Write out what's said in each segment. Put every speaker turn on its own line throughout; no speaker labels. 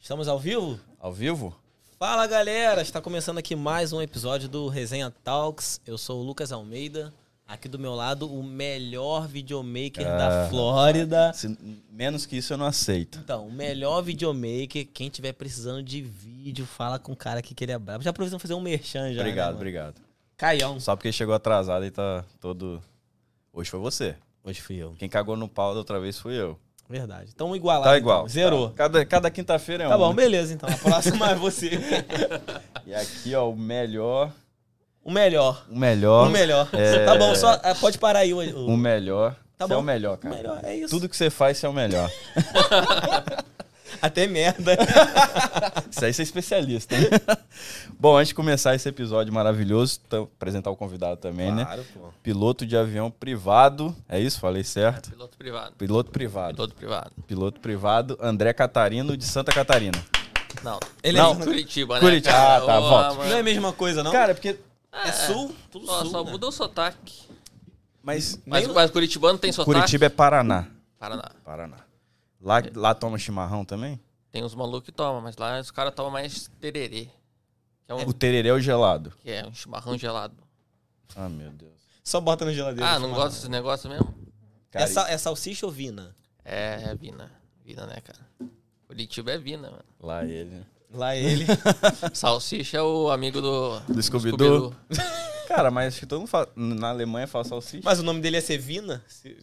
Estamos ao vivo?
Ao vivo?
Fala galera, está começando aqui mais um episódio do Resenha Talks. Eu sou o Lucas Almeida, aqui do meu lado o melhor videomaker
Ah.
da Flórida.
Se- menos que isso eu não aceito.
Então, o melhor videomaker, quem tiver precisando de vídeo, fala com o cara aqui que ele é brabo. Já aproveitamos fazer um merchan já.
obrigado,
né, mano?
obrigado.
Caião.
Só porque chegou atrasado e tá todo. Hoje foi você.
Hoje fui eu.
Quem cagou no pau da outra vez fui eu.
Verdade. Então igualado.
tá
então.
igual.
Zerou.
Tá. Cada, cada quinta-feira é
Tá
um.
bom, beleza então. A próxima é você.
E aqui, ó, o melhor.
O melhor.
O melhor.
O melhor. Tá bom, só ah, pode parar aí o, o-
É. O melhor.
Tá
Você é
bom.
o melhor,
o
cara.
melhor. É isso.
Tudo que você faz, você é o melhor.
Até merda.
Isso aí você é especialista, hein? Bom, antes de começar esse episódio maravilhoso, tô- apresentar o convidado também, né?
Claro, pô.
Piloto de avião privado. É isso? Falei certo?
Piloto privado.
Piloto privado.
Piloto privado.
Piloto privado André Catarino de Santa Catarina.
Não.
Ele
Não.
é
Curitiba, né?
Curitiba.
cara?
Ah, tá,
Ô,
volta.
mano.
Não é a mesma coisa, não?
Cara, porque.
é sul? Tudo
Ó,
sul.
só
né?
mudou o sotaque.
Mas.
Mas,
Nem-
mas curitibano tem sotaque?
Curitiba é Paraná.
Paraná.
Paraná. Lá, lá toma chimarrão também?
Tem uns malucos que tomam, mas lá os caras tomam mais tererê. Que é um,
O tererê é o gelado.
que é um chimarrão gelado.
Ah, meu Deus.
Só bota na geladeira.
Ah, não
Chimarrão.
gosta desse negócio mesmo?
Cara,
É, sal- é salsicha ou vina?
É, é vina. Vina, né, cara? Curitiba é vina, mano.
lá ele. né?
Lá ele.
Salsicha é o amigo do...
Do Scooby-Doo.
Scooby-Doo.
Cara, mas acho que todo mundo fala. Na Alemanha fala salsicha.
Mas o nome dele ia ser Vina? Se-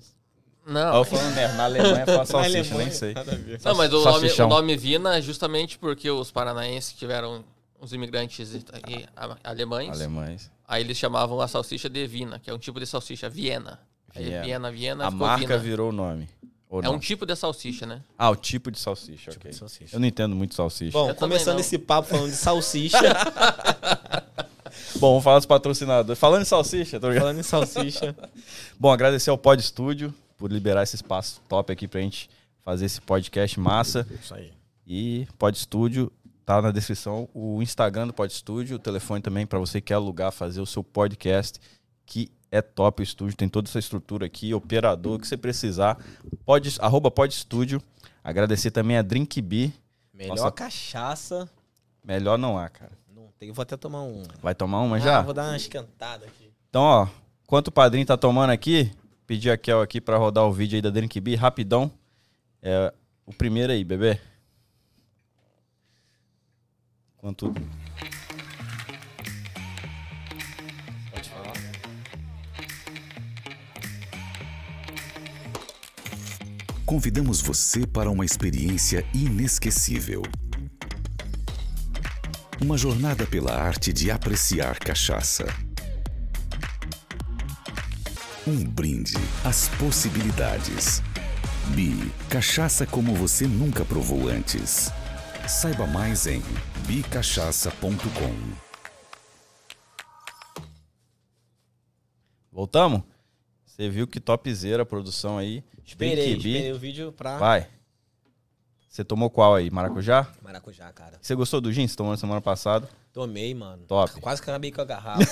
Ah,
Não.
eu falando merda. Na Alemanha fala salsicha,
Na Alemanha, é
nem sei.
nada a ver.
Não, mas o nome,
Salsichão.
o nome Vina é justamente porque os paranaenses tiveram uns imigrantes ita- e- a- alemães.
Alemães.
Aí eles chamavam a salsicha de Vina, que é um tipo de salsicha, Viena. Aí
Viena.
Viena, Viena,
é. A
ficou
marca
Vina.
virou o nome. Ou
É
não?
um tipo de salsicha, né?
Ah, o tipo de salsicha, ok.
de salsicha.
Eu não entendo muito salsicha. Bom,
Bom,
Eu
começando
também não.
esse papo falando de salsicha,
vamos falar dos patrocinadores. Falando em salsicha, tô ligado?
falando em salsicha.
Bom, agradecer ao Pod Studio por liberar esse espaço top aqui pra gente fazer esse podcast massa.
Isso aí.
E Pod Studio tá na descrição o Instagram do Pod Studio, o telefone também para você que quer alugar, fazer o seu podcast, que é top o estúdio, tem toda essa estrutura aqui, operador, o que você precisar. Pod, arroba Pod Studio. Agradecer também a Drinkbee.
Melhor
Nossa.
cachaça.
Melhor não há, cara.
Não tem. Vou até tomar um.
Vai tomar uma
Ah,
já?
vou dar uma esquentada aqui.
Então, ó, enquanto o padrinho tá tomando aqui, pedi a Kel aqui pra rodar o vídeo aí da Drink Bee, rapidão. É, o primeiro aí, bebê. Enquanto...
Pode falar.
Convidamos você para uma experiência inesquecível. Uma jornada pela arte de apreciar cachaça. Um brinde às possibilidades. Bi, cachaça como você nunca provou antes. Saiba mais em bicachaça.com.
Voltamos? Você viu que topzera a produção aí.
Esperei,
Drink Bee.
esperei tá? o vídeo pra.
Vai. Você tomou qual aí? Maracujá?
Maracujá, cara.
Você gostou do gin? Você tomou na semana passada?
Tomei, mano.
Top.
Quase que acabei com a garrafa.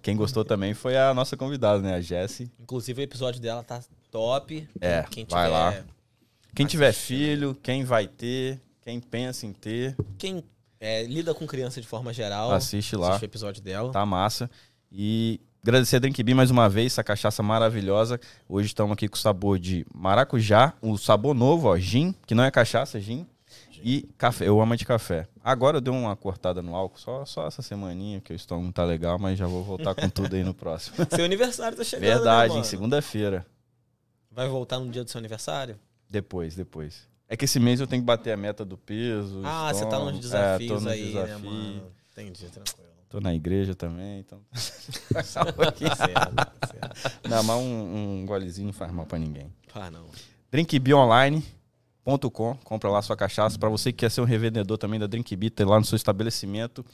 Quem gostou também foi a nossa convidada, né? A Jessie.
Inclusive o episódio dela tá top.
É,
Quem
vai
tiver
lá. Quem tiver filho, quem vai ter, quem pensa em ter,
quem é, lida com criança de forma geral,
assiste lá.
o episódio dela.
Tá massa. E agradecer a Drink Bee mais uma vez, essa cachaça maravilhosa. Hoje estamos aqui com o sabor de maracujá, o sabor novo, ó, gin, que não é cachaça, é gin. E café, eu amo de café. Agora eu dei uma cortada no álcool, só, só essa semaninha que o estômago tá legal, mas já vou voltar com tudo aí no próximo.
Seu aniversário tá chegando, né,
Verdade,
mano?
em segunda-feira.
Vai voltar no dia do seu aniversário?
Depois, depois. É que esse mês eu tenho que bater a meta do peso.
ah, você tá nos
estômago. É, tô
desafios
nos
aí,
desafios.
né, mano? Entendi, tranquilo.
Tô na igreja também, então.
Tá certo, tá certo.
Não, mas um, um golezinho não faz mal pra ninguém.
Ah, não.
drinkbeeonline.com, compra lá sua cachaça. Pra você que quer ser um revendedor também da Drinkbee, tem lá no seu estabelecimento.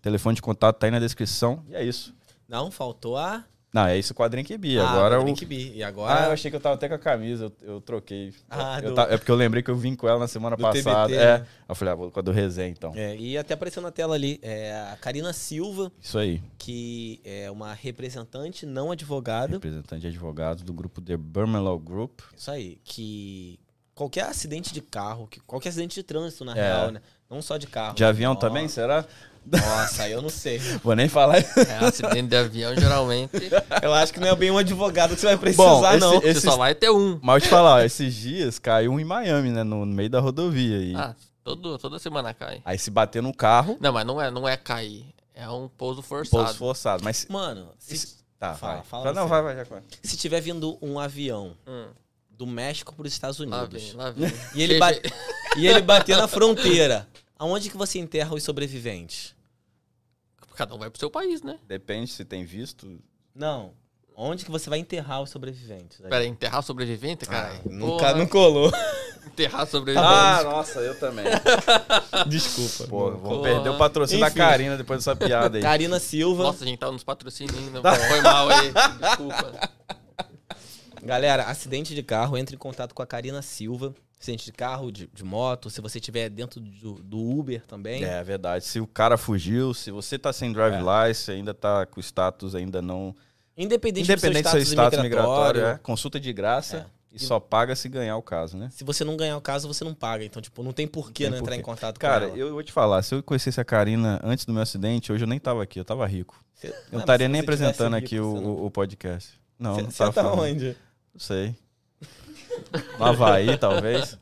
Telefone de contato tá aí na descrição. E é isso.
Não, faltou a...
Não, é isso com a Drinkbee.
Ah,
agora
o
o...
Drink Bee. E agora...
Ah, eu achei que eu tava até com a camisa, eu, eu troquei.
Ah,
Eu
do-
ta- É porque eu lembrei que eu vim com ela na semana
Do
passada.
TBT,
é.
né?
Eu falei, ah, vou com a do resenha então.
É, e até apareceu na tela ali, é a Karina Silva,
Isso aí.
que é uma representante não advogada.
Representante de advogados do grupo The Burman Law Group.
Isso aí, que qualquer acidente de carro, que- qualquer acidente de trânsito, na
É.
real, né? Não só de carro.
De avião
Nossa,
também, será?
Nossa, aí eu não sei.
Vou nem falar.
É, acidente de avião, geralmente,
Eu acho que não é bem um advogado que você vai precisar,
esse-
não.
você só vai ter um.
Mal te falar, ó, esses dias caiu um em Miami, né? No, no meio da rodovia. E...
Ah, todo, toda semana cai.
Aí se bater no carro,
Não, mas não é, não é cair. É um pouso forçado.
pouso forçado. Mas.
Mano,
Isso-
se,
Tá,
Fala,
vai.
fala
Tá, não,
você.
vai, vai, já vai.
se tiver vindo um avião
Hum,
do México para os Estados
lá
Unidos
vem, lá vem.
E, ele bate, e ele bater na fronteira, aonde que você enterra os sobreviventes?
Cada um vai pro seu país, né?
Depende se tem visto.
Não. Onde que você vai enterrar os sobreviventes?
Pera, aí, enterrar sobrevivente, cara?
Nunca, não colou.
Enterrar sobrevivente.
Ah, nossa, eu também.
Desculpa.
Pô, vou
Porra.
perder o patrocínio
Enfim.
da Karina depois dessa piada aí.
Karina Silva.
Nossa, a gente tava nos patrocínios ainda.
Tá.
Foi mal aí. Desculpa.
Galera, acidente de carro, entre em contato com a Karina Silva. Acidente de carro, de, de moto, se você tiver dentro do, do Uber também.
É, é verdade. Se o cara fugiu, se você tá sem drive license, ainda tá com o status ainda não.
Independente,
Independente
do
do seu status
migratório.
migratório, é. consulta de graça e só paga se ganhar o caso, né?
Se você não ganhar o caso, você não paga. Então, tipo, não tem porquê
Não tem
não entrar
porquê.
em contato
Cara,
com ela.
eu vou te falar, se eu conhecesse a Karina antes do meu acidente, hoje eu nem tava aqui, eu tava rico.
Cê- Ah,
Eu não
mas
estaria
se
nem
você tivesse
apresentando
rico,
aqui o,
você não-
o- o podcast. Não,
Cê-
não
cê
tava
tá
falando.
onde?
Não sei. No Havaí, talvez.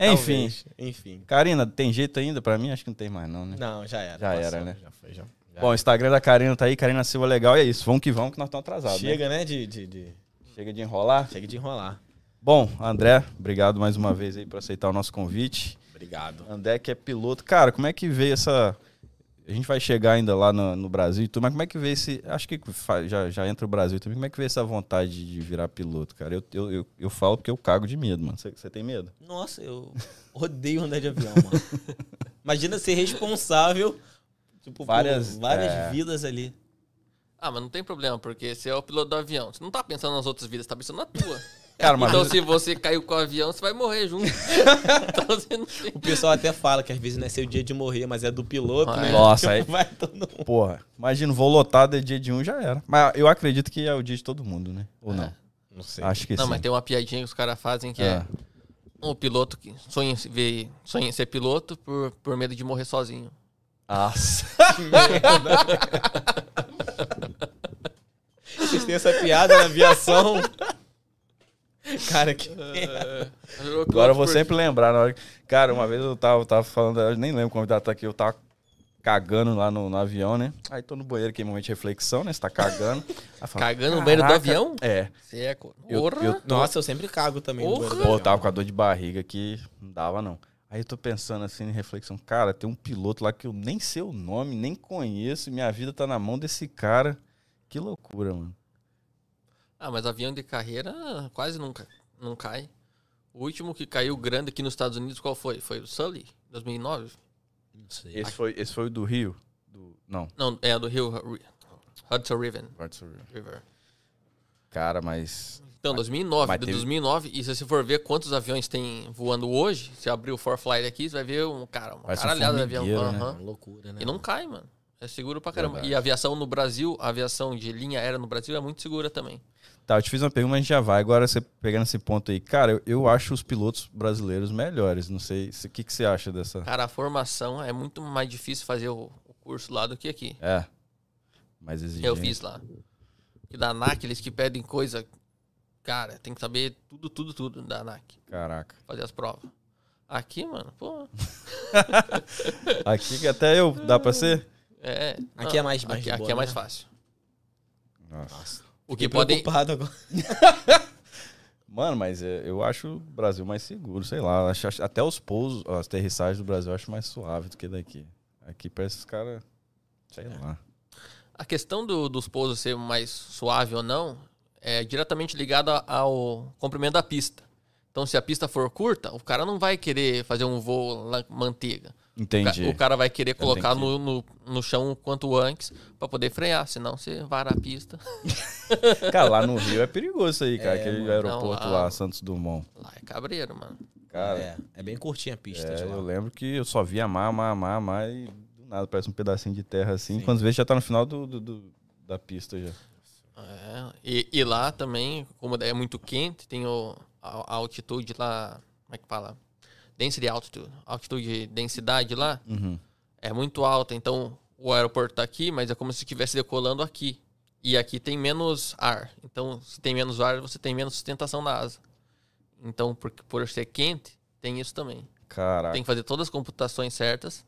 Enfim.
Talvez. Enfim.
Karina, tem jeito ainda pra mim? Acho que não tem mais, não, né?
Não, já era. tá
Já era, né?
Já foi, já. já
Bom, o Instagram da Karina tá aí, Karina Silva Legal, e é isso. Vamos que vamos, que nós estamos atrasados. né?
Chega, né? De, de, de-
Chega de enrolar.
Chega de enrolar.
Bom, André, obrigado mais uma vez aí por aceitar o nosso convite.
Obrigado.
André que é piloto. Cara, como é que veio essa... A gente vai chegar ainda lá no, no Brasil e tudo, mas como é que veio esse... Acho que fa- já, já entra o Brasil também. Como é que veio essa vontade de virar piloto, cara? Eu, eu, eu, eu falo porque eu cago de medo, mano. Você você tem medo?
Nossa, eu odeio andar de avião, mano. Imagina ser responsável tipo, várias,
Várias-
por várias
é.
vidas ali.
Ah, mas não tem problema, porque você é o piloto do avião. Você não tá pensando nas outras vidas, você tá pensando na tua.
Cara, mas
então, se você caiu com o avião, você vai morrer junto. então, você não tem...
O pessoal até fala que às vezes não é seu dia de morrer, mas é do piloto,
Ah,
né?
é.
Nossa, aí-
Vai todo mundo.
Porra, imagina, vou lotado é dia de um já era. Mas eu acredito que é o dia de todo mundo, né? Ou não?
Não sei.
Acho que
É, Não,
sim.
mas tem uma piadinha que os caras fazem que
É.
é... Um piloto que sonha em, se ver, sonha em ser piloto por, por medo de morrer sozinho.
Ah. Nossa.
Vocês têm essa piada na aviação? Cara, que.
É.
Agora eu vou sempre lembrar. Na hora... que- Cara, uma vez eu tava, tava falando, eu nem lembro quando tá aqui, eu tava cagando lá no, no avião, né? Aí tô no banheiro, que é momento de reflexão, né? Você tá cagando. Aí fala,
Cagando no banheiro do
"Caraca."
avião?
É.
Você é... co-
Eu-
Porra!
eu-
Nossa, eu sempre cago também. no né?
Porra!
banheiro do
Pô, tá eu
avião.
tava com a dor de barriga que não dava, não. Aí eu tô pensando assim, em reflexão, cara, tem um piloto lá que eu nem sei o nome, nem conheço, e minha vida tá na mão desse cara. Que loucura, mano.
Ah, mas avião de carreira quase nunca não cai. O último que caiu grande aqui nos Estados Unidos, qual foi? Foi o Sully, 2009?
Não sei.
Esse foi, esse foi o do Rio? Do... Não.
Não, é do Rio Hudson River. River.
Cara, mas.
Então, 2009.
mas
de
teve-
2009, e se você for ver quantos aviões tem voando hoje, se abrir o For Flight aqui, você vai ver um cara, uma
Parece um
caralhada de avião.
formigueiro, né?
É
Aham.
uma loucura, né?
E não cai, mano. É seguro pra caramba.
Verdade.
E a aviação no Brasil, a aviação de linha aérea no Brasil é muito segura também.
Tá, eu te fiz uma pergunta, mas a gente já vai. Agora, você pegando esse ponto aí, cara, eu, eu acho os pilotos brasileiros melhores. Não sei. se- O que, que você acha dessa.
Cara, a formação é muito mais difícil fazer o- o curso lá do que aqui.
É. Mais exigente.
Eu fiz lá. Que da ANAC, eles que pedem coisa. Cara, tem que saber tudo, tudo, tudo da ANAC.
Caraca.
Fazer as provas. Aqui, mano, pô.
Aqui que até eu. Dá pra ser?
É.
Aqui
não,
é mais- mais
Aqui,
de
aqui
boa,
é mais
né?
fácil.
Nossa.
O
Fiquei
que podem.
preocupado agora.
Mano, mas é, eu acho o Brasil mais seguro, sei lá. Acho- acho- até os pousos, as aterrissagens do Brasil eu acho mais suave do que daqui. Aqui parece os caras. Sei lá.
A questão do- dos pousos ser mais suave ou não é diretamente ligada ao comprimento da pista. Então, se a pista for curta, o cara não vai querer fazer um voo lá, manteiga. O ca-
Entendi.
O cara vai querer
Então tem
colocar
que-
no, no, no chão o quanto antes pra poder frear, senão você vara a pista.
Cara, lá no Rio é perigoso isso aí, cara. aquele
mano.
aeroporto
Não, tá lá-
lá, Santos Dumont.
Lá é cabreiro, mano.
Cara, é,
É, é bem curtinha a pista. de lá.
eu lembro que eu só via mar, mar, mar, mar e do nada parece um pedacinho de terra assim. Quando vê, já tá no final do, do- do- da pista já.
É, e, e lá também, como é muito quente, tem o, a, a altitude lá Como é que fala? Density altitude. Altitude, densidade lá
Uhum.
é muito alta. Então o aeroporto tá aqui, mas é como se estivesse decolando aqui. E aqui tem menos ar. Então, se tem menos ar, você tem menos sustentação da asa. Então, por, por ser quente, tem isso também.
Caraca.
Tem que fazer todas as computações certas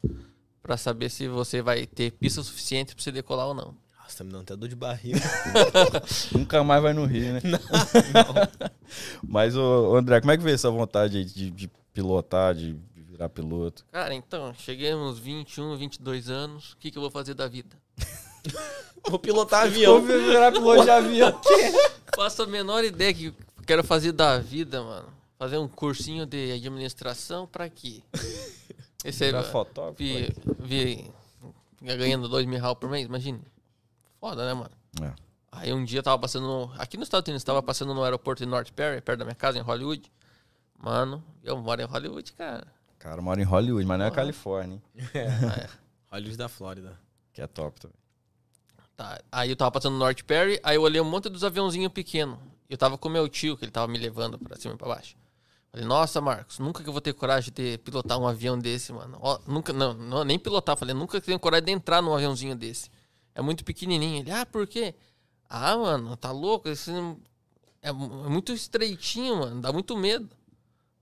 para saber se você vai ter pista suficiente para você decolar ou não.
Nossa, tá me dando até dor de barriga.
Nunca mais vai no Rio, né? Mas, ô, ô, André, como é que veio essa vontade aí de, de pilotar, de de virar piloto?
Cara, então, cheguei uns 21, 22 anos. O que, que eu vou fazer da vida?
Vou pilotar avião.
virar piloto de avião.
Faço a menor ideia que eu quero fazer da vida, mano. Fazer um cursinho de administração pra quê? Esse aí,
Virar
mano,
fotógrafo?
vi, vi ganhando dois mil reais por mês, imagine. Foda, né, mano?
É.
Aí um dia eu tava passando. no- Aqui nos Estados Unidos, tava passando no aeroporto de North Perry, perto da minha casa, em Hollywood. Mano, eu moro em Hollywood, cara.
Cara, mora em Hollywood, mas não
Ah.
é a Califórnia, hein?
Olhos da Flórida.
Que é top também.
Tá, aí eu tava passando no North Perry, aí eu olhei um monte dos aviãozinhos pequenos. Eu tava com meu tio, que ele tava me levando pra cima e pra baixo. Falei, nossa, Marcos, nunca que eu vou ter coragem de pilotar um avião desse, mano. Ó, nunca, não, não, nem pilotar. Falei, nunca que tenho coragem de entrar num aviãozinho desse. É muito pequenininho. Ele, ah, por quê? Ah, mano, tá louco? Esse não- é mu- é muito estreitinho, mano. Dá muito medo.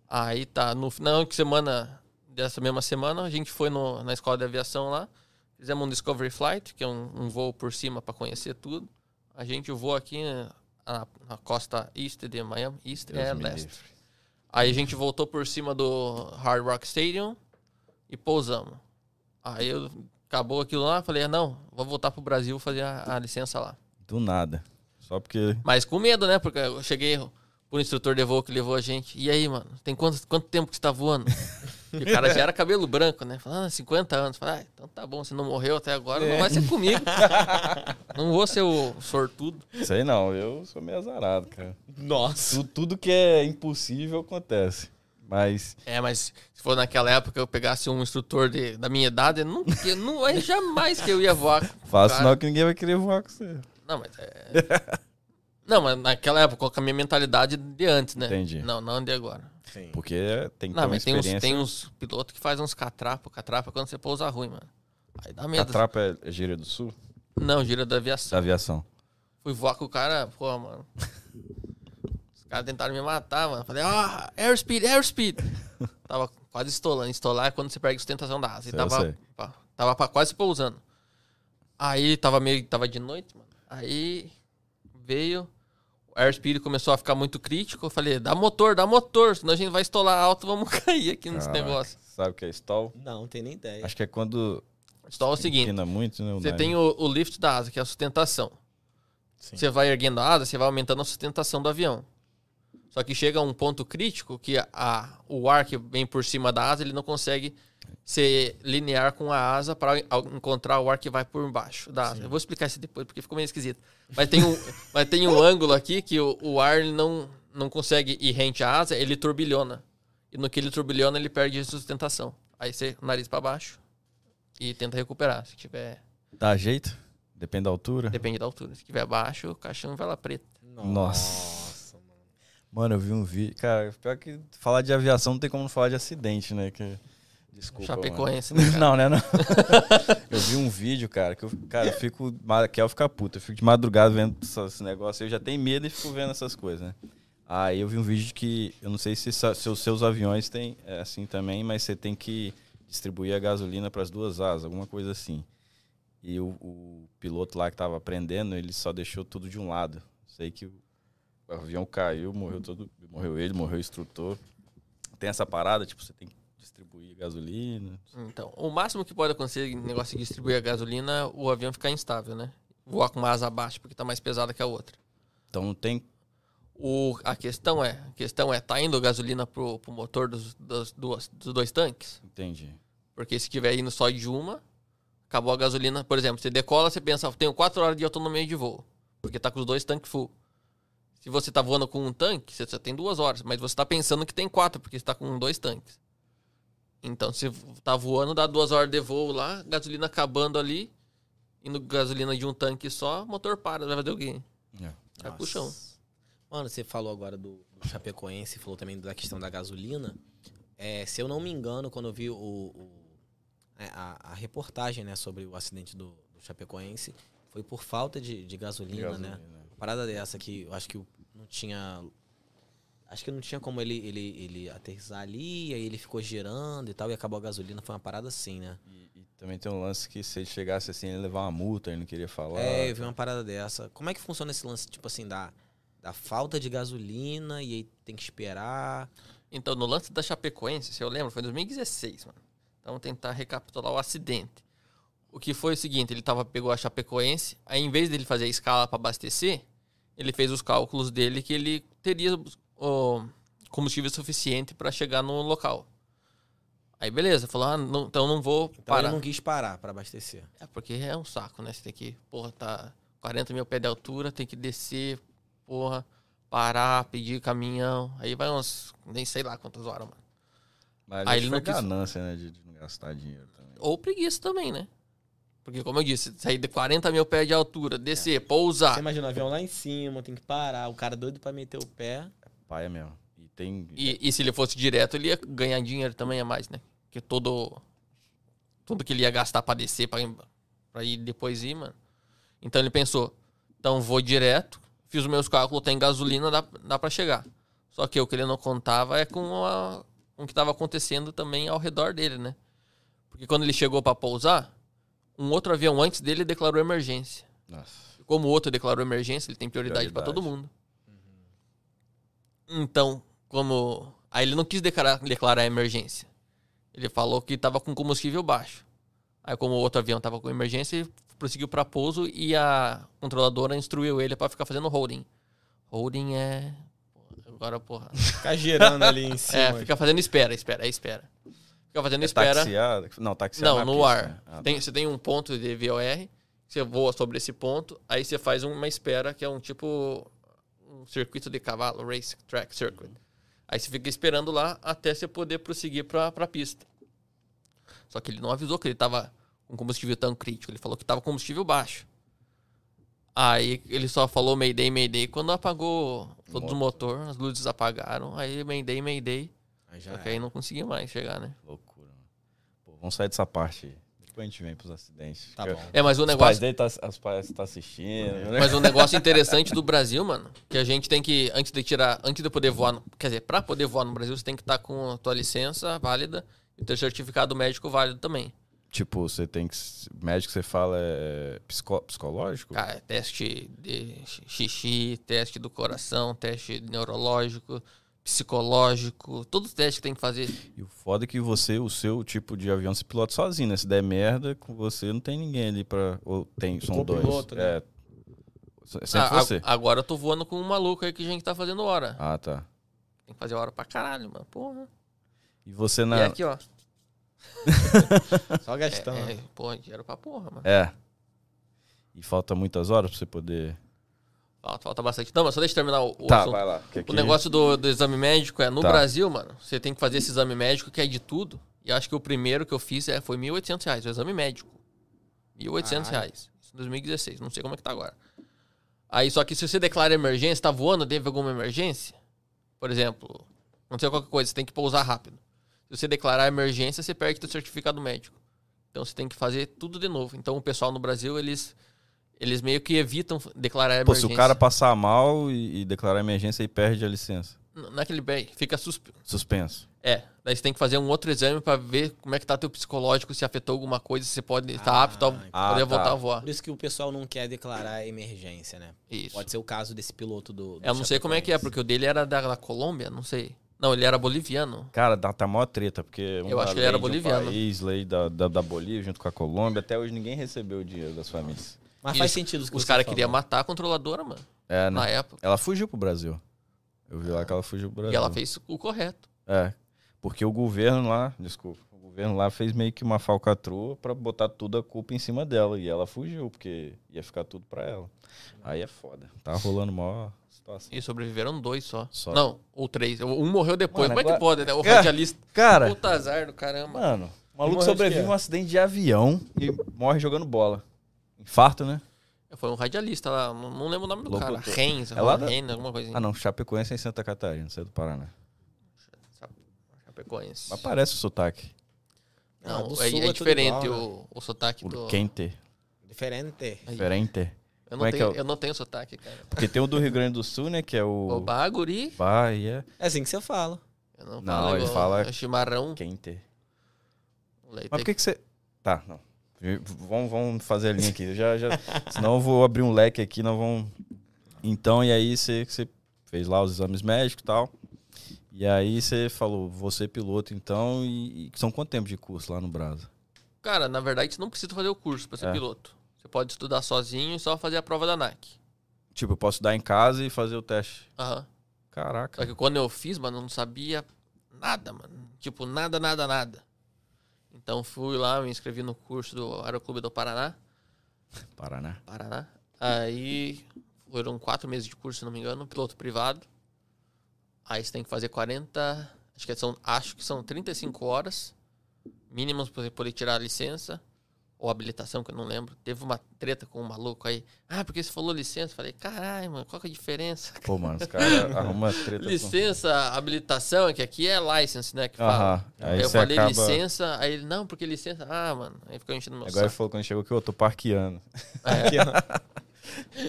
Aí tá, no final de semana, dessa mesma semana, a gente foi no- na escola de aviação lá. Fizemos um Discovery Flight, que é um, um voo por cima para conhecer tudo. A gente voou aqui eh, na, na costa este de Miami. East
Deus
é
me
leste.
livre.
Aí a gente voltou por cima do Hard Rock Stadium e pousamos. Aí eu, acabou aquilo lá, falei, "Ah, não, vou voltar pro Brasil fazer a, a licença lá.
Do nada. Só porque.
Mas com medo, né? Porque eu cheguei pro instrutor de voo que levou a gente. E aí, mano, tem quanto, quanto tempo que você tá voando? E o cara já era cabelo branco, né? Falando, ah, 50 anos. Falei, ah, então tá bom, você não morreu até agora,
É.
não vai ser comigo. não vou ser o sortudo.
Sei não, eu sou meio azarado, cara.
Nossa.
Tu- tudo que é impossível acontece. Mas.
É, mas se for naquela época eu pegasse um instrutor de- da minha idade, eu nunca, eu não é jamais que eu ia voar. com o
Faço
cara.
não que ninguém vai querer voar com você.
Não, mas é. não, mas naquela época, com a minha mentalidade de antes, né?
Entendi.
Não, não de agora.
Sim.
Porque tem que ter
Não,
uma
mas tem uns,
experiência.
tem uns pilotos que fazem uns catrapa. Catrapa é quando você pousa ruim, mano. Aí dá medo.
Catrapa é gíria do sul?
Não, gira da aviação.
Da aviação.
Fui voar com o cara, pô, mano. Os caras tentaram me matar, mano. Falei, ah, airspeed, airspeed. tava quase estolando. Estolar é quando você perde a sustentação da asa. E
Sei,
tava,
sei.
pá, tava pra- quase pousando. Aí tava meio. Tava de noite, mano. Aí veio. O airspeed começou a ficar muito crítico. Eu falei, dá motor, dá motor, senão a gente vai estolar alto, vamos cair aqui nesse
Caraca.
negócio.
Sabe o que é stall?
Não, não tem nem ideia.
Acho que é quando
Estol é o seguinte.
empina muito, né? o
Você
nariz.
tem um o, o lift da asa, que é a sustentação.
Sim.
Você vai erguendo a asa, você vai aumentando a sustentação do avião. Só que chega a um ponto crítico que a- a- o ar que vem por cima da asa, ele não consegue ser linear com a asa para encontrar o ar que vai por baixo da asa. Eu vou explicar isso depois, porque ficou meio esquisito. Mas tem um, mas tem um ângulo aqui que o, o ar ele não, não consegue ir rente à asa, ele turbilhona. E no que ele turbilhona, ele perde a sustentação. Aí você, nariz para baixo, e tenta recuperar, se tiver...
Dá jeito? Depende da altura?
Depende da altura. Se tiver baixo, o caixão vai lá preto.
Nossa.
mano.
Mano, eu vi um vídeo. Cara, pior que falar de aviação não tem como não falar de acidente, né? Que... Desculpa.
Chapecoense,
mano.
né, cara?
Não, né? Não. eu vi um vídeo, cara, que eu, cara, eu fico. Kel fica puto. Eu fico de madrugada vendo essa- esse negócio. Eu já tenho medo e fico vendo essas coisas, né? Aí eu vi um vídeo de que. Eu não sei se, sa- se os seus aviões têm é, assim também, mas você tem que distribuir a gasolina para as duas asas, alguma coisa assim. E o, o piloto lá que tava aprendendo, ele só deixou tudo de um lado. Sei que o o avião caiu, morreu todo, morreu ele, morreu o instrutor. Tem essa parada, tipo, você tem que distribuir gasolina.
Então, o máximo que pode acontecer em negócio de distribuir a gasolina, o avião ficar instável, né? Voar com uma asa abaixo, porque tá mais pesada que a outra.
Então não tem
O, a questão é, a questão é, tá indo gasolina pro, pro motor dos, das duas, dos dois tanques?
Entendi.
Porque se tiver indo só de uma, acabou a gasolina. Por exemplo, você decola, você pensa, tenho 4 horas de autonomia de voo. Porque tá com os dois tanques full. Se você tá voando com um tanque, você só tem duas horas. Mas você tá pensando que tem quatro, porque você tá com dois tanques. Então, se tá voando, dá duas horas de voo lá, gasolina acabando ali,
É,
indo gasolina de um tanque só, motor para, vai fazer o quê? Vai pro chão.
Tá Mano, você falou agora do, do Chapecoense, falou também da questão da gasolina. É, se eu não me engano, quando eu vi o, o- é, a, a- a reportagem né, sobre o acidente do, do Chapecoense, foi por falta de, de gasolina, né? Uma Parada dessa que eu acho que não tinha. Acho que não tinha como ele, ele, ele aterrissar ali, aí ele ficou girando e tal, e acabou a gasolina. Foi uma parada assim, né?
E, e também tem um lance que se ele chegasse assim, ele ia levar uma multa, ele não queria falar.
É, eu
um-
vi uma parada dessa. Como é que funciona esse lance, tipo assim, da, da falta de gasolina e aí tem que esperar?
Então, no lance da Chapecoense, se eu lembro, foi em 2016, mano. Então, vou tentar recapitular o acidente. O que foi o seguinte, ele tava, pegou a Chapecoense, aí em vez dele fazer a escala para abastecer, ele fez os cálculos dele que ele teria ó, combustível suficiente para chegar no local. Aí beleza, falou, ah, não- então não vou
Então
parar.
ele não quis parar pra abastecer.
É porque é um saco, né? Você tem que, porra, tá 40 mil pé de altura, tem que descer, porra, parar, pedir caminhão. Aí vai uns, nem sei lá quantas horas, mano.
Mas
Aí
aí
ele
ele
não quis-
ganância, né? De, de não gastar dinheiro também.
Ou preguiça também, né? Porque, como eu disse, sair de 40 mil pé de altura, descer, pousar.
Você imagina o avião lá em cima, tem que parar, o cara doido pra meter o pé.
Paia é mesmo. E tem.
E, e se ele fosse direto, ele ia ganhar dinheiro também a mais, né? Porque todo. Tudo que ele ia gastar pra descer, pra, ir- pra ir depois ir, mano. Então ele pensou: então vou direto, fiz os meus cálculos, tem gasolina, dá, dá pra chegar. Só que o que ele não contava é com, a- com o que tava acontecendo também ao redor dele, né? Porque quando ele chegou pra pousar, um outro avião antes dele declarou emergência.
Nossa.
Como o outro declarou emergência, ele tem prioridade pra todo
Prioridade.
mundo. Então, como. Aí ele não quis declarar, declarar emergência. Ele falou que estava com combustível baixo. Aí, como o outro avião estava com emergência, ele prosseguiu para pouso e a controladora instruiu ele para ficar fazendo holding. Holding é. Agora, porra.
Ficar girando ali em cima.
é, fica fazendo espera, espera, é espera. Fica fazendo espera.
Taxiar? Não, taxiar.
Não,
na
no
pista,
ar.
né? Ah,
Tem- você tem um ponto de VOR, você voa sobre esse ponto, aí você faz uma espera, que é um tipo um circuito de cavalo, race track circuit.
Uhum.
Aí você fica esperando lá até você poder prosseguir pra, pra pista. Só que ele não avisou que ele tava com combustível tão crítico, ele falou que tava com combustível baixo. Aí ele só falou Mayday, Mayday quando apagou todo o motor, as luzes apagaram, aí Mayday, Mayday.
Aí já
Só que aí não conseguiu mais chegar, né?
é Loucura, mano. Pô, vamos sair dessa parte aí. Depois a gente vem pros acidentes.
Tá
Porque
bom.
É, mas o
Os
negócio.
pais dele tá, os pais tá assistindo. né?
Mas um negócio interessante do Brasil, mano, que a gente tem que, antes de tirar, antes de poder voar, no- quer dizer, pra poder voar no Brasil, você tem que estar com a tua licença válida e ter certificado médico válido também.
Tipo, você tem que. s- Médico, você fala é psicó- psicológico?
Cara, é teste de xi- xixi, teste do coração, teste neurológico, psicológico, todos os testes que tem que fazer.
E o foda é que você, o seu tipo de avião, se pilota sozinho, né? Se der merda, com você não tem ninguém ali pra. Ou tem, são dois.
copiloto, né?
É. S- É sempre
Ah, a-
você.
Agora eu tô voando com um maluco aí que a gente tá fazendo hora.
Ah, tá.
Tem que fazer hora pra caralho, mano. Porra.
E você
E
na.
aqui, ó.
Só
É,
gastando.
é, porra, dinheiro pra porra, mano.
É. E falta muitas horas pra você poder. Tá.
Falta, falta bastante. Não, mas só deixa eu terminar o, o assunto.
lá. porque aqui-
O negócio do, do exame médico é, no
Tá.
Brasil, mano, você tem que fazer esse exame médico que é de tudo. E acho que o primeiro que eu fiz é, foi R$ 1.800 reais, o exame médico. R$ 1.800
Caralho.
reais. Isso em 2016, não sei como é que tá agora. Aí, só que se você declara emergência, tá voando, teve alguma emergência, por exemplo, não sei qualquer coisa, você tem que pousar rápido. Se você declarar emergência, você perde seu certificado médico. Então você tem que fazer tudo de novo. Então o pessoal no Brasil, eles, eles meio que evitam declarar
Pô,
é emergência.
se o cara passar mal e, e declarar emergência, aí perde a licença.
N- Não é que ele perde, fica suspe...
Suspenso.
É, daí você tem que fazer um outro exame pra ver como é que tá teu psicológico, se afetou alguma coisa, se você pode estar
Ah,
apto a
ah,
poder
tá.
voltar a voar.
Por isso que o pessoal não quer declarar emergência, né?
Isso.
Pode ser o caso desse piloto do. do
Eu não sei como é que é, porque o dele era da, da Colômbia, não sei. Não, ele era boliviano.
Cara, tá, tá mó treta, porque. uma
Eu acho que ele
lei
era
de um
boliviano.
país, lei da, da, da Bolívia, junto com a Colômbia. Até hoje ninguém recebeu o dinheiro das famílias.
Mas faz
Isso.
sentido os que
Os
você
caras
falou.
queriam matar a controladora, mano,
É, né?
na época.
Ela fugiu pro Brasil. Eu vi lá que ela fugiu pro Brasil.
E ela fez o correto.
É. Porque o governo lá, desculpa, o governo lá fez meio que uma falcatrua pra botar toda a culpa em cima dela. E ela fugiu, porque ia ficar tudo pra ela. Aí é foda. Tá rolando maior situação.
E sobreviveram dois só.
Só.
Não, ou três. Um morreu depois.
Mano,
como é que
agora-
pode, né? O
É.
radialista.
Cara,
Puta azar do caramba.
mano,
Morreu
o maluco
de
sobrevive
quê?
a um acidente de avião e morre jogando bola. Infarto, né?
Foi um radialista lá, não não lembro o nome do
Locutor.
cara. Renz,
É lá da-
Renz, alguma assim. coisinha.
Ah, não, Chapecoense é em Santa Catarina, sai do Paraná.
Chapecoense.
Mas parece o sotaque.
Ah,
Não,
do
é,
Sul
é
é tudo
diferente
igual,
o, o sotaque
né? O
do...
quente,
Diferente. é.
Aí,
diferente.
eu,
como
não
é que
tenho,
é o-
eu não tenho sotaque, cara.
Porque tem o do Rio Grande do Sul, né? Que é o.
O baguri,
Bahia.
É assim que você fala.
eu não,
Não,
falo
ele
igual-
fala-
é chimarrão,
Quente.
o leite
Mas por que, que você. Tá, não. V- Vamos, vamos fazer a linha aqui. Eu Já, já... Senão eu vou abrir um leque aqui, não vão. Então, e aí você, você fez lá os exames médicos e tal. E aí você falou, você piloto, então, e, e são quanto tempo de curso lá no Brasa?
Cara, na verdade, você não precisa fazer o curso pra ser
É.
piloto. Você pode estudar sozinho e só fazer a prova da ANAC.
Tipo, eu posso dar em casa e fazer o teste.
Aham. Só
Caraca.
que quando eu fiz, mano, eu não sabia nada, mano. Tipo, nada, nada, nada. Então fui lá, me inscrevi no curso do Aeroclube do Paraná.
Paraná.
Paraná. Aí foram quatro meses de curso, se não me engano, piloto privado. Aí você tem que fazer 40. Acho que são, acho que são 35 horas mínimas pra você poder tirar a licença. Ou habilitação, que eu não lembro. Teve uma treta com um maluco aí. Ah, porque você falou licença? Eu Falei, caralho, mano, qual que é a diferença?
Pô, mano, os caras arrumam treta. com-
Licença, habilitação, é que aqui é license, né? Que fala.
Aham. Aí,
Aí eu
você
falei
acaba...
licença, aí ele, não, porque licença. Ah, mano, aí ficou enchendo meu
Agora ele
saco.
falou quando chegou que eu tô parqueando.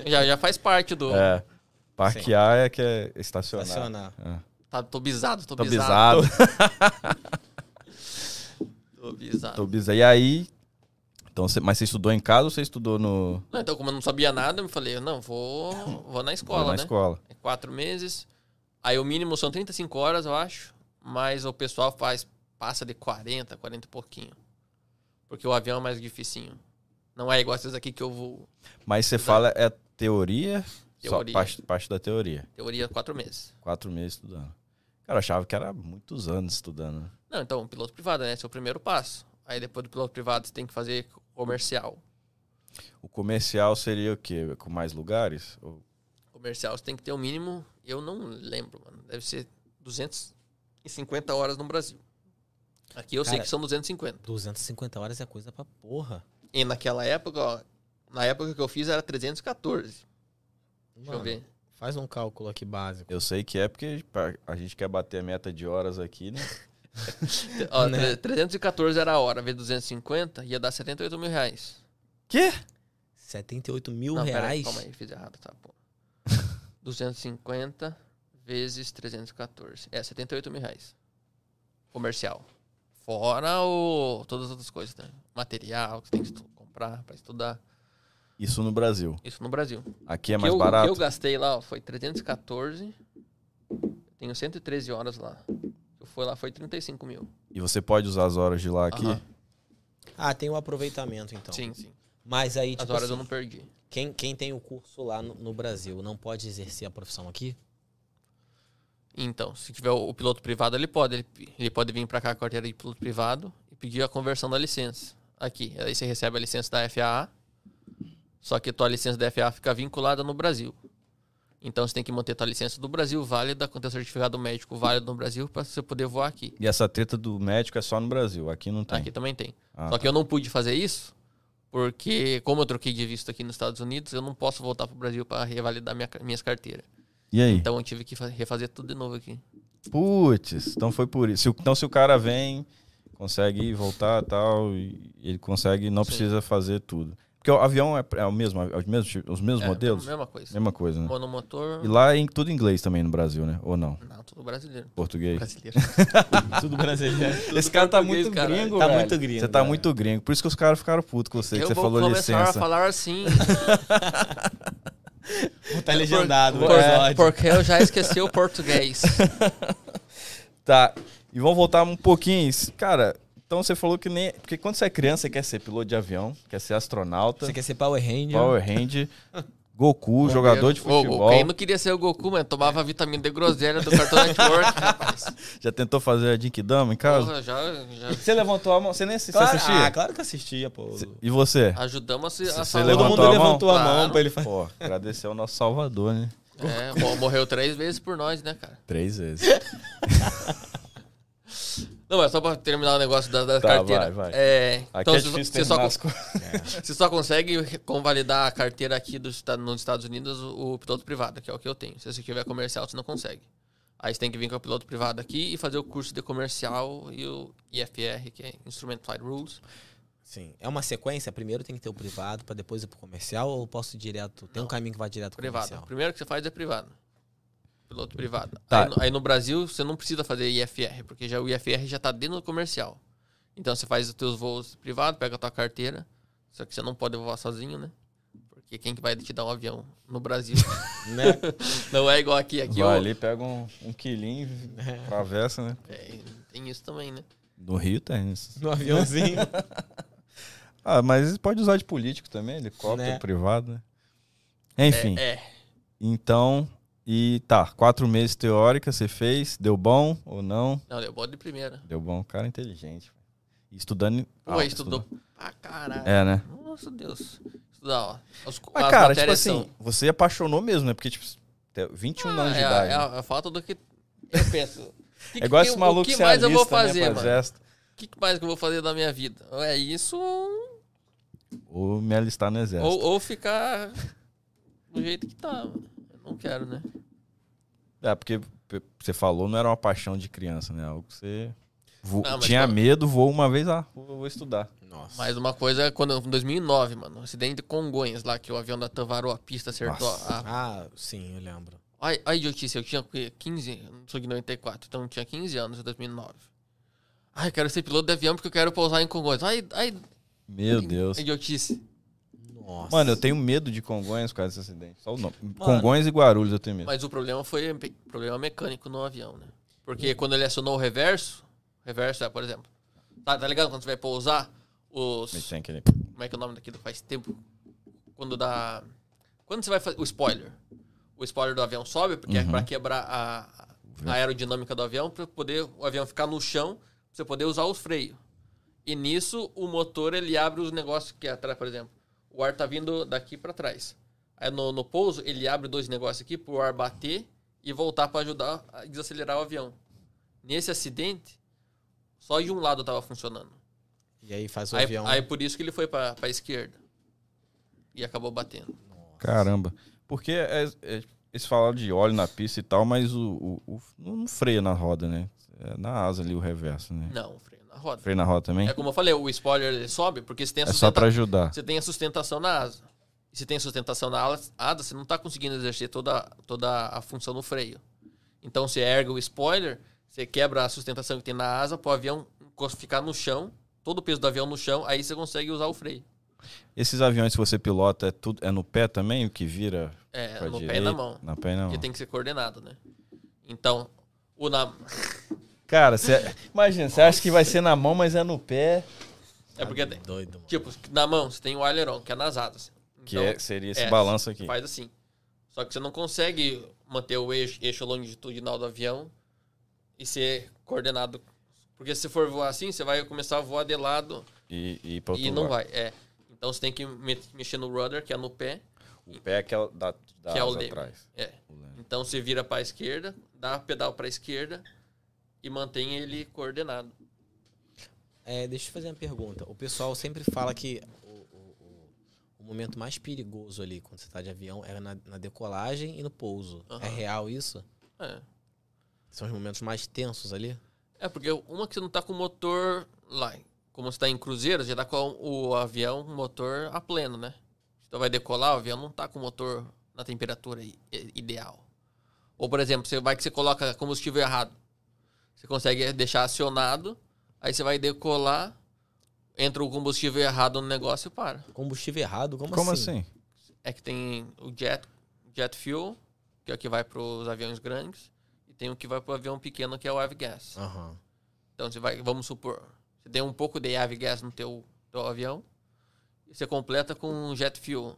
Já, já faz parte do.
É. Parquear é que é estacionar.
Estacionar.
É.
Tá, tô bisado, tô,
Tô
bisado.
bizado.
Tô bizado.
Tô bisa. E aí. Então, você- mas você estudou em casa ou você estudou no,
Não, então, como eu não sabia nada, eu falei, não, vou, vou na escola,
na
né?
escola?
É quatro meses. Aí o mínimo são 35 horas, eu acho. Mas o pessoal faz, passa de 40, 40 e pouquinho. Porque o avião é mais dificinho. Não é igual esses aqui que eu vou.
Mas você fala é teoria?
Teoria.
Só parte, parte da teoria.
Teoria, quatro meses.
Quatro meses estudando. Cara, eu achava que era muitos anos estudando. né?
Não, então, piloto privado, né? Esse é o primeiro passo. Aí depois do piloto privado, você tem que fazer comercial.
O comercial seria o quê? Com mais lugares? Ou-
Comercial, você tem que ter o mínimo. Eu não lembro, mano. Deve ser 250 horas no Brasil. Aqui eu sei
Cara,
que são 250.
250 horas é coisa pra porra.
E naquela época, ó, na época que eu fiz era 314. Deixa
Mano,
eu ver.
Faz um cálculo aqui básico.
Eu sei que é porque pra- a gente quer bater a meta de horas aqui, né?
Te- Ó,
Né?
tre- 314 era a hora, vezes 250, ia dar 78 mil reais.
78 mil
Não, pera aí,
reais.
calma aí, fiz errado, tá, pô. 250 vezes 314. É, 78 mil reais. Comercial. Fora o... todas as outras coisas, né? Material que você tem que estu- comprar pra estudar.
Isso no Brasil.
Isso no Brasil.
Aqui é
O que
mais
eu- O
barato.
que eu gastei lá ó, foi 314. Tenho 113 horas lá. Eu fui lá, foi 35 mil.
E você pode usar as horas de lá aqui?
Aham.
Ah, tem o aproveitamento então.
Sim, sim.
Mas aí,
As
tipo
horas
assim,
eu não perdi.
quem, quem tem o curso lá no, no Brasil não pode exercer a profissão aqui?
Então, se tiver o, o piloto privado, ele pode. Ele, ele pode vir pra cá com a carteira de piloto privado e pedir a conversão da licença. Aqui. Aí você recebe a licença da FAA. Só que tua licença da FAA fica vinculada no Brasil. Então você tem que manter tua licença do Brasil válida, com teu certificado médico válido no Brasil, pra você poder voar aqui.
E essa treta do médico é só no Brasil. Aqui não tem.
Aqui também tem.
Ah,
Só que eu não pude fazer isso, porque como eu troquei de visto aqui nos Estados Unidos, eu não posso voltar pro Brasil para revalidar minha, ca- minhas carteiras.
E aí?
Então eu tive que fa- refazer tudo de novo aqui.
Putz, então foi por isso. Se o- Então se o cara vem, consegue ir, voltar tal, e ele consegue, não
Sim.
precisa fazer tudo. Porque o avião é, é o mesmo, é os mesmos, tipo- os mesmos
É,
modelos?
Mesma coisa.
Mesma coisa, né?
Monomotor.
E lá é em- tudo em inglês também no Brasil, né? Ou não?
Não, tudo brasileiro.
Português.
Brasileiro.
Tudo brasileiro.
Esse cara tá
português,
muito
caralho.
gringo,
Tá
velho.
muito gringo,
Você tá
velho.
muito gringo. Por isso que os caras ficaram putos com você, que
eu
você
vou
falou
começar a
licença.
falar assim.
tá legendado
por-
o
né?
episódio.
porque eu já esqueci o português.
Tá. E vamos voltar um pouquinho. Cara, então você falou que nem. Porque quando você é criança, você quer ser piloto de avião, quer ser astronauta.
Você quer ser Power Ranger?
Power Ranger, Goku, jogador de
Ô,
futebol.
Quem não queria ser o Goku, mano, tomava vitamina de groselha do Cartoon Network, rapaz.
Já tentou fazer a Jinkidama em casa?
Porra, já, já
Você levantou a mão, você nem assistiu.
Claro,
você assistia?
ah, claro que assistia, pô.
E você?
ajudamos a se- a
Você
salvar.
Todo
levantou
mundo
a mão?
levantou a mão
Claro.
pra ele fazer.
Pô, agradecer ao nosso salvador, né?
É, mo- morreu três vezes por nós, né, cara?
Três vezes.
Não, é só pra terminar o negócio da, da
Tá,
carteira.
vai, vai.
É,
Aqui
então
é
você,
difícil
você só,
terminar
con-
as coisas.
você só consegue convalidar a carteira aqui dos, Estados- nos Estados Unidos o, o piloto privado, que é o que eu tenho. Se você tiver comercial, você não consegue. Aí você tem que vir com o piloto privado aqui e fazer o curso de comercial e o IFR, que é Instrument Flight Rules.
Sim. É uma sequência? Primeiro tem que ter o privado pra depois ir pro comercial ou posso ir direto? Tem um caminho que vai direto pro
Privado.
comercial?
Primeiro que você faz é privado. Piloto privado.
Tá.
Aí, no, aí no Brasil você não precisa fazer IFR, porque já, o IFR já tá dentro do comercial. Então você faz os teus voos privados, pega a tua carteira. Só que você não pode voar sozinho, né? Porque quem que vai te dar um avião no Brasil?
Né?
não é igual aqui. Aqui
Vai
eu-
ali, pega um, um quilinho, atravessa, né?
É, tem isso também, né?
No Rio tem isso.
No aviãozinho.
Ah, mas pode usar de político também, helicóptero
Né?
privado, né? Enfim,
É.
então. E tá, quatro meses teórica você fez, deu bom ou não?
Não, eu boto de primeira.
Deu bom, cara é inteligente. Estudando.
Pô,
alto,
estudou pra caralho.
É, né?
Nossa, Deus. Estudar, ó. As,
Mas,
as
cara, tipo
matérias são-
assim, você apaixonou mesmo, né? Porque, tipo, até 21 anos de
é, a-
idade.
é
né?
a, a falta do que eu penso. O que
É igual
que-
esse maluco
O que
ser
mais eu vou
alista, né,
fazer,
pra
mano?
exército.
O que mais que eu vou fazer da minha vida? Ou É isso ou,
Ou me alistar no exército.
ou ficar do jeito que tá. mano. Eu não quero, né?
É, porque p- você falou, não era uma paixão de criança, né? Algo que você vo-
Ah, mas
tinha
quando-
medo, voou uma vez, ah, vou, vou estudar.
Nossa.
Mas uma coisa é quando em 2009, mano, o acidente de Congonhas lá que o avião da TAM varou a pista, acertou
Nossa.
a
Ah, sim, eu lembro.
Olha a idiotice, eu tinha o quê? 15, eu sou de 94, então eu tinha 15 anos em 2009. Ai, eu quero ser piloto de avião porque eu quero pousar em Congonhas. Ai, ai,
Meu Deus.
idiotice.
Nossa.
Mano, eu tenho medo de Congonhas por causa desse acidente. Só o nome.
Mano.
Congonhas e Guarulhos eu tenho medo.
Mas o problema foi pe- problema mecânico no avião, né? Porque quando ele acionou o reverso, reverso é, por exemplo, tá, tá ligado? Quando você vai pousar,
Mas
os...
tem aquele...
Como é que é o nome daquilo? Faz tempo. Quando dá... Quando você vai fazer... O spoiler. O spoiler do avião sobe, porque é pra quebrar a, a aerodinâmica do avião, pra poder o avião ficar no chão, pra você poder usar os freios. E nisso, o motor, ele abre os negócios que é atrás, por exemplo. O ar tá vindo daqui pra trás. Aí no, no pouso, ele abre dois negócios aqui pro ar bater e voltar pra ajudar a desacelerar o avião. Nesse acidente, só de um lado tava funcionando.
E aí faz o
Aí,
avião.
aí por isso que ele foi pra, pra esquerda. E acabou batendo.
Caramba. Porque é, é- eles falaram de óleo na pista e tal, mas o, o- o- não freia na roda, né? É na asa ali o reverso, né?
Não, freio na roda.
Freio na roda também?
É como eu falei, o spoiler ele sobe porque você tem
É
a
só
sustenta-
pra ajudar.
você tem a sustentação na asa. E se tem sustentação na ala- asa, você não tá conseguindo exercer toda, toda a função no freio. Então você erga o spoiler, você quebra a sustentação que tem na asa pro avião encos- ficar no chão, todo o peso do avião no chão, aí você consegue usar o freio.
Esses aviões que você pilota é tudo é no pé também, o que vira
É,
pra
no
direita?
pé e na mão.
Na pé e na mão.
Porque tem que ser coordenado, né? Então, o na...
Cara, você imagina, você acha que vai ser na mão, mas é no pé.
é porque
Tá Doido, mano.
Tipo, na mão, você tem o aileron, que é nas asas.
Que
Então,
é- seria esse
é,
balanço aqui.
Faz assim. Só que você não consegue manter o eixo, eixo longitudinal do avião e ser coordenado. Porque se for voar assim, você vai começar a voar de lado
E, e, pra outro
e não
lado.
vai. É. Então você tem que me- mexer no rudder, que é no pé.
O pé que é o da, da
Que é o
asa
leme.
atrás.
É.
O leme.
Então você vira para a esquerda, dá pedal para a esquerda e mantém ele coordenado.
É, deixa eu fazer uma pergunta. O pessoal sempre fala que o, o- o- o momento mais perigoso ali, quando você tá de avião, é na, na decolagem e no pouso.
Aham.
É real isso?
É.
São os momentos mais tensos ali?
É, porque uma que você não tá com o motor lá. Como você tá em cruzeiro, já tá com o avião, o motor a pleno, né? Então vai decolar, o avião não tá com o motor na temperatura i- i- ideal. Ou, por exemplo, você vai que você coloca combustível errado. Você consegue deixar acionado, aí você vai decolar, entra o combustível errado no negócio e para.
Combustível errado? Como,
Como
assim?
assim?
É que tem o jet, jet fuel, que é o que vai para os aviões grandes, e tem o que vai para o avião pequeno, que é o avgas.
Aham.
Então você vai, vamos supor, você tem um pouco de ave gas no teu, teu avião, e você completa com um jet fuel.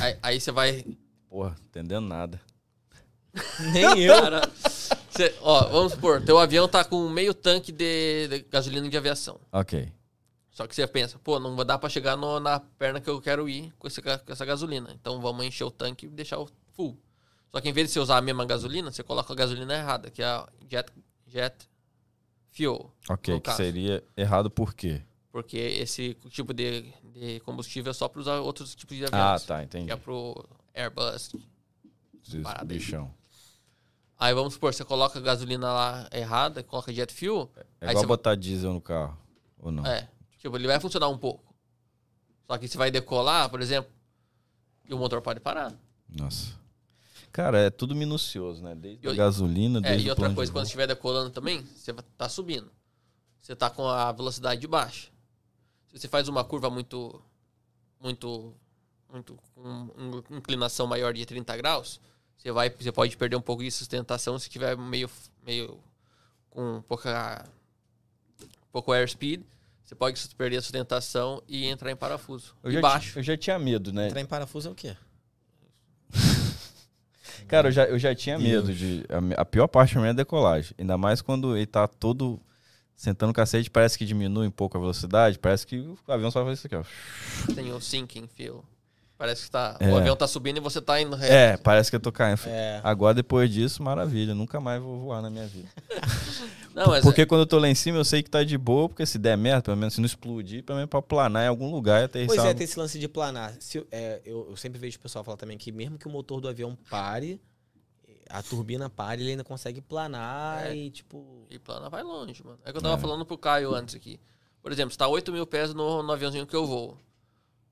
aí, aí você vai.
Porra, entendendo nada.
Nem eu.
Cara, você- ó, vamos supor, teu avião tá com meio tanque de, de gasolina de aviação.
Ok.
Só que você pensa, pô, não vai dar pra chegar no- na perna que eu quero ir com, esse ga- com essa gasolina. Então vamos encher o tanque e deixar o full. Só que em vez de você usar a mesma gasolina, você coloca a gasolina errada, que é a jet, jet fuel.
Ok,
no
que
caso.
seria errado por quê?
Porque esse tipo de, de combustível é só para usar outros tipos de
Ah,
aviões.
tá, entendi.
Que é pro Airbus.
Esse
parada aí.
Bichão.
Aí vamos supor, você coloca a gasolina lá errada, coloca jet fuel.
É
aí
igual
você...
botar diesel no carro, ou não?
É. Tipo, ele vai funcionar um pouco. Só que se vai decolar, por exemplo, e o motor pode parar.
Nossa. Cara, é tudo minucioso, né? Desde
E
a
o-
gasolina,
É,
desde
e
o
outra
plano
coisa,
de
quando
voo.
estiver decolando também, você va- tá subindo. Você tá com a velocidade de baixa. Se você faz uma curva muito. muito. muito. com um- uma inclinação maior de 30 graus, você, vai, você pode perder um pouco de sustentação se tiver meio. meio. com pouca. pouco airspeed. Você pode sus- perder a sustentação e entrar em parafuso.
Eu
e
já,
baixo.
ti- eu já tinha medo, né?
Entrar em parafuso é o quê?
Cara, eu já, eu já tinha medo de. A, me- a pior parte pra mim é a decolagem. Ainda mais quando ele tá todo sentando o cacete, parece que diminui um pouco a velocidade, parece que o avião só faz isso aqui, ó.
Tem o sinking feel. Parece que tá,
É.
o avião tá subindo e você tá indo reto.
É, parece que eu tô caindo.
É.
Agora, depois disso, maravilha. Nunca mais vou voar na minha vida.
Não, mas é-
Porque quando eu tô lá em cima, eu sei que tá de boa, porque se der merda, pelo menos se não explodir, pelo menos pra planar em algum lugar e aterrissar.
Pois é,
no-
tem esse lance de planar. Se- é, eu, eu sempre vejo o pessoal falar também que mesmo que o motor do avião pare, a turbina pare, ele ainda consegue planar
É.
e tipo.
E plana vai longe, mano. É o que eu tava falando pro Caio antes aqui. Por exemplo, você tá 8 mil pés no, no aviãozinho que eu vou.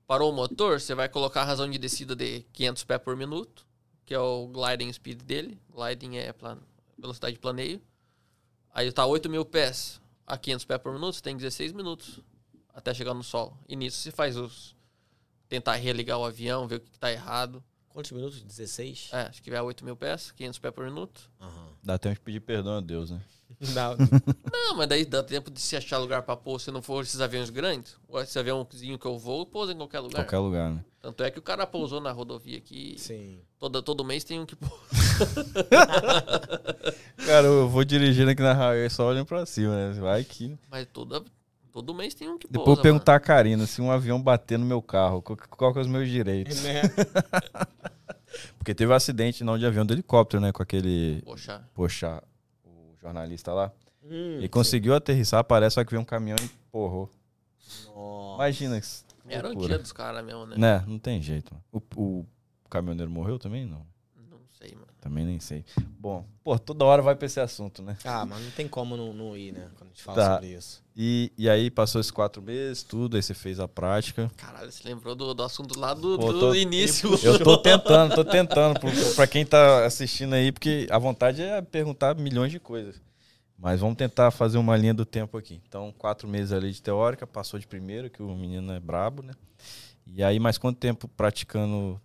Parou o motor, você vai colocar a razão de descida de 500 pés por minuto, que é o gliding speed dele. Gliding é plan... velocidade de planeio. Aí tá 8 mil pés a 500 pés por minuto, você tem 16 minutos até chegar no solo. E nisso você faz os... Tentar religar o avião, ver o que que tá errado.
Quantos minutos? 16?
É, se tiver 8 mil pés, 500 pés por minuto.
Aham.
Dá tempo de pedir perdão a Deus, né?
Dá-
Não, mas daí dá tempo de se achar lugar pra pôr. Se não for esses aviões grandes, ou esse aviãozinho que eu vou, pousa em qualquer lugar.
Qualquer lugar, né?
Tanto é que o cara pousou na rodovia aqui.
Sim.
Toda, todo mês tem um que pousa.
Cara, eu vou dirigindo aqui na raia só olhando pra cima, né? Vai que.
Mas toda, todo mês tem um que pousa.
Depois eu
mano.
perguntar a Karina se um avião bater no meu carro, qual, que- qual que é os meus direitos?
Né?
Porque teve um acidente não de avião de helicóptero, né? Com aquele.
Poxa,
Poxa, o jornalista lá.
Hum,
Ele conseguiu aterrissar, parece só que veio um caminhão e porrou.
nossa.
Imagina isso.
era o
loucura.
dia dos caras mesmo, né?
Né? Não tem jeito, mano. O, o caminhoneiro morreu também? Não.
Não sei, mano.
Também nem sei. Bom, pô, toda hora vai pra esse assunto, né?
Ah, mas não tem como não, não ir, né? Quando a gente fala
Tá.
sobre isso.
E, e aí passou esses quatro meses, tudo, aí você fez a prática.
Caralho, você lembrou do, do assunto lá do,
Pô,
do
tô-
início.
Eu tô tentando, tô tentando, pro- pra quem tá assistindo aí, porque a vontade é perguntar milhões de coisas. Mas vamos tentar fazer uma linha do tempo aqui. Então, quatro meses ali de teórica, passou de primeiro, que o menino é brabo, né? E aí, mais quanto tempo praticando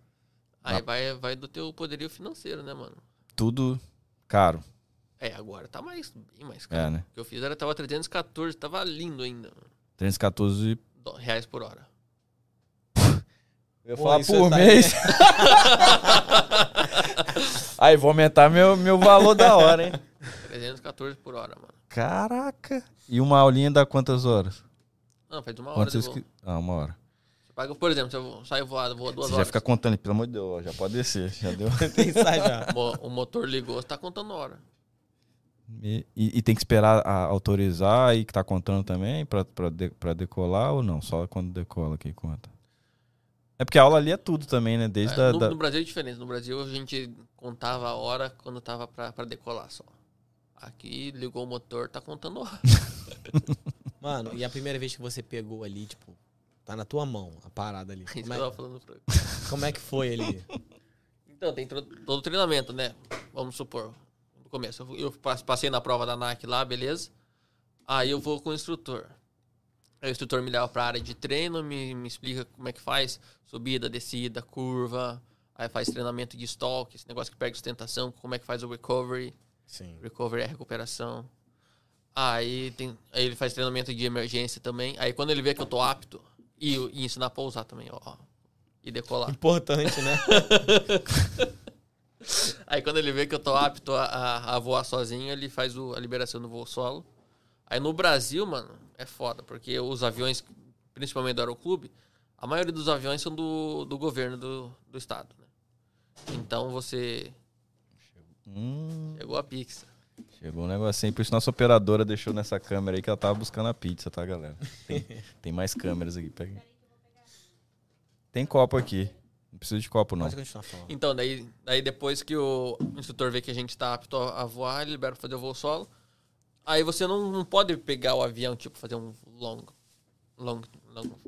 Aí vai, vai do teu poderio financeiro, né, mano?
tudo caro?
É, agora tá mais, bem mais caro.
É, né?
O que eu fiz era, tava 314, tava lindo ainda. mano.
314
Dó- Reais por hora.
Eu ia
Pô,
falar
isso
por
tá-
mês. aí, vou aumentar meu, meu valor da hora, hein?
314 por hora, mano.
Caraca! E uma aulinha dá quantas horas?
Não, faz uma hora de
Quantas
voo.
que... Ah, uma hora.
Você paga, por exemplo, se eu vou- saio voado, vou duas
Você já
horas.
fica contando, pelo amor de Deus, ó, já pode descer, já deu.
Pensar já.
Mo- O motor ligou, você tá contando hora.
E, e tem que esperar a- autorizar e que tá contando também pra, pra, de- pra decolar ou não? Só quando decola que conta. É porque a aula ali é tudo também, né? Desde
É,
a.
no,
da-
no Brasil é diferente. No Brasil a gente contava a hora quando tava pra, pra decolar só. Aqui ligou o motor, tá contando hora.
Mano, e a primeira vez que você pegou ali, tipo, tá na tua mão a parada ali.
Isso
Como
que eu
é,
tava falando pra ele.
como é que foi ali?
Então, tem tro- todo o treinamento, né? Vamos supor, no começo. eu fui- Eu pas- passei na prova da NAC lá, beleza? Aí eu vou com o instrutor. Aí o instrutor me leva pra área de treino, me, me explica como é que faz subida, descida, curva. Aí faz treinamento de stalk, esse negócio que perde sustentação, como é que faz o recovery.
Sim.
Recovery é recuperação. Aí, tem, aí ele faz treinamento de emergência também. Aí quando ele vê que eu tô apto, e, e ensinar a pousar também, ó, ó. E decolar.
Importante, né?
Aí quando ele vê que eu tô apto a, a- a voar sozinho, ele faz o- a liberação do voo solo. Aí no Brasil, mano, é foda, porque os aviões, principalmente do Aeroclube, a maioria dos aviões são do, do governo do, do estado, né? Então você
Hum,
chegou a pizza.
Chegou um negocinho, por isso nossa operadora deixou nessa câmera aí que ela tava buscando a pizza, tá, galera? Tem, tem mais câmeras aqui. Pega. aí. Tem copo aqui. Não precisa de copo, não.
Pode continuar falando.
Então, daí, daí depois que o instrutor vê que a gente tá apto a voar, ele libera pra fazer o voo solo. Aí você não, não pode pegar o avião, tipo, fazer um longo. Longo. longo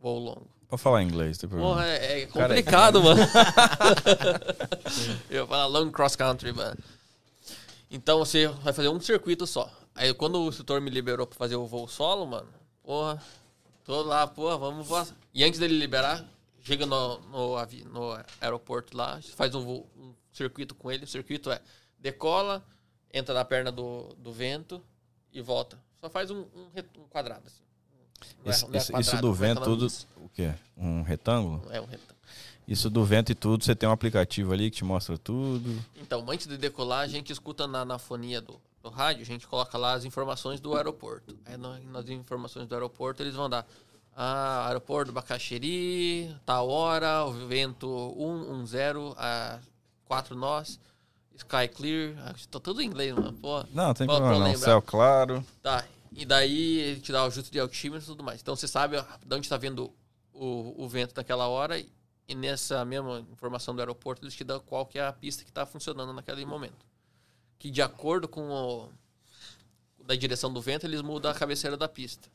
voo longo.
Pra falar inglês, tem problema.
Porra, é, é complicado, mano. Eu ia falar long cross country, mano. Então você vai fazer um circuito só. Aí quando o instrutor me liberou pra fazer o voo solo, mano, porra, tô lá, porra, vamos voar. E antes dele liberar, chega no, no, avi- no aeroporto lá, faz um, voo- um circuito com ele. O circuito é decola, entra na perna do, do vento e volta. Só faz um, um re- um quadrado, assim. Não é-
Isso,
não é
isso- isso
quadrado,
do
como é que
vento,
fala?
tudo. O quê? Um retângulo?
É um retângulo.
Isso do vento e tudo, você tem um aplicativo ali que te mostra tudo.
Então, antes de decolar, a gente escuta na, na fonia do, do rádio, a gente coloca lá as informações do aeroporto. Aí no- nas informações do aeroporto eles vão dar. Ah, aeroporto Bacaxeri, tal hora, o vento 110, a 4 nós, Sky Clear. Ah, Tá tudo em inglês, mano. Pô,
Não, tem
Pra-
problema
pra
não.
lembrar.
Céu claro.
Tá. E daí ele te dá o ajuste de altímetro e tudo mais. Então você sabe ó, de onde está vindo o, o vento naquela hora e e nessa mesma informação do aeroporto eles te dão qual que é a pista que está funcionando naquele momento. Que de acordo com o, da direção do vento eles mudam a cabeceira da pista.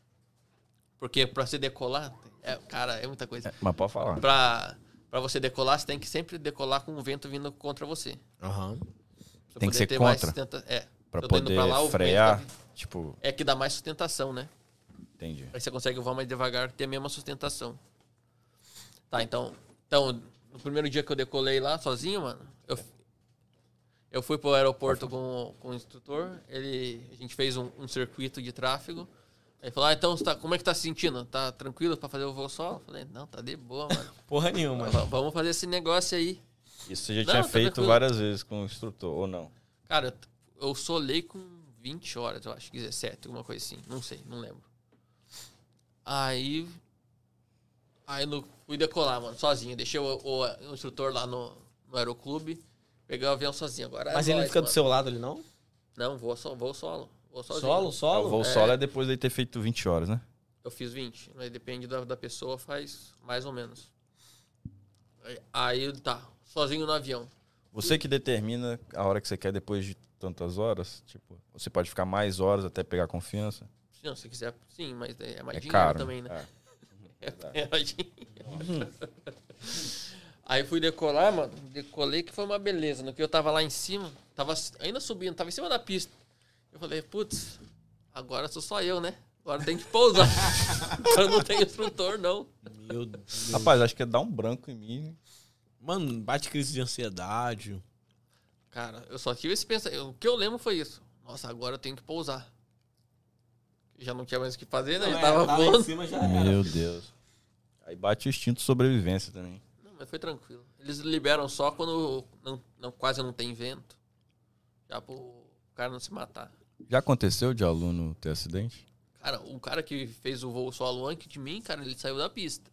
Porque para você decolar, é, cara, é muita coisa.
Mas pode falar.
Para para você decolar, você tem que sempre decolar com o vento vindo contra você.
Aham.
Pra
Tem que
poder
ser
ter mais
contra?
sustenta- É.
Pra
Eu tô indo
poder
pra lá, o vento
frear.
tá-
Tipo,
É que dá mais sustentação, né?
entendi.
Aí você consegue voar mais devagar, ter a mesma sustentação. Tá, então. Então, no primeiro dia que eu decolei lá sozinho, mano, eu, eu fui pro aeroporto com, o- com o instrutor, ele, a gente fez um, um circuito de tráfego. Aí ele falou, ah, então você tá, como é que tá se sentindo? Tá tranquilo pra fazer o voo solo? Eu falei, não, tá de boa, mano.
Porra nenhuma.
V- Vamos fazer esse negócio aí.
Isso você já
Não,
tinha
tá
feito
tranquilo.
várias vezes com o instrutor, ou não?
Cara, eu t- eu solei com 20 horas, eu acho, 17, alguma coisa assim. Não sei, não lembro. Aí. Aí eu fui decolar, mano, sozinho. Deixei o, o- o instrutor lá no, no aeroclube. Peguei o avião sozinho agora. é
Mas ele não
nóis,
fica do
mano.
seu lado ali, não?
Não, vou, so, vou solo. Vou sozinho.
Solo,
Ah, O voo
solo?
É.
solo é depois de ter feito 20 horas, né?
Eu fiz 20, mas depende da, da pessoa, faz mais ou menos. Aí- Aí tá, sozinho no avião.
Você que determina a hora que você quer depois de tantas horas, tipo, você pode ficar mais horas até pegar confiança.
Se não, se quiser, sim, mas daí é mais
É
dinheiro
caro.
também, né?
É.
É, imagina. Aí fui decolar, mano. Decolei que foi uma beleza. No que eu tava lá em cima, tava s- ainda subindo, tava em cima da pista. Eu falei, putz, agora sou só eu, né? Agora tem que pousar. eu não tenho instrutor, não.
Meu Deus.
Rapaz, acho que é dar um branco em mim.
Mano, bate crise de ansiedade.
Cara, eu só tive esse pensamento. O que eu lembro foi isso. Nossa, agora eu tenho que pousar. Já não tinha mais o que fazer, né?
Não,
Já
é,
tava
tá lá em
voando.
cima já era.
Meu Deus. Aí bate o instinto de sobrevivência também.
Não, mas foi tranquilo. Eles liberam só quando não, não- quase não tem vento. Já pro cara não se matar.
Já aconteceu de aluno ter acidente?
Cara, o cara que fez o voo solo antes de mim, cara, ele saiu da pista.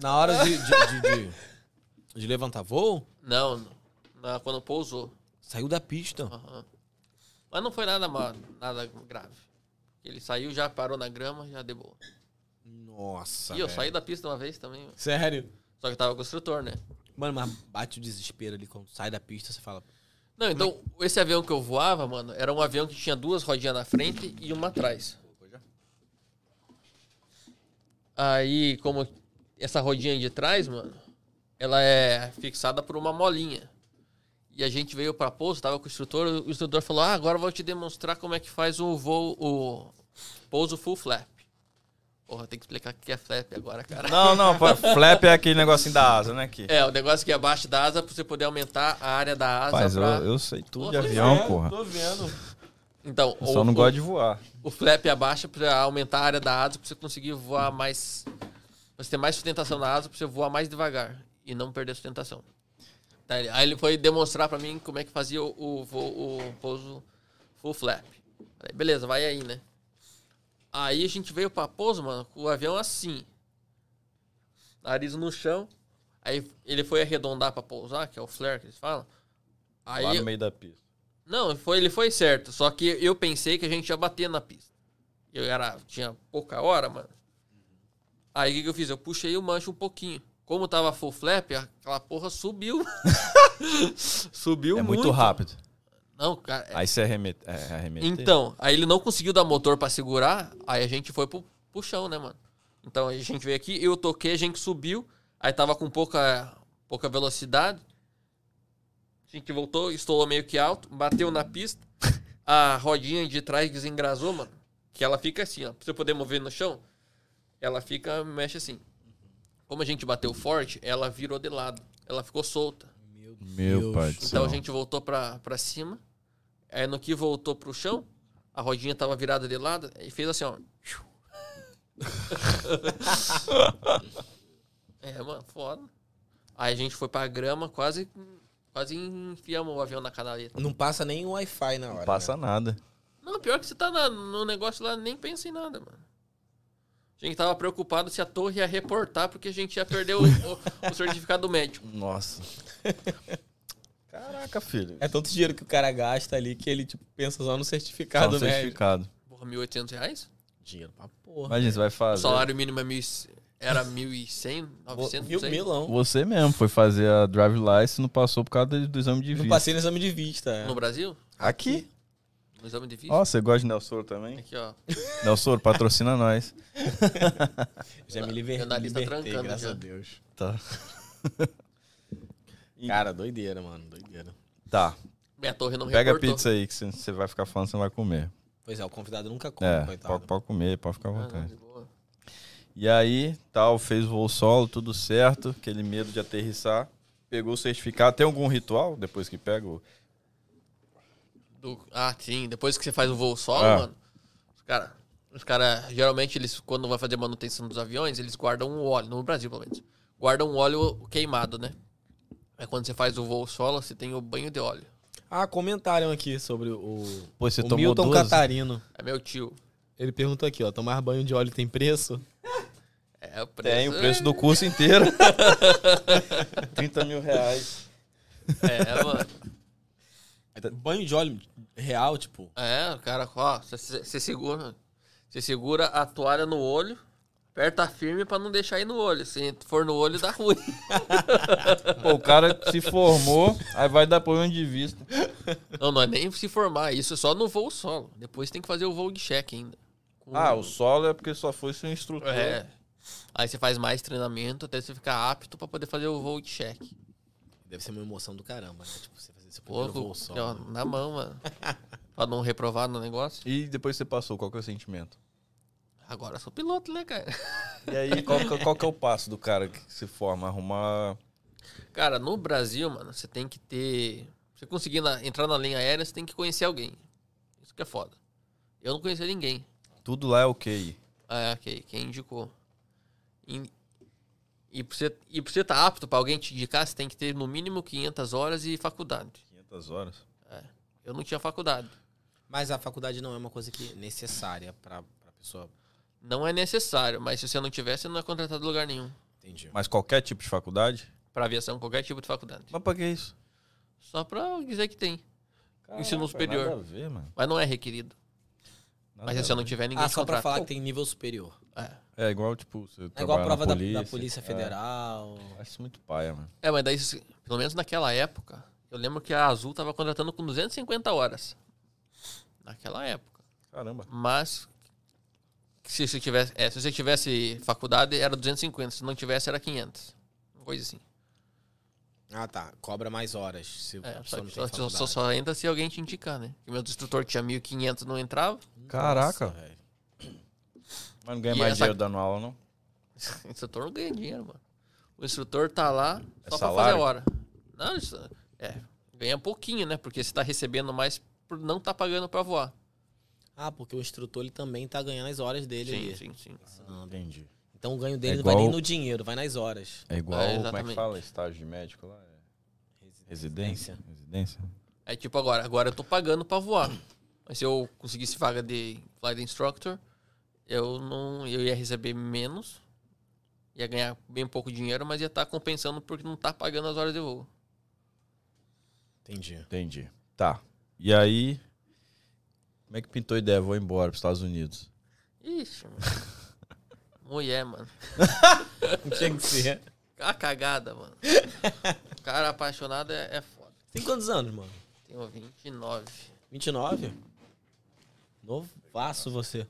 Na hora de, de, de, de- de levantar voo,
Não, não. Na- quando pousou.
saiu da pista.
Aham. Mas não foi nada, ma- nada grave. Ele saiu, já parou na grama, já deu boa.
Nossa.
e eu
velho.
saí da pista uma vez também. mano.
Sério?
Só que tava com o instrutor, né?
Mano, mas bate o desespero ali quando sai da pista, você fala.
Não, então, esse avião que eu voava, mano, era um avião que tinha duas rodinhas na frente e uma atrás. Aí, como essa rodinha de trás, mano, ela é fixada por uma molinha. E a gente veio pra pouso, tava com o instrutor, o instrutor falou: "Ah, agora eu vou te demonstrar como é que faz o voo, o pouso full flap". Porra, tem que explicar o que é flap agora, cara.
Não, não, pô, flap é aquele negocinho da asa, né? Que...
É, o negócio que é abaixo da asa pra você poder aumentar a área da asa
Rapaz, eu,
pra-
eu sei tudo de
Pois
avião, porra.
Tô vendo.
Então,
Eu só
o-
não
o-
gosto de voar.
o flap abaixa pra aumentar a área da asa, pra você conseguir voar mais. Pra você ter mais sustentação na asa, pra você voar mais devagar e não perder a sustentação. Tá, ele- aí ele foi demonstrar pra mim como é que fazia o, o, voo- o pouso full flap. Falei, beleza, vai aí, né? Aí a gente veio pra pouso, mano, com o avião assim. ah, Nariz no chão. Aí ele foi arredondar pra pousar, que é o flare que eles falam.
lá
Aí,
no meio da pista.
não, foi, ele foi certo. Só que eu pensei que a gente ia bater na pista. Eu era, tinha pouca hora, mano. Aí o que, que eu fiz? Eu puxei o mancho um pouquinho. Como tava full flap, aquela porra subiu. subiu
É muito rápido.
Não, cara.
Aí você arremete. é, arremeter.
Então, aí ele não conseguiu dar motor pra segurar, aí a gente foi pro, pro chão, né, mano? Então a gente veio aqui, eu toquei, a gente subiu, aí tava com pouca, pouca velocidade. A gente voltou, estourou meio que alto, bateu na pista, a rodinha de trás desengrasou, mano. Que ela fica assim, ó. Pra você poder mover no chão, ela fica, mexe assim. Como a gente bateu forte, ela virou de lado. Ela ficou solta.
Meu
Deus.
pai do céu.
Então a gente voltou pra, pra cima. Aí no que voltou pro chão, a rodinha tava virada de lado e fez assim, ó. é, mano, foda. Aí a gente foi pra grama, quase, quase enfiamos o avião na canaleta.
Não passa nem o Wi-Fi na hora. né?
Não passa nada.
Não, pior que você tá na- no negócio lá, nem pensa em nada, mano. A gente tava preocupado se a torre ia reportar, porque a gente ia perder o, o- o certificado médico.
Nossa. Caraca, filho.
Né? É tanto dinheiro que o cara gasta ali que ele tipo, pensa só no certificado,
Só um
né?
certificado.
Porra, 1.800 reais?
Dinheiro pra porra.
Imagina, você vai
O
fazer.
salário mínimo é mil, e- era 1.100,
Pô,
900,
mil,
não sei.
milão.
Você mesmo foi fazer a drive license e não passou por causa do, do exame de
Não
vista.
passei no exame de vista. é.
No Brasil?
Aqui.
No exame de vista?
né? Ó, você gosta de Nelsoro também?
Aqui, ó.
Nelsoro, patrocina nós.
Já me
Meu
liber...
nariz tá
libertei,
trancando
graças
já.
a Deus.
Tá.
Cara, doideira, mano. Doideira.
Tá.
Minha torre não
Pega a
reportou.
pizza aí que você- você vai ficar falando, você não vai comer.
Pois é, o convidado nunca come,
É,
coitado.
pode, pode comer, pode ficar à
Ah, não,
vontade.
de boa.
E aí, tal, fez voo solo, tudo certo, aquele medo de aterrissar. Pegou o certificado. Tem algum ritual depois que pega? o-
Do- Ah, sim. Depois que você faz o voo solo,
Ah.
mano. Os cara, os cara, geralmente eles, quando vai fazer manutenção dos aviões, eles guardam um óleo, no Brasil pelo menos, guardam um óleo queimado, né? Aí quando você faz o voo solo, você tem o banho de óleo.
Ah, comentaram aqui sobre o,
Pô, você
o
tomou
Milton
12?
Catarino.
É meu tio.
Ele perguntou aqui, ó, tomar banho de óleo tem preço?
É o preço.
Tem o preço do curso inteiro. 30 mil reais.
É, mano.
É tipo Banho de óleo real, tipo...
É, o cara, ó, você você segura. Você segura a toalha no olho, aperta firme pra não deixar ir no olho. Se for no olho, dá ruim.
Pô, o cara se formou, aí vai dar problema de vista.
Não, não é nem se formar, isso é só no voo solo. Depois tem que fazer o voo de cheque ainda. Com-
Ah, o solo é porque só foi seu instrutor.
É. Aí você faz mais treinamento até você ficar apto pra poder fazer o voo de cheque.
Deve ser uma emoção do caramba, né? Tipo, você fazer seu
Pô,
primeiro voo só.
ó,
né?
na mão, mano. pra não reprovar no negócio.
E depois você passou, qual que é o sentimento?
Agora eu sou piloto, né, cara?
E aí, qual, que- qual que é o passo do cara que se forma? Arrumar.
Cara, no Brasil, mano, você tem que ter. Pra você conseguir na- entrar na linha aérea, você tem que conhecer alguém. Isso que é foda. Eu não conhecia ninguém.
Tudo lá é ok.
Ah, é, ok. Quem indicou? E, e pra você e pra você tá apto pra alguém te indicar, você tem que ter no mínimo 500 horas e faculdade.
500 horas.
Eu não tinha faculdade.
Mas a faculdade não é uma coisa que necessária pra, pra pessoa...
Não é necessário, mas se você não tiver, você não é contratado em lugar nenhum.
Entendi.
Mas qualquer tipo de faculdade?
Pra aviação, qualquer tipo de faculdade.
Mas pra que isso?
Só pra dizer que tem. Ensino superior.
Nada a ver, mano.
Mas não é requerido.
Nada
mas se
a
você não
ver.
tiver, ninguém
Ah, só pra
contrata.
falar que tem nível superior.
É.
É igual, tipo, você
É igual a prova
trabalha na
da-
polícia.
da, Polícia Federal.
É, acho isso muito paia, mano.
É, mas daí, pelo menos naquela época, eu lembro que a Azul tava contratando com 250 horas. Naquela época.
Caramba.
Mas se você tivesse, é, se você tivesse faculdade, era 250. Se não tivesse, era 500. Uma coisa assim.
Ah, tá. Cobra mais horas. Se a
É,
pessoa
só,
não
que
tem
só, só,
faculdade.
só, só entra se alguém te indicar, né? Porque meu instrutor que tinha 1.500 não entrava.
Caraca.
Nossa, velho.
Mas não ganha
E
mais
essa-
dinheiro dando aula, não?
O instrutor não ganha dinheiro, mano. O instrutor tá lá
É
só pra fazer
salário?
a hora. Não, isso, é, ganha pouquinho, né? Porque você tá recebendo mais por não tá pagando pra voar.
Ah, porque o instrutor ele também tá ganhando as horas dele
Sim,
ali.
sim, sim.
Ensinando.
Entendi.
Então o ganho dele
É
não vai nem
igual-
no dinheiro, vai nas horas.
É igual,
É,
como é que
exatamente.
fala? Estágio de médico lá? É Residência? Residência.
É tipo agora, agora eu tô pagando pra voar. Mas se eu conseguisse vaga de flight instructor, eu não eu ia receber menos, ia ganhar tá bem pouco dinheiro, mas ia estar compensando porque não tá pagando as horas de voo.
Entendi.
Entendi. Tá. E aí. Como é que pintou a ideia? Vou embora pros Estados Unidos.
Ixi, mano. Mulher, mano.
Tinha que ser.
A cagada, mano. Cara apaixonado é, é foda.
Tem quantos anos, mano?
Tenho 29.
29? Novaço você.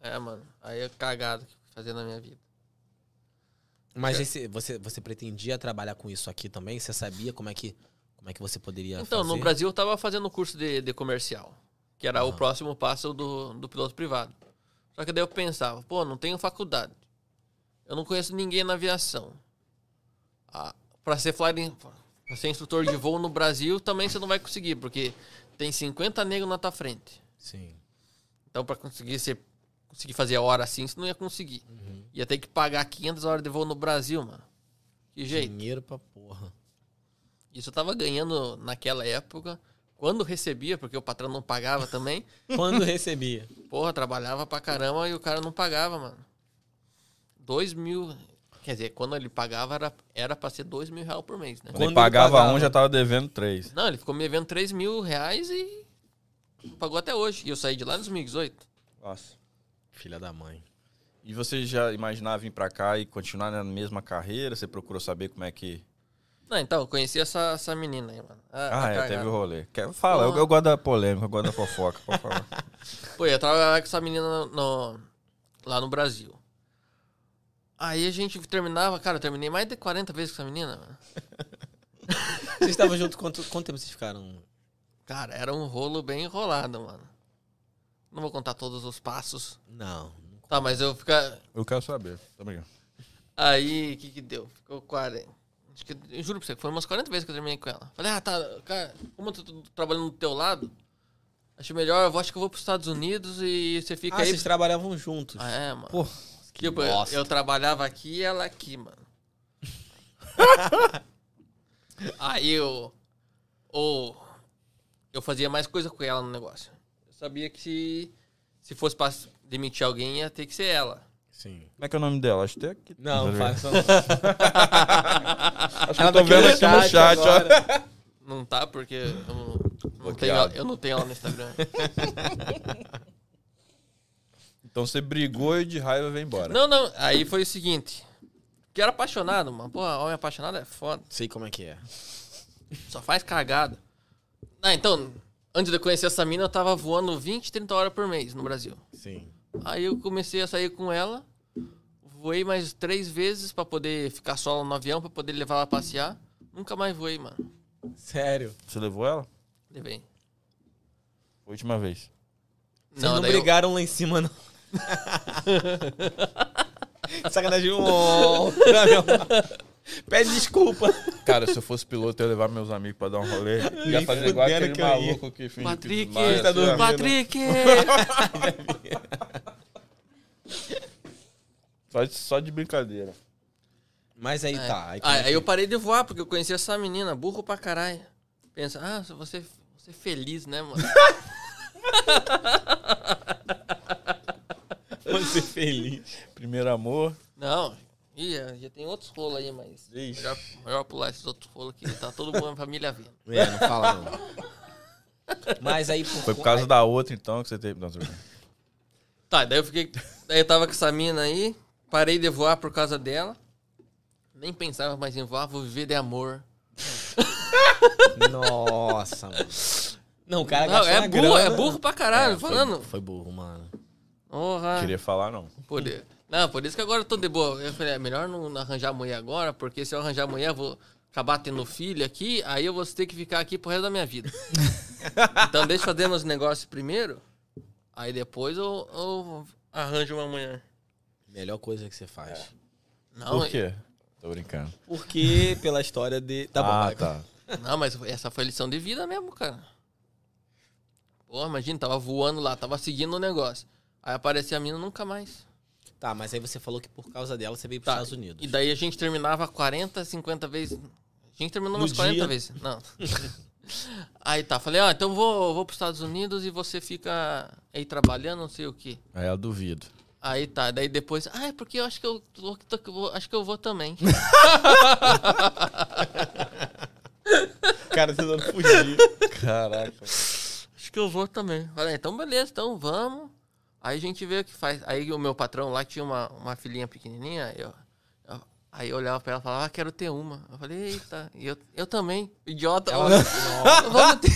É, mano. Aí é cagada que eu fazia na minha vida.
Mas esse- você, você pretendia trabalhar com isso aqui também? Você sabia como é que, como é que você poderia
Então,
fazer?
no Brasil eu tava fazendo um curso de, de comercial, que era o
Aham.
próximo passo do, do piloto privado. Só que daí eu pensava, pô, não tenho faculdade. Eu não conheço ninguém na aviação. Ah, para ser flying, pra ser instrutor de voo no Brasil também você não vai conseguir, porque tem 50 negros na tua frente.
Sim.
Então para conseguir ser conseguir fazer a hora assim, você não ia conseguir.
Uhum.
Ia ter que pagar 500 horas de voo no Brasil, mano. Que jeito.
Dinheiro pra porra.
Isso eu tava ganhando naquela época, quando recebia, porque o patrão não pagava também.
Quando recebia?
Porra, trabalhava pra caramba e o cara não pagava, mano. Dois mil. Quer dizer, quando ele pagava era, era pra ser dois mil reais por mês, né?
Quando,
Quando
ele pagava,
ele pagava.
um, já tava devendo três.
Não, ele ficou me devendo três mil reais e. não Pagou até hoje. E eu saí de lá em 2018.
Nossa.
Filha da mãe.
E você já imaginava vir pra cá e continuar na mesma carreira? Você procurou saber como é que.
Não, então, eu conheci essa, essa menina aí, mano. tá A- a
Ah, é,
cagada.
teve o rolê. Quer- Fala, eu, eu gosto da polêmica, eu gosto da fofoca, pode falar.
Pô, eu trabalhava com essa menina no- lá no Brasil. Aí a gente terminava, cara, eu terminei mais de 40 vezes com essa menina, mano.
Vocês estavam juntos quanto, quanto tempo vocês ficaram?
Cara, era um rolo bem enrolado, mano. Não vou contar todos os passos.
Não. nunca.
Tá, mas eu ficar.
Eu quero saber. Tá brincando.
Aí, o que que deu? Ficou 40. Acho que, eu juro pra você, foi umas 40 vezes que eu terminei com ela. Falei, ah, tá, cara, como eu tô tô trabalhando do teu lado, acho melhor, eu vou- acho que eu vou pros Estados Unidos e você fica
Ah,
aí.
vocês trabalhavam juntos.
Ah, é, mano.
Pô,
tipo, eu-
bosta.
eu trabalhava aqui e ela aqui, mano. Aí eu. Ou. Eu fazia mais coisa com ela no negócio. Eu sabia que se, se fosse pra demitir alguém, ia ter que ser ela.
Sim.
Como é que é o nome dela? Acho que tem aqui.
Não, tá
Tá
faça.
Acho que eu tô vendo aqui no chat, ó.
Não tá, porque eu não, não tenho,
Bloqueado.
ela- eu não tenho ela no Instagram.
Então você brigou e de raiva veio embora.
não, não. Aí foi o seguinte. Que era apaixonado, mano. Porra, homem apaixonado é foda.
Sei como é que é.
Só faz cagada. Ah, então, antes de eu conhecer essa mina, eu tava voando 20, 30 horas por mês no Brasil.
Sim.
Aí eu comecei a sair com ela. Voei mais três vezes pra poder ficar solo no avião, pra poder levar ela passear. Nunca mais voei, mano.
Sério.
Você levou ela?
Levei.
Foi a Última vez.
Vocês não,
daí eu-
brigaram lá em cima, não. Sacanagem. Oh, Pede desculpa.
Cara, se eu fosse piloto, eu ia levar meus amigos pra dar um rolê.
Nem fudendo que eu ia.
que finge
Patrick!
desmaia,
Tá então,
assim,
dormindo.
ó.
Patrick! É.
Só de- Só de brincadeira.
Mas aí tá.
Ah,
Aí,
aí,
como é que-
eu parei de voar, porque eu conheci essa menina, burro pra caralho. Pensa, ah, você, você é feliz, né, mano?
Você feliz.
Primeiro amor.
Não, Ih, já tem outros rolos aí, mas.
Ixi.
Melhor, melhor pular esses outros rolos aqui, tá todo mundo, a família vendo.
É, não fala não. Mas aí por
Foi por causa da outra, então, que você teve. Não, tô brincando.
Tá, daí eu fiquei. Daí eu tava com essa mina aí, parei de voar por causa dela. Nem pensava mais em voar, vou viver de amor.
Nossa, mano. Não, o cara
Não,
gastou
é
uma
burro, é
grana.
burro pra caralho,
É, foi-
falando.
Foi, burro, mano.
Porra.
Queria falar, não.
Por... Não, por isso que agora eu tô de boa. Eu falei, é melhor não arranjar mulher agora, porque se eu arranjar mulher, eu vou acabar tendo filho aqui, aí eu vou ter que ficar aqui pro resto da minha vida. então deixa eu fazer meus negócios primeiro, aí depois eu, eu arranjo uma mulher.
Melhor coisa que você faz.
Não,
Por quê? Tô brincando.
Porque pela história de. Tá bom,
ah,
vai.
tá.
Não, mas essa foi lição de vida mesmo, cara. Pô, imagina, tava voando lá, tava seguindo o negócio. Aí aparecia a mina nunca mais.
Tá, mas aí você falou que por causa dela você veio pros
Tá,
Estados Unidos.
E daí a gente terminava 40, 50 vezes. A gente terminou
No
umas 40
dia.
vezes. Não. aí tá, falei, ó, então vou, vou pros Estados Unidos e você fica aí trabalhando, não sei o quê.
Aí eu duvido.
Aí tá, daí depois, ah, é porque eu acho que eu, tô- tô- que eu vou- acho que eu vou também.
cara tentando fugir. Caraca.
Acho que eu vou também. Falei, então beleza, então vamos. Aí a gente vê o que faz. Aí o meu patrão lá tinha uma, uma filhinha pequenininha. Eu, eu- aí eu olhava pra ela e falava, ah, quero ter uma. Eu falei, eita. E eu, eu também. Idiota. olha. Vamos ter...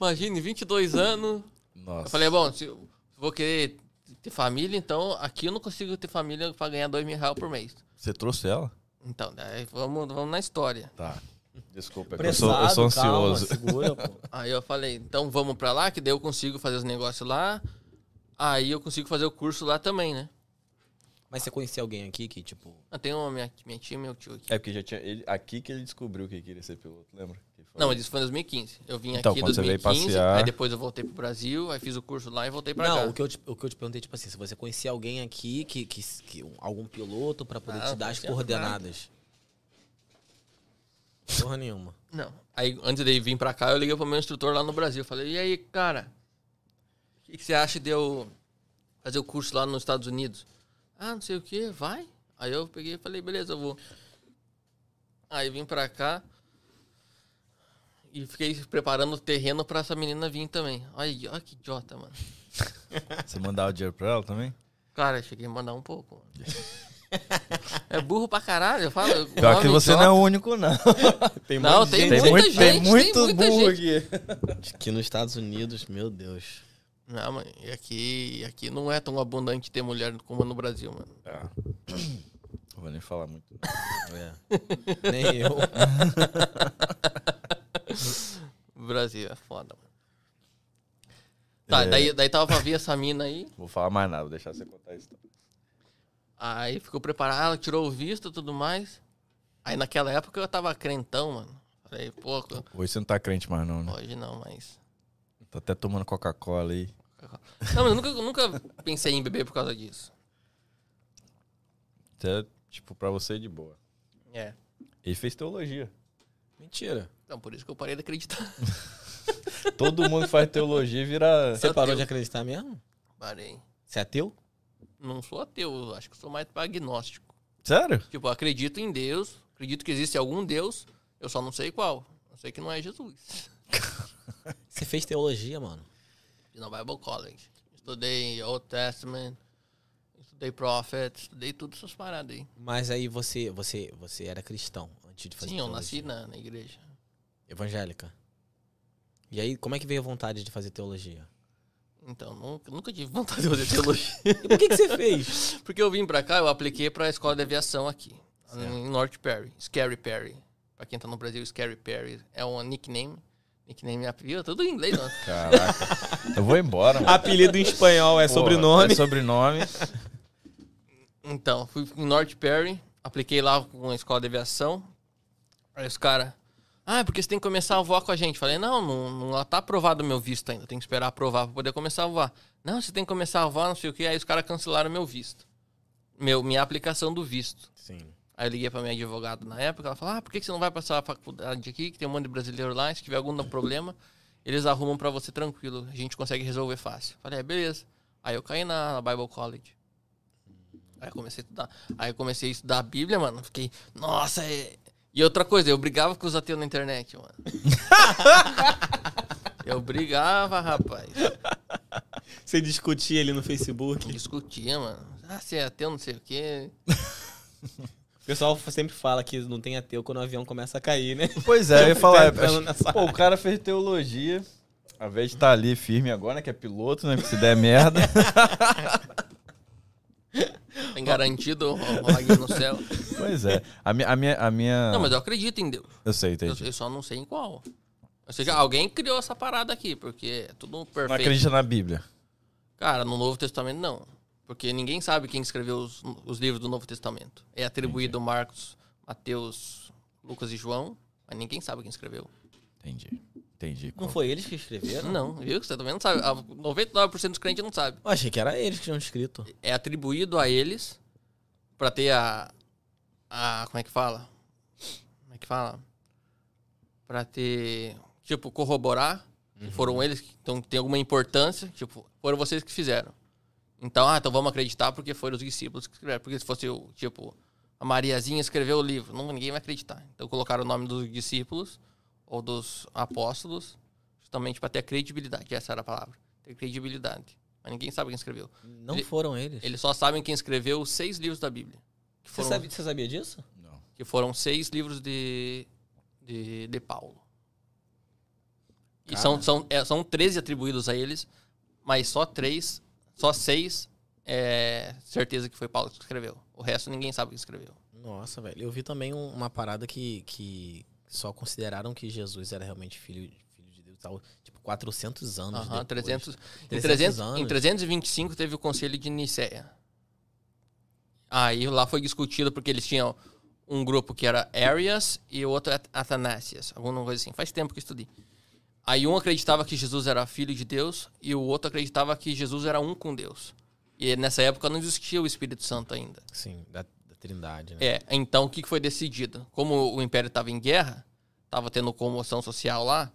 Imagine, 22 anos.
Nossa.
Eu falei, bom, se eu vou querer ter família, então aqui eu não consigo ter família pra ganhar dois mil reais por mês.
Você trouxe ela?
Então, daí vamos, vamos na história.
Tá. Desculpa, é que eu sou, eu
Apressado,
sou
calma,
ansioso.
assim.
segura, pô.
Aí eu falei, então vamos pra lá, que daí eu consigo fazer os negócios lá. Aí eu consigo fazer o curso lá também, né?
Mas você conhecia alguém aqui que, tipo,
Eu tenho uma minha, minha tia e meu tio aqui.
É porque já tinha. ele- aqui que ele descobriu que queria ser piloto, lembra? Que ele falou.
Não, mas isso foi em 2015. Eu vim
Então,
aqui em
quando você veio
2015,
passear-
aí depois eu voltei pro Brasil, aí fiz o curso lá e voltei pra cá.
Não, o que, eu te, o que eu te perguntei, tipo assim, se você conhecia alguém aqui, que, que, que- um- algum piloto, pra poder
Ah,
te dar as
conhecia
coordenadas. Porra nenhuma.
Não. Aí, antes de vir pra cá, eu liguei pro meu instrutor lá no Brasil. Falei, e aí, cara, o que, que você acha de eu fazer o curso lá nos Estados Unidos? Ah, não sei o que, vai. Aí eu peguei e falei, beleza, eu vou. Aí vim pra cá e fiquei preparando o terreno pra essa menina vir também. Olha, olha que idiota, mano.
Você mandava o dinheiro pra ela também?
Cara, eu cheguei a mandar um pouco. mano. é burro pra caralho, eu falo. o
Pior que
nome
você não
idiota.
é o único, não.
Tem
Não, tem muita gente, tem muita gente.
aqui.
Que nos Estados Unidos, meu Deus.
Não, mano, e aqui, e aqui não é tão abundante ter mulher como no Brasil, mano.
Ah. Não vou nem falar muito.
É. Nem eu.
O Brasil é foda, mano. Tá,
É.
daí, daí tava pra vir essa mina aí,
Vou falar mais nada, vou deixar você contar isso.
aí ficou preparada, ela tirou o visto e tudo mais. Aí naquela época eu tava crentão, mano. Falei, pô, co-
Hoje você não tá crente mais, não, né?
hoje não, mas.
Tô até tomando Coca-Cola aí.
Não, mas eu nunca, eu nunca pensei em beber por causa disso.
Até, tipo, pra você de boa.
É.
Ele fez teologia.
Mentira.
Então por isso que eu parei de acreditar.
Todo mundo faz teologia e vira.
Você é
Ateu.
parou de acreditar mesmo?
Parei.
Você é ateu?
Não sou ateu, acho que sou mais pra agnóstico.
Sério?
Tipo, eu acredito em Deus, acredito que existe algum Deus, eu só não sei qual. Eu sei que não é Jesus.
Você fez teologia, mano.
Fiz Na Bible College. Estudei Old Testament, estudei Prophet, estudei todas essas paradas aí.
Mas aí você, você, você era cristão antes de fazer
Sim, eu
teologia.
nasci na, na igreja.
Evangélica. E aí, como é que veio a vontade de fazer teologia?
Então, nunca, nunca tive vontade de fazer teologia.
E por que, que você fez?
Porque eu vim pra cá, eu apliquei pra escola de aviação aqui, em North Perry, Scary Perry. Pra quem tá no Brasil, Scary Perry é um nickname. Nickname, apelido, tudo em inglês, mano.
Caraca. Eu vou embora, mano.
Apelido em espanhol é
Porra, É sobrenome.
Então, fui em North Perry, apliquei lá com a escola de aviação. Aí os caras, ah, porque você tem que começar a voar com a gente. Falei, não, não, não tá aprovado o meu visto ainda, tem que esperar aprovar pra poder começar a voar. Não, você tem que começar a voar, não sei o que. Aí os caras cancelaram meu visto, meu, minha aplicação do visto.
Sim.
Aí eu liguei pra minha advogada na época, ela falou, ah, por que que você não vai passar a faculdade aqui, que tem um monte de brasileiro lá, se tiver algum um problema, eles arrumam pra você tranquilo, a gente consegue resolver fácil. Falei, é, beleza. Aí eu caí na Bible College. Aí eu comecei a estudar. Aí eu comecei a estudar a Bíblia, mano, fiquei, nossa, é... E outra coisa, eu brigava com os ateus na internet, mano. eu brigava, rapaz.
Você discutia ele no Facebook?
Discutia, mano. Ah, você é ateu, não sei o quê.
O pessoal sempre fala que não tem ateu quando o avião começa a cair, né?
Pois é, eu ia falar.
Entrando
acho-
nessa
pô, o cara fez teologia. Ao invés de estar ali firme agora, né? Que é piloto, né? que Se der merda.
Tem garantido o vaguinho no céu.
pois é. A minha. A minha, a minha...
Não, mas eu acredito em Deus.
Eu sei,
Eu,
entendi.
eu só não sei em qual. Ou seja, alguém criou essa parada aqui, porque é tudo
Não
perfeito.
acredita na Bíblia.
Cara, no Novo Testamento não. Porque ninguém sabe quem escreveu os, os livros do Novo Testamento. É atribuído Marcos, Mateus, Lucas e João, mas ninguém sabe quem escreveu.
Entendi. Entendi.
Não foi eles que
É.
escreveram?
Não, viu? Você também não sabe. Ah, 99% dos crentes não sabe.
Eu achei que era eles que tinham escrito.
É atribuído a eles pra ter a. a como é que fala? Como é que fala? Pra ter. Tipo, corroborar que foram eles que então, tem alguma importância. Tipo, foram vocês que fizeram. Então, ah, então vamos acreditar porque foram os discípulos que escreveram. Porque se fosse o, tipo, a Mariazinha escreveu o livro. Não, ninguém vai acreditar. Então colocaram o nome dos discípulos ou dos apóstolos, justamente para ter credibilidade. Essa era a palavra. Ter credibilidade. Mas ninguém sabe quem escreveu.
Não
Ele-
foram eles.
Eles só sabem quem escreveu os seis livros da Bíblia. Que
Você,
foram,
sabe- você sabia disso?
Não.
que foram seis livros de, de, de Paulo. E são, são, é, são 13 atribuídos a eles, mas só três, só seis é certeza que foi Paulo que escreveu. O resto ninguém sabe quem escreveu.
Nossa, velho. Eu vi também um- uma parada que, que só consideraram que Jesus era realmente filho, filho de Deus e tal. Tipo, 400 anos.
Aham,
depois.
300, em,
300
300 em
anos.
325 teve o concílio de Nicéia. Aí lá foi discutido porque eles tinham um grupo que era Arias e o outro At- Athanasius, alguma coisa assim. Faz tempo que eu estudei. Aí um acreditava que Jesus era filho de Deus e o outro acreditava que Jesus era um com Deus. E nessa época não existia o Espírito Santo ainda.
Sim, assim, da, da Trindade, né?
É, então o que que foi decidido? Como o Império estava em guerra, estava tendo comoção social lá,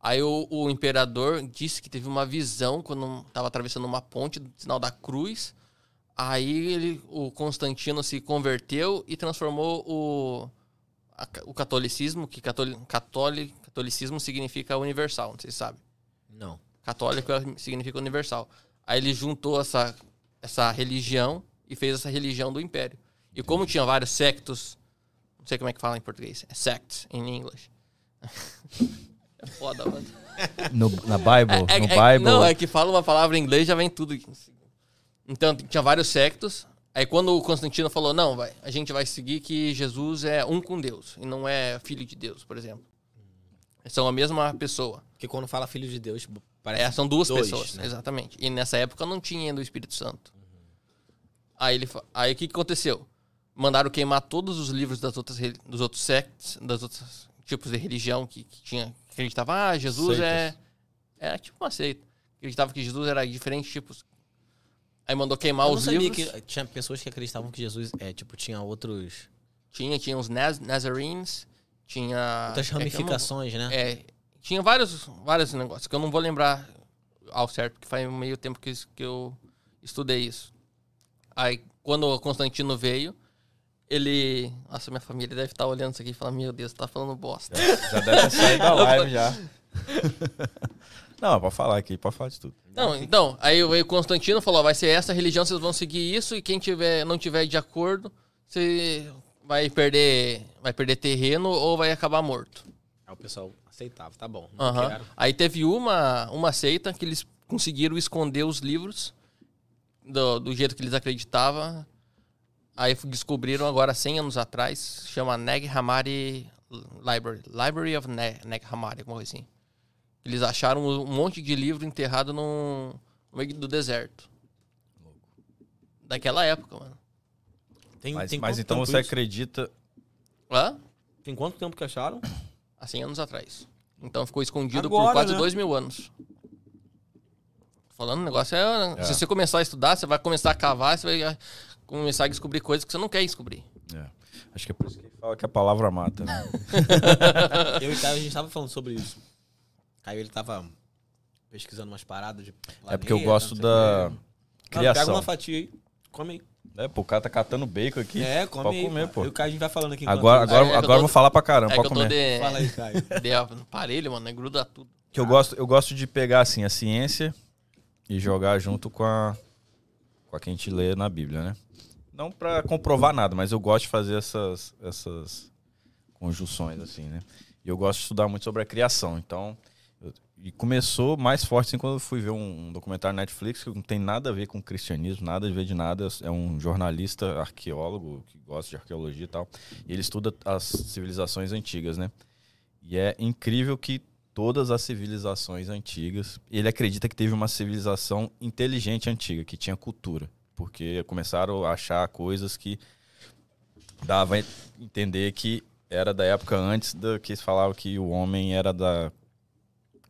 aí o, o imperador disse que teve uma visão quando estava atravessando uma ponte do sinal da cruz. Aí ele, o Constantino se converteu e transformou o, a ca- o catolicismo, que catoli, catoli, catolicismo significa universal, não sei se sabe.
Não.
Católico é- significa universal. Aí ele juntou essa, essa religião e fez essa religião do império. E como tinha vários sectos, não sei como é que fala em português, é sects em inglês. é foda, mano.
No, na Bible?
É-
no
é- é-
Bible?
Não, é que fala uma palavra em inglês já vem tudo. Então, tinha vários sectos. Aí quando o Constantino falou, não, vai, a gente vai seguir que Jesus é um com Deus e não é filho de Deus, por exemplo. São a mesma pessoa.
Porque quando fala filho de Deus, parece.
É, são duas
dois,
pessoas,
né? Uhum.
exatamente. E nessa época não tinha ainda o Espírito Santo. Aí ele, fa- aí o que que aconteceu? Mandaram queimar todos os livros das outras re- dos outros sectos, das outras tipos de religião que, que tinha que acreditava, ah, Jesus é é tipo uma seita. Acreditava que Jesus era de diferentes tipos. Aí mandou queimar
Eu não
os
sabia
livros.
que tinha pessoas que acreditavam que Jesus, é, tipo, tinha outros,
Tinha, tinha os Naz, Nazarenes, tinha
outras
é que eu não-
ramificações, né?
É, tinha vários, vários negócios que eu não vou lembrar ao certo, porque faz meio tempo que, isso- que eu estudei isso. Aí, quando o Constantino veio, ele. Nossa, minha família deve estar olhando isso aqui e falando: Meu Deus, tá falando bosta.
Já deve ter saído da live já. Não, pode falar aqui, pode falar de tudo.
Não, então, aí o aí o Constantino falou: ó, vai ser essa religião, vocês vão seguir isso, e quem tiver, não tiver de acordo, você vai perder, vai perder terreno ou vai acabar morto.
Aí o pessoal aceitava, tá bom. Não
Aham.
quero.
Aí teve uma, uma seita que eles conseguiram esconder os livros do, do jeito que eles acreditavam. Aí f- descobriram agora 100 anos atrás, chama Nag Hammadi Library, Library of Ne- Nag Hammadi, alguma coisa assim. Eles acharam um monte de livro enterrado num, no meio do deserto. Daquela época, mano.
Tem,
Mas,
tem
mas
quanto
então
tempo
você
isso?
acredita.
Hã?
Tem quanto tempo que acharam?
Há 100 anos atrás. Então ficou escondido por
Agora,
quase
né?
dois mil anos. Falando, o negócio é,
É.
Se você começar a estudar, você vai começar a cavar, você vai ah, começar a descobrir coisas que você não quer descobrir.
É. Acho que é por isso que ele fala que a palavra mata, né?
Eu e o Caio, a gente tava falando sobre isso. Caio, ele tava pesquisando umas paradas de
É porque eu
planeta,
gosto
não sei
da
o quê. Mano, Pega
criação.
uma fatia aí, come aí.
É, pô, o cara tá catando bacon aqui.
É, come
Pode
aí.
comer,
pô.
pô.
Eu e o Caio, a gente vai falando aqui. enquanto
Agora,
isso.
agora,
É que eu
agora eu
tô-
vou falar pra
É
caramba,
que
pode
eu tô
comer.
de,
Fala aí, Caio.
de aparelho, mano, né? gruda tudo.
Que eu gosto, eu gosto de pegar assim a ciência e jogar junto com a com a que a gente lê na Bíblia, né? Não pra comprovar nada, mas eu gosto de fazer essas essas conjunções assim, né? E eu gosto de estudar muito sobre a criação. Então, eu- e começou mais forte assim quando eu fui ver um, um documentário na Netflix que não tem nada a ver com cristianismo, nada a ver de nada. É um jornalista arqueólogo que gosta de arqueologia e tal. E ele estuda as civilizações antigas, né? E é incrível que todas as civilizações antigas. Ele acredita que teve uma civilização inteligente antiga, que tinha cultura, porque começaram a achar coisas que dava a entender que era da época antes do que eles falavam que o homem era da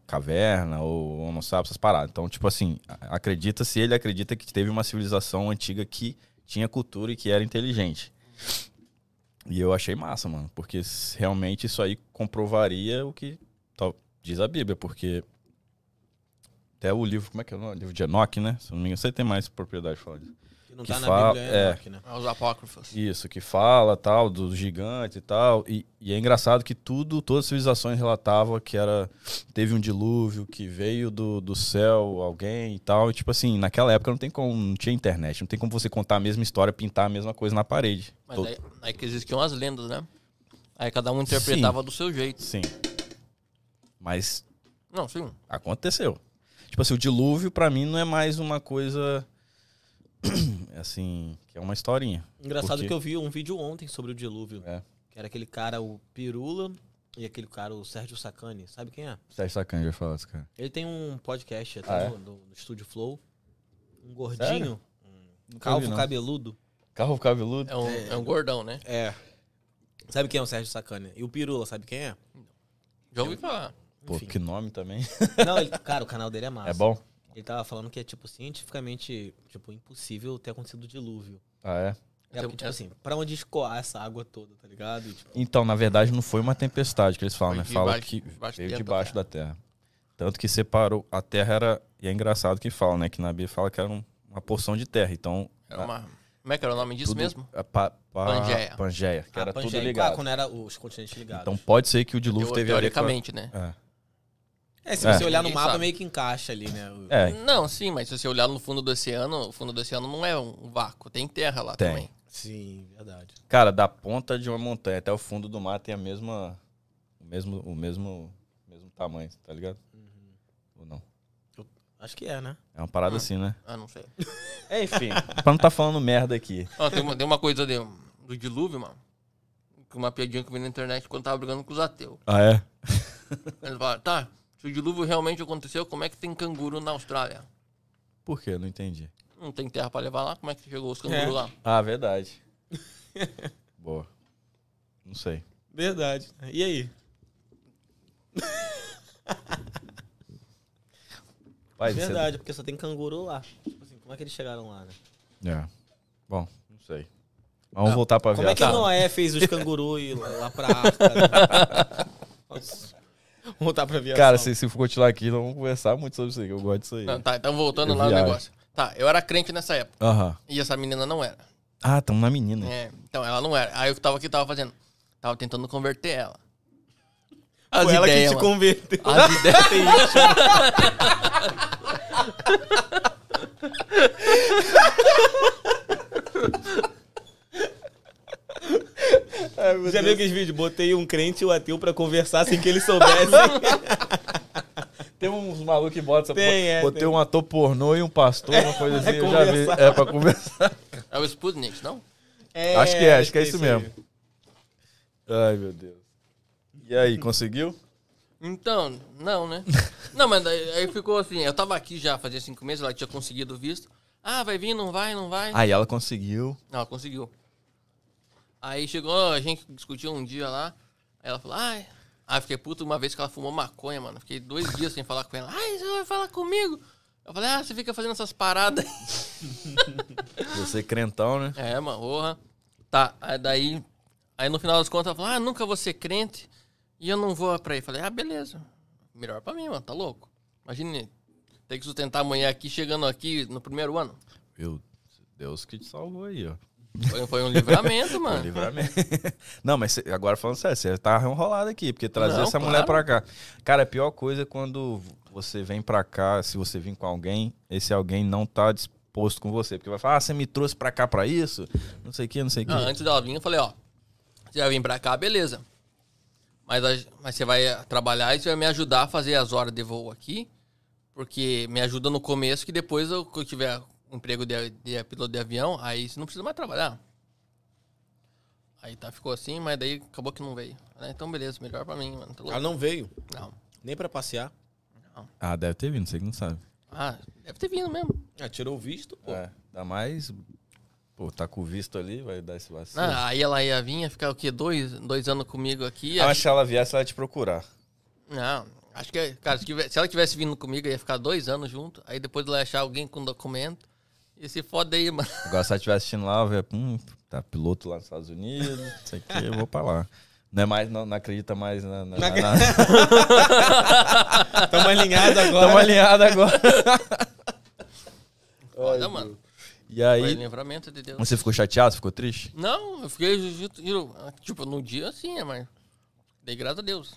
caverna ou homo sapiens, essas paradas. Então, tipo assim, a- acredita-se, ele acredita que teve uma civilização antiga que tinha cultura e que era inteligente. E eu achei massa, mano, porque s- realmente isso aí comprovaria o que tal- diz a Bíblia, porque até o livro, como é que é o nome? Livro de Enoque, né? Se eu não me engano, você tem mais propriedade de falar disso.
que não
que
tá na
fa-
Bíblia
é.
Enoque, né?
Os apócrifos.
Isso, que fala tal, dos gigantes e tal. E, e é engraçado que tudo, todas as civilizações relatavam que era teve um dilúvio, que veio do, do céu alguém e tal. E, tipo assim, naquela época não tem como, não tinha internet, não tem como você contar a mesma história, pintar a mesma coisa na parede.
Mas
Todo-
aí, aí que existiam as lendas, né? Aí cada um interpretava do seu jeito.
Sim. Mas
Não, sim.
aconteceu. Tipo assim, o dilúvio pra mim não é mais uma coisa assim, que é uma historinha.
Engraçado
Porque-
que eu vi um vídeo ontem sobre o dilúvio.
É.
Que era aquele cara, o Pirula, e aquele cara, o Sérgio Sacani. Sabe quem é?
Sérgio Sacani vai falar isso, cara.
Ele tem um podcast até
Ah, é?
no, no- no Estúdio Flow. Um
Sério?
gordinho, calvo, cabeludo.
Carro cabeludo.
É um, é um gordão, né?
É. Sabe quem é o Sérgio Sacani? E o Pirula, sabe quem é?
Já ouvi falar.
Pô,
Enfim.
que nome também.
Não, ele- cara, o canal dele é massa.
É bom?
Ele tava falando que é, tipo, cientificamente, tipo, impossível ter acontecido o dilúvio.
Ah, é?
É porque, tipo
É.
assim, pra onde escoar essa água toda, tá ligado? E, tipo,
Então, na verdade, não foi uma tempestade que eles falam,
Foi
né?
de
Falam
baixo-
que
debaixo
veio
da
debaixo da terra. Tanto que separou. A terra era. E é engraçado que falam, né? Que na Bíblia fala que era um- uma porção de terra. Então.
Era
a-
uma... Como é que era o nome disso
tudo-
mesmo?
a pa- pa-
Pangeia.
Pangeia, que
a
era
Pangeia,
tudo
claro,
ligado.
Quando era os continentes ligados.
Então pode ser que o dilúvio
Teo-
teve a ver com a-
Teoricamente, né?
É.
É, se
É.
você olhar no
Ninguém
mapa,
sabe.
meio que encaixa ali, né? O-
É,
Não, sim, mas se você olhar no fundo do oceano, o fundo do oceano não é um vácuo, tem terra lá
Tem.
também.
Sim, verdade.
Cara, da ponta de uma montanha até o fundo do mar tem a mesma. O mesmo, o mesmo, o mesmo tamanho, tá ligado? Ou não?
Acho que é, né?
É uma parada
Ah.
assim, né?
Ah, não sei.
Enfim, pra não tá falando merda aqui.
Ó, tem, uma, tem uma coisa de- do dilúvio, mano. que Uma piadinha que eu vi na internet quando tava brigando com os ateus.
Ah, é?
Eles falaram, tá, se o dilúvio realmente aconteceu, como é que tem canguru na Austrália?
Por quê? Eu não entendi.
Não tem terra pra levar lá? Como é que chegou os cangurus
É.
lá?
Ah, verdade. Boa. Não sei.
Verdade. E aí?
Pai, você-
verdade, porque só tem canguru lá. Tipo assim, como é que eles chegaram lá, né?
É. Bom, não sei. Mas Vamos voltar pra
Como é
viagem.
que o Noé fez os canguru ir lá lá pra arca? Né? Vamos voltar pra viação.
Cara, se, se for continuar aqui, nós vamos conversar muito sobre isso aí, que eu gosto disso aí.
Não, tá, então voltando
Eu
lá no
viajo.
negócio. Tá, eu era crente nessa época.
Aham.
E essa menina não era.
Ah, tamo na menina.
É, então ela não era. Aí eu tava aqui, tava fazendo. Tava tentando converter ela. As
Foi ela
ideias,
que te
mano.
converteu.
As ideias.
Já viu aqueles vídeos? Botei um crente e o ateu pra conversar sem que eles soubessem.
Tem uns malucos que botam essa
Tem,
porra.
é,
Botei
tem.
um ator pornô e um pastor, uma coisa
pra
assim, eu já vi.
conversar.
É pra conversar.
É o Sputnik, não?
Acho que é, acho que é isso mesmo. Ai, meu Deus. E aí, conseguiu?
Então, não, né? não, mas daí- aí ficou assim, eu tava aqui já fazia cinco meses, ela tinha conseguido o visto. Ah, vai vir, não vai, não vai.
Aí ela conseguiu.
Não, ela conseguiu. Aí chegou, a gente discutiu um dia lá, aí ela falou, ai. Aí eu fiquei puto uma vez que ela fumou maconha, mano. Fiquei dois dias sem falar com ela. Ai, você vai falar comigo? Eu falei, ah, você fica fazendo essas paradas. aí."
Você crentão, né?
É, mano, porra. Tá, aí daí. Aí no final das contas ela falou, ah, nunca vou ser crente e eu não vou pra aí. Falei, ah, beleza. Melhor pra mim, mano, tá louco. Imagine ter que sustentar a mulher aqui, chegando aqui no primeiro ano.
Meu Deus que te salvou aí, ó.
Foi, foi um livramento, mano.
Livramento. Não, mas cê- agora falando sério, você tá enrolado aqui, porque trazer
Não,
essa
claro.
mulher pra cá. Cara, a pior coisa é quando você vem pra cá, se você vir com alguém, esse alguém não tá disposto com você. Porque vai falar, ah, você me trouxe pra cá pra isso? Não sei o que, não sei o que.
Não, antes dela vir, eu falei, ó, você vai vir pra cá, beleza. Mas, a- mas você vai eh, trabalhar e você vai me ajudar a fazer as horas de voo aqui. Porque me ajuda no começo, que depois eu, que eu tiver um emprego de, de piloto de avião, aí você não precisa mais trabalhar. Aí tá, ficou assim, mas daí acabou que não veio. Ah, Então beleza, melhor pra mim, mano. Tá
Ela
louco?
não veio,
Não.
nem pra passear.
Ah, deve ter vindo, você que não sabe.
Ah, deve ter vindo mesmo.
Ah, tirou o visto, pô.
É, dá mais. Pô, tá com visto ali, vai dar esse vacilo.
Ah, aí ela ia vir, ia ficar o quê? Dois, dois anos comigo aqui.
Ah, mas se ela viesse, ela ia te procurar.
Não, acho que, cara, se, tiver- se ela tivesse vindo comigo, eu ia ficar dois anos junto. Aí depois ela ia achar alguém com documento. E se foda aí, mano.
Agora, se ela estiver assistindo lá, vai, hum, tá piloto lá nos Estados Unidos, não sei o que, eu vou pra lá. Não é mais, não, não acredita mais na. na, na, na-
Tamo alinhado agora.
Tamo alinhado agora.
Foda, mano.
E
Foi
aí,
livramento de Deus.
você ficou chateado? Ficou triste?
Não, eu fiquei, ju- ju- tipo, no dia assim, né, mas dei graças a Deus.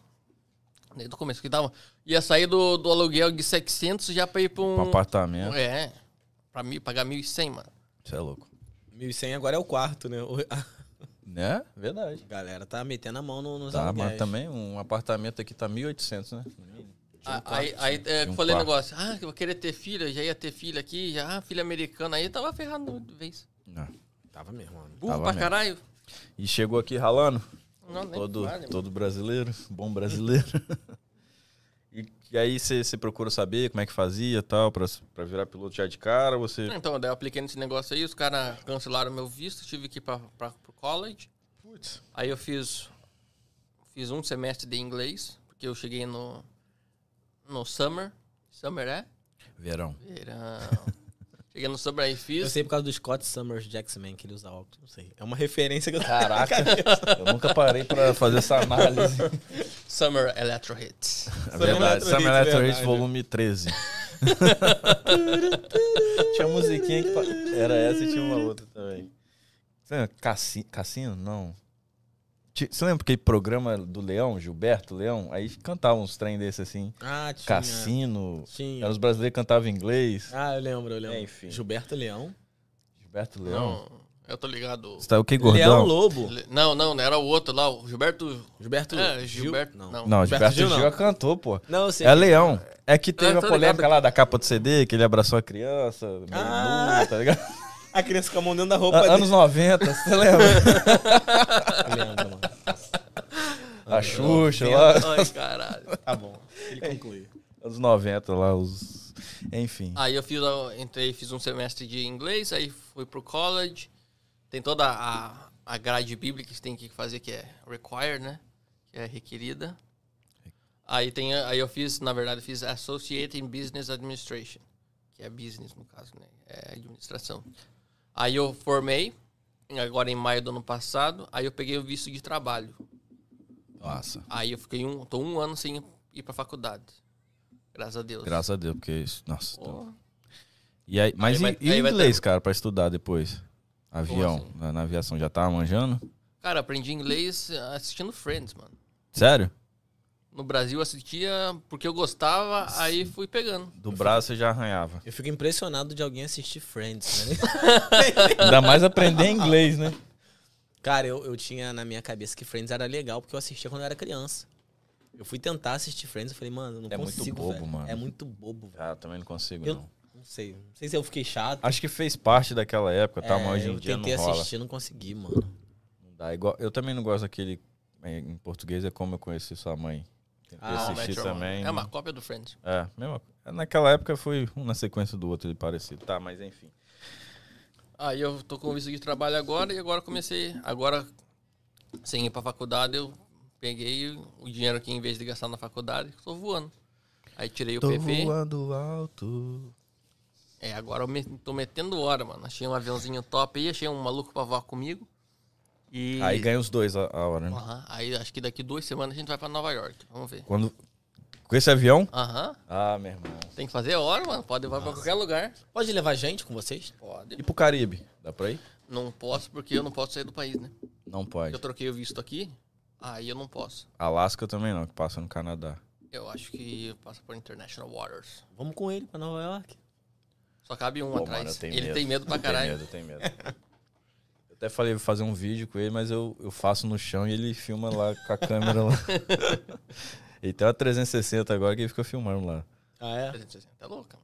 Desde o começo que tava. Ia sair do, do aluguel de 700 já pra ir pra
Um
um...
apartamento.
é, pra mim, pagar 1.100, mano.
Você é louco.
1.100 agora é o quarto, né? O- A
Né? Verdade.
galera tá metendo a mão no- nos
Tá,
aluguéis.
mas também um apartamento aqui tá 1.800, né?
Ah, aí aí é,
De um
falei um
quarto.
negócio, ah, que eu vou querer ter filha, já ia ter filha aqui, já, ah, filha americana, aí tava ferrado de vez.
Não.
Tava mesmo, mano.
Burro
Tava
pra
mesmo.
caralho.
E chegou aqui ralando?
Não, nem
Todo,
vale,
todo brasileiro, bom brasileiro. e, e aí você você procurou saber como é que fazia e tal, pra, pra virar piloto já de cara? ou Você.
mano. Então, daí eu apliquei nesse negócio aí, os caras cancelaram meu visto, tive que ir pra, pra, pro college.
Putz.
Aí eu fiz fiz um semestre de inglês, porque eu cheguei no no summer, summer é?
Verão.
Verão. cheguei no summer aí
Eu
fiz.
sei por causa do Scott Summers Jackson, que ele usa óculos, não sei. É uma referência que eu
Caraca, eu nunca parei pra fazer essa análise.
Summer Electro Hits.
É
Electro
verdade,
Hits,
Summer Electro Hits,
verdade.
volume 13. tinha musiquinha que pa- era essa e tinha uma outra também. Você lembra? Cassi- Cassino? Não. Ti- Você lembra aquele programa do Leão, Gilberto Leão? Aí cantava uns trem desse assim.
Ah, tinha.
Cassino.
Tinha.
Era os brasileiros que cantavam em inglês.
Ah, eu lembro, eu lembro.
É, enfim.
Gilberto Leão.
Gilberto Leão.
Não, eu tô ligado.
Você tá o que,
Leão
gordão?
Lobo.
Não, não, não era o outro lá, o Gilberto.
Gilberto
É,
Gil-
Gilberto.
Não.
Não.
não.
Não,
Ah, Gilberto
Gilberto
Gil
Gil
não.
já cantou, pô.
eu sei.
É Leão. É que teve
Ah,
uma
tô
polêmica
ligado.
lá da capa do CD, que ele abraçou a criança, meio
Ah.
nu, tá ligado?
A criança com a mão dentro da roupa
A- Ah, anos 90, você lembra?
dele. Lembro, mano.
A Xuxa lá.
Ai, caralho.
Tá bom. Ele conclui.
Anos 90 lá, os. Enfim.
Aí eu fiz, eu entrei, fiz um semestre de inglês, aí fui pro college. Tem toda a, a grade bíblica que você tem que fazer, que é required, né? Que é requerida. Aí, tem, aí eu fiz, na verdade, eu fiz Associate in Business Administration, que é business no caso, né? É administração. Aí eu formei, agora em maio do ano passado, aí eu peguei o visto de trabalho.
Nossa.
Aí eu fiquei um, tô um ano sem ir pra faculdade. Graças a Deus.
Graças a Deus, porque. isso- Nossa. então.
Pô.
E aí, mas
Aí vai-
e, e
aí vai
inglês,
ter-
cara, pra estudar depois? Avião.
assim?
na, na aviação já tava manjando?
Cara, aprendi inglês assistindo Friends, mano.
Sério?
No Brasil eu assistia porque eu gostava, aí fui pegando.
Do braço você já arranhava.
Eu fico impressionado de alguém assistir Friends, né?
Ainda mais aprender inglês, né?
Cara, eu, eu tinha na minha cabeça que Friends era legal porque eu assistia quando eu era criança. Eu fui tentar assistir Friends, eu falei, mano, eu não
É muito
consigo.
bobo,
velho.
mano.
É muito bobo, velho.
Ah, também não consigo,
Eu-
não.
Não sei. Não sei se eu fiquei chato.
Acho que fez parte daquela época, tá?
É,
Mas hoje em
eu
dia não
tentei
rola.
assistir, não consegui, mano.
Não dá. Igual, eu também não gosto daquele. é, Em português é como eu conheci sua mãe. Tentei
Ah,
How I
assistir
Met Your Mother.
também.
É uma cópia do Friends.
É, mesma coisa. Naquela época foi um na sequência do outro, ele parecido. Tá, mas enfim.
Aí eu tô com visto de trabalho agora e agora comecei. Agora, sem ir pra faculdade, eu peguei o dinheiro que em vez de gastar na faculdade, tô voando. Aí tirei o PV.
voando alto.
É, agora eu me, tô metendo hora, mano. Achei um aviãozinho top aí, achei um maluco pra voar comigo. E.
Aí ganha os dois a, a hora, né?
Aham, aí acho que daqui duas semanas a gente vai pra Nova York. Vamos ver.
Quando... Com esse avião?
Aham.
Ah, meu irmão.
Tem que fazer hora, mano. Pode levar pra qualquer lugar.
Pode levar gente com vocês?
Pode.
E pro Caribe? Dá pra ir?
Não posso porque eu não posso sair do país, né?
Não
Eu
pode.
troquei o visto aqui, aí eu não posso.
Alasca também não, que passa no Canadá.
Eu acho que passa por International Waters.
Vamos com ele pra Nova York.
Só cabe um
Pô,
atrás.
mano, eu tenho
Ele tem medo pra
Eu
caralho.
Tenho medo, eu tenho medo. Eu até falei, vou fazer um vídeo com ele, mas eu, eu faço no chão e ele filma lá com a câmera lá. ele tem uma 360 agora que ele fica filmando lá.
Ah, é?
360, Tá louca.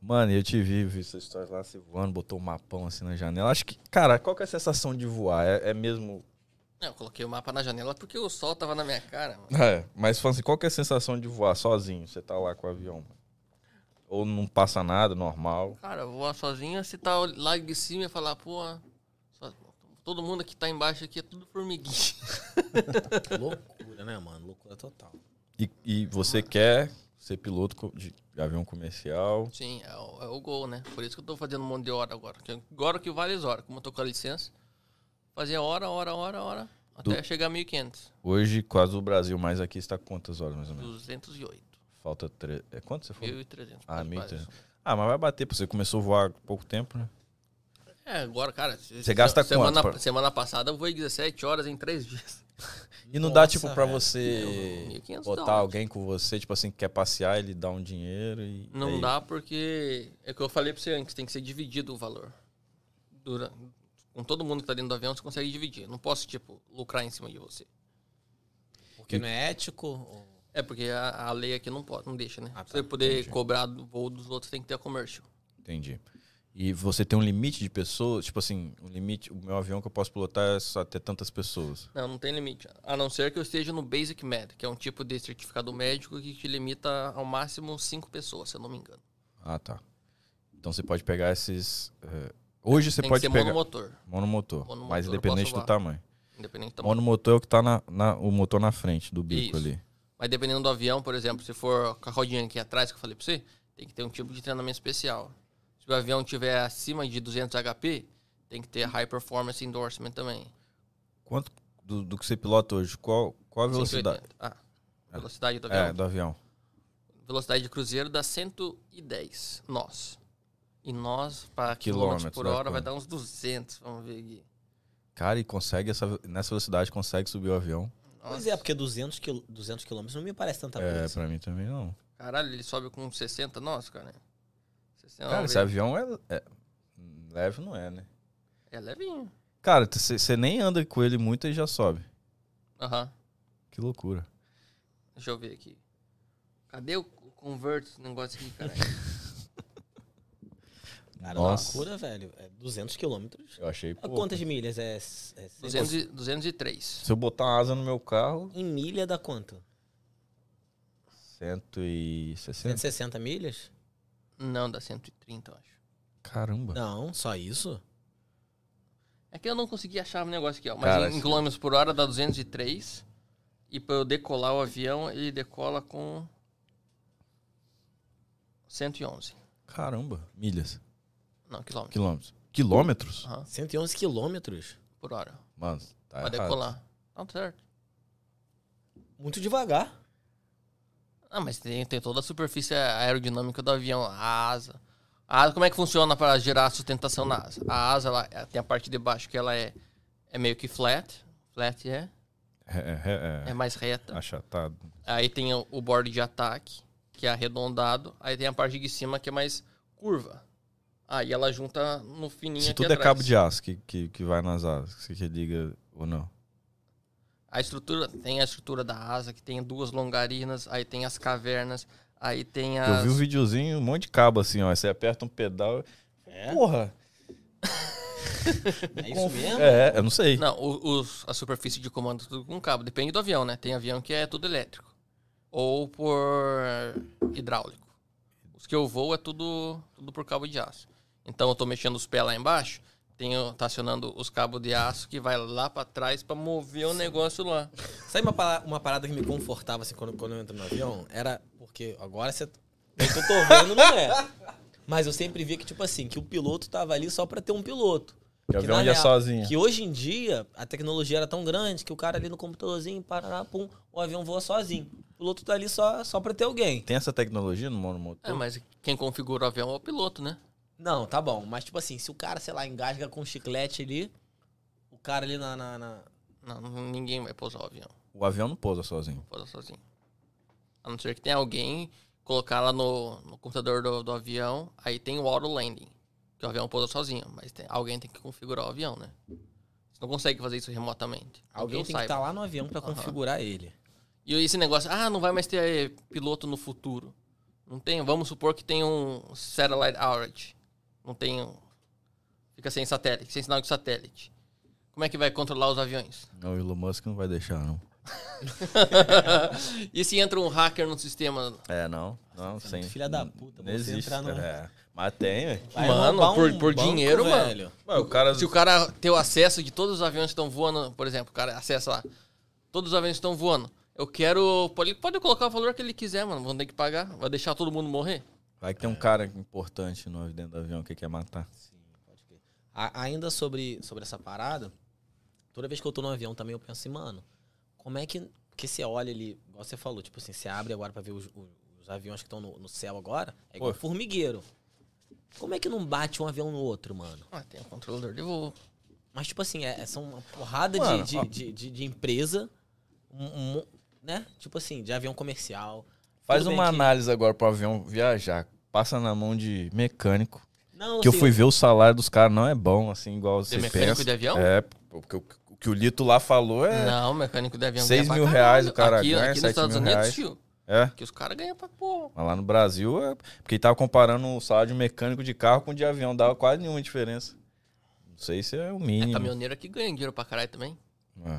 Mano, eu te vi, vi sua história lá se voando, botou um mapão assim na janela. Acho que, cara, qual que é a sensação de voar? É, é mesmo.
Não, eu coloquei o mapa na janela porque o sol tava na minha cara, mano.
É, mas falando assim, qual que é a sensação de voar sozinho? Você tá lá com o avião, mano? Ou não passa nada, normal.
Cara, eu vou sozinho, se tá lá de cima e falar, pô, só- todo mundo que tá embaixo aqui é tudo formiguinha.
Loucura, né, mano? Loucura total.
E, e você quer ser piloto co- de avião comercial?
Sim, é o, é o gol, né? Por isso que eu tô fazendo um monte de hora agora. Que agora que várias horas, como eu tô com a licença, fazia hora, hora, hora, hora, até chegar a 1.500.
Hoje, quase o Brasil, mas aqui está quantas horas mais ou menos?
208.
Falta três. É quanto você falou?
1.300.
Ah,
quase,
1.300.
quase.
Ah, mas vai bater, pô. Você começou a voar há pouco tempo, né?
É, agora, cara.
Você gasta
semana,
quanto, pô?
Semana passada eu voei 17 horas em 3 dias.
E não dá,
Nossa,
tipo, pra
velho.
você
1.500
botar
dólares.
alguém com você, tipo assim, que quer passear, ele dá um dinheiro e. é
Não
e-
dá porque é o que eu falei pra você antes, tem que ser dividido o valor. Dura, com todo mundo que tá dentro do avião, você consegue dividir. Não posso, tipo, lucrar em cima de você.
Porque não é ético. ou-
É porque a, a lei aqui não pode, não deixa, né?
Ah,
Pra
tá,
você poder
entendi.
cobrar do voo dos outros, tem que ter a commercial.
Entendi. E você tem um limite de pessoas, tipo assim, um limite, o meu avião que eu posso pilotar é só até tantas pessoas.
Não, não tem limite. A não ser que eu esteja no Basic Med, que é um tipo de certificado médico que te limita ao máximo cinco pessoas, se eu não me engano.
Ah, tá. Então você pode pegar esses. eh, hoje você
tem
pode
que ser
pegar.
monomotor,
Monomotor.
Monomotor,
mas
eu
independente
posso
do
voar.
tamanho.
independente do tamanho.
Monomotor é o que tá na, na- o motor na frente do bico
Isso.
ali.
Mas dependendo do avião, por exemplo, se for com a rodinha aqui atrás que eu falei pra você, tem que ter um tipo de treinamento especial. Se o avião tiver acima de 200 HP, tem que ter High Performance Endorsement também.
Quanto do, do que você pilota hoje? Qual, qual a velocidade?
180. Ah, velocidade do avião.
É, do avião.
Velocidade de cruzeiro dá 110 nós. E nós, para
Quilômetros,
quilômetros por
né,
hora, vai
quanto?
dar uns 200, vamos ver aqui.
Cara, e consegue essa, ve- nessa velocidade, consegue subir o avião.
Pois é, porque 200 quil- 200 quilômetros não me parece
Tá
tanta coisa.
É, pra mim também não.
Caralho, ele sobe com 60 nós, cara. 60
Cara,
nós,
esse avião é, é- Leve não é, né?
É levinho.
Cara, você nem anda com ele muito e já sobe.
Aham.
Que loucura.
Deixa eu ver aqui. Cadê o convert esse negócio aqui, cara?
Cara,
Nossa.
loucura, velho. É 200 quilômetros.
Eu achei pouco.
Quantas milhas? É, s- é
200 e- 203.
Se eu botar uma asa no meu carro,
Em milha dá quanto?
160.
160 milhas?
Não, dá 130, eu acho.
Caramba.
Não, só isso?
É que eu não consegui achar o negócio aqui, ó. Mas
Cara,
em,
esse-
em quilômetros por hora dá 203. E pra eu decolar o avião, ele decola com 111.
Caramba. Milhas.
Não, quilômetros
Quilômetros. Quilômetros?
Aham,
111 quilômetros?
por hora.
Mano, tá
pra
errado.
decolar. Não, tá certo.
Muito devagar.
Ah, mas tem, tem toda a superfície aerodinâmica do avião, a asa. A asa, como é que funciona para gerar a sustentação na asa? A asa, ela, ela tem a parte de baixo que ela é, é meio que flat. Flat é,
É, é,
é
é.
mais reta.
Achatado.
Aí tem o, o bordo de ataque, que é arredondado. Aí tem a parte de cima que é mais curva. Aí ela junta no fininho
Se
aqui
tudo é
atrás.
cabo de aço que, que, que vai nas asas, que você liga ou não.
A estrutura, tem a estrutura da asa, que tem duas longarinas, aí tem as cavernas, aí tem as...
Eu vi um videozinho, um monte de cabo assim, ó. Você aperta um pedal.
É,
Porra!
é isso mesmo?
É, eu não sei.
Não, o- os, a superfície de comando é tudo com cabo. Depende do avião, né? Tem avião que é tudo elétrico. Ou por hidráulico. Os que eu voo é tudo, tudo por cabo de aço. Então eu tô mexendo os pés lá embaixo, tenho, tá acionando os cabos de aço que vai lá pra trás pra mover o negócio lá.
Sabe uma, pala- uma parada que me confortava assim quando, quando eu entro no avião? Era porque agora você. tá, Eu tô vendo, não é. Mas eu sempre via que, tipo assim, que o piloto tava ali só pra ter um piloto.
Que o avião
na
ia
É.
sozinho.
Que hoje em dia, a tecnologia era tão grande que o cara ali no computadorzinho, parará, pum, o avião voa sozinho. O piloto tá ali só, só pra ter alguém.
Tem essa tecnologia no monomotor?
É, mas quem configura o avião é o piloto, né?
Não, tá bom. Mas, tipo assim, se o cara, sei lá, engasga com um chiclete ali, o cara ali na. na- na-
Não, ninguém vai pousar o avião.
O avião não pousa sozinho.
Pousar sozinho. A não ser que tenha alguém colocar lá no, no computador do, do avião, aí tem o auto landing, que o avião pousa sozinho, mas tem- alguém tem que configurar o avião, né? Você não consegue fazer isso remotamente.
Alguém tem que tá-
saiba.
estar lá no avião pra
Aham.
configurar ele.
E esse negócio, ah, não vai mais ter eh, piloto no futuro. Não tem, vamos supor que tem um satellite outage. Não tem um... Fica sem satélite, sem sinal de satélite. Como é que vai controlar os aviões?
Não, o Elon Musk não vai deixar, não.
e se entra um hacker no sistema?
É, não. Não,
você é
sem.
muito filha da puta,
Não
você
existe.
entrar no-
É. Mas tem, velho.
Vai
Mano,
roubar um
por- por dinheiro, mano.
velho.
Ué, O cara.
Se o cara ter o acesso de todos os aviões que estão voando, por exemplo, o cara acessa lá, todos os aviões estão voando. Eu quero. Pode, pode colocar o valor que ele quiser, mano. Vão ter que pagar. Vai deixar todo mundo morrer?
Vai que tem um cara importante no dentro do avião que quer matar.
A- ainda sobre, sobre essa parada, toda vez que eu tô no avião também eu penso assim, mano, como é que. Porque você olha ali, igual você falou, tipo assim, você abre agora pra ver os, os- os aviões que estão no, no céu agora, é igual
Pô.
formigueiro. Como é que não bate um avião no outro, mano?
Ah, tem um controlador de voo.
Mas, tipo assim, é, é- são uma porrada de-
Mano,
de,
ó.
de, de- de empresa, um- um- né? Tipo assim, de avião comercial.
Faz
Tudo bem
uma
que-
análise agora pro avião viajar. Passa na mão de mecânico.
Não,
Que eu
assim,
fui ver o salário dos caras, não é bom, assim, igual
Você
você
é mecânico
pensa.
de avião?
É, pô, porque o, o que o Lito lá falou é.
Não, mecânico de avião.
Seis
ganha pra
mil
caralho.
reais o cara
aqui,
ganha,
Aqui nos
sete
Estados
mil
Unidos,
reais.
tio.
É.
Que os caras ganham pra porra.
Mas lá no Brasil é. Porque ele tava comparando o salário de um mecânico de carro com o de avião, dava quase nenhuma diferença. Não sei se é o
É
mínimo.
caminhoneiro aqui ganha dinheiro pra caralho também.
É.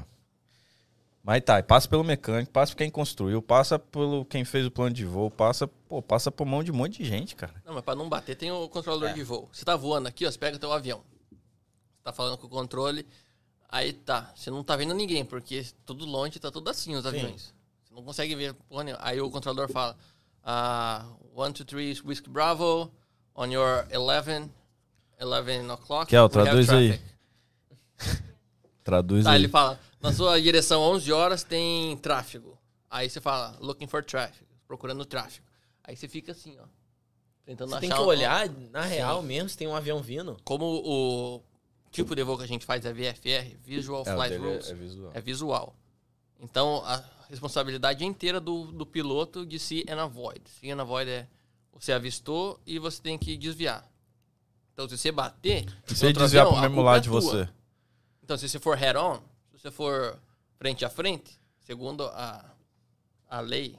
Mas tá, passa pelo mecânico, passa por quem construiu, passa pelo quem fez o plano de voo, passa, pô, passa por mão de um monte de gente, cara.
Não, mas pra não bater, tem o
É.
controlador de voo. Você tá voando aqui, ó, você pega teu avião. Você tá falando com o controle. Aí tá, você não tá vendo ninguém, porque tudo longe tá tudo assim os aviões. Você não consegue ver porra nenhuma. Aí o controlador fala: ah, 1, 2, 3, Whiskey Bravo, on your 11, 11 o'clock.
Kel,
we have
traduz aí.
traffic."
Traduz
Tá,
aí.
ele fala, na sua direção 11 horas tem tráfego. Aí você fala, looking for traffic, procurando tráfego. Aí você fica assim, ó, tentando
Você
achar...
tem que
um-
olhar, na real mesmo, se tem um avião vindo.
Como o tipo de voo que a gente faz é VFR, Visual
É, o
Flight
dele é-
Rules,
é
é,
visual.
visual. Então, a responsabilidade é inteira do, do piloto de se and avoid. Se and avoid é você avistou e você tem que desviar. Então, se você bater...
E
no
se ele
outro
desviar
avião,
pro
a
mesmo
culpa
lado
é
de
tua.
você?
Então, se você for head-on, se você for frente a frente, segundo a, a lei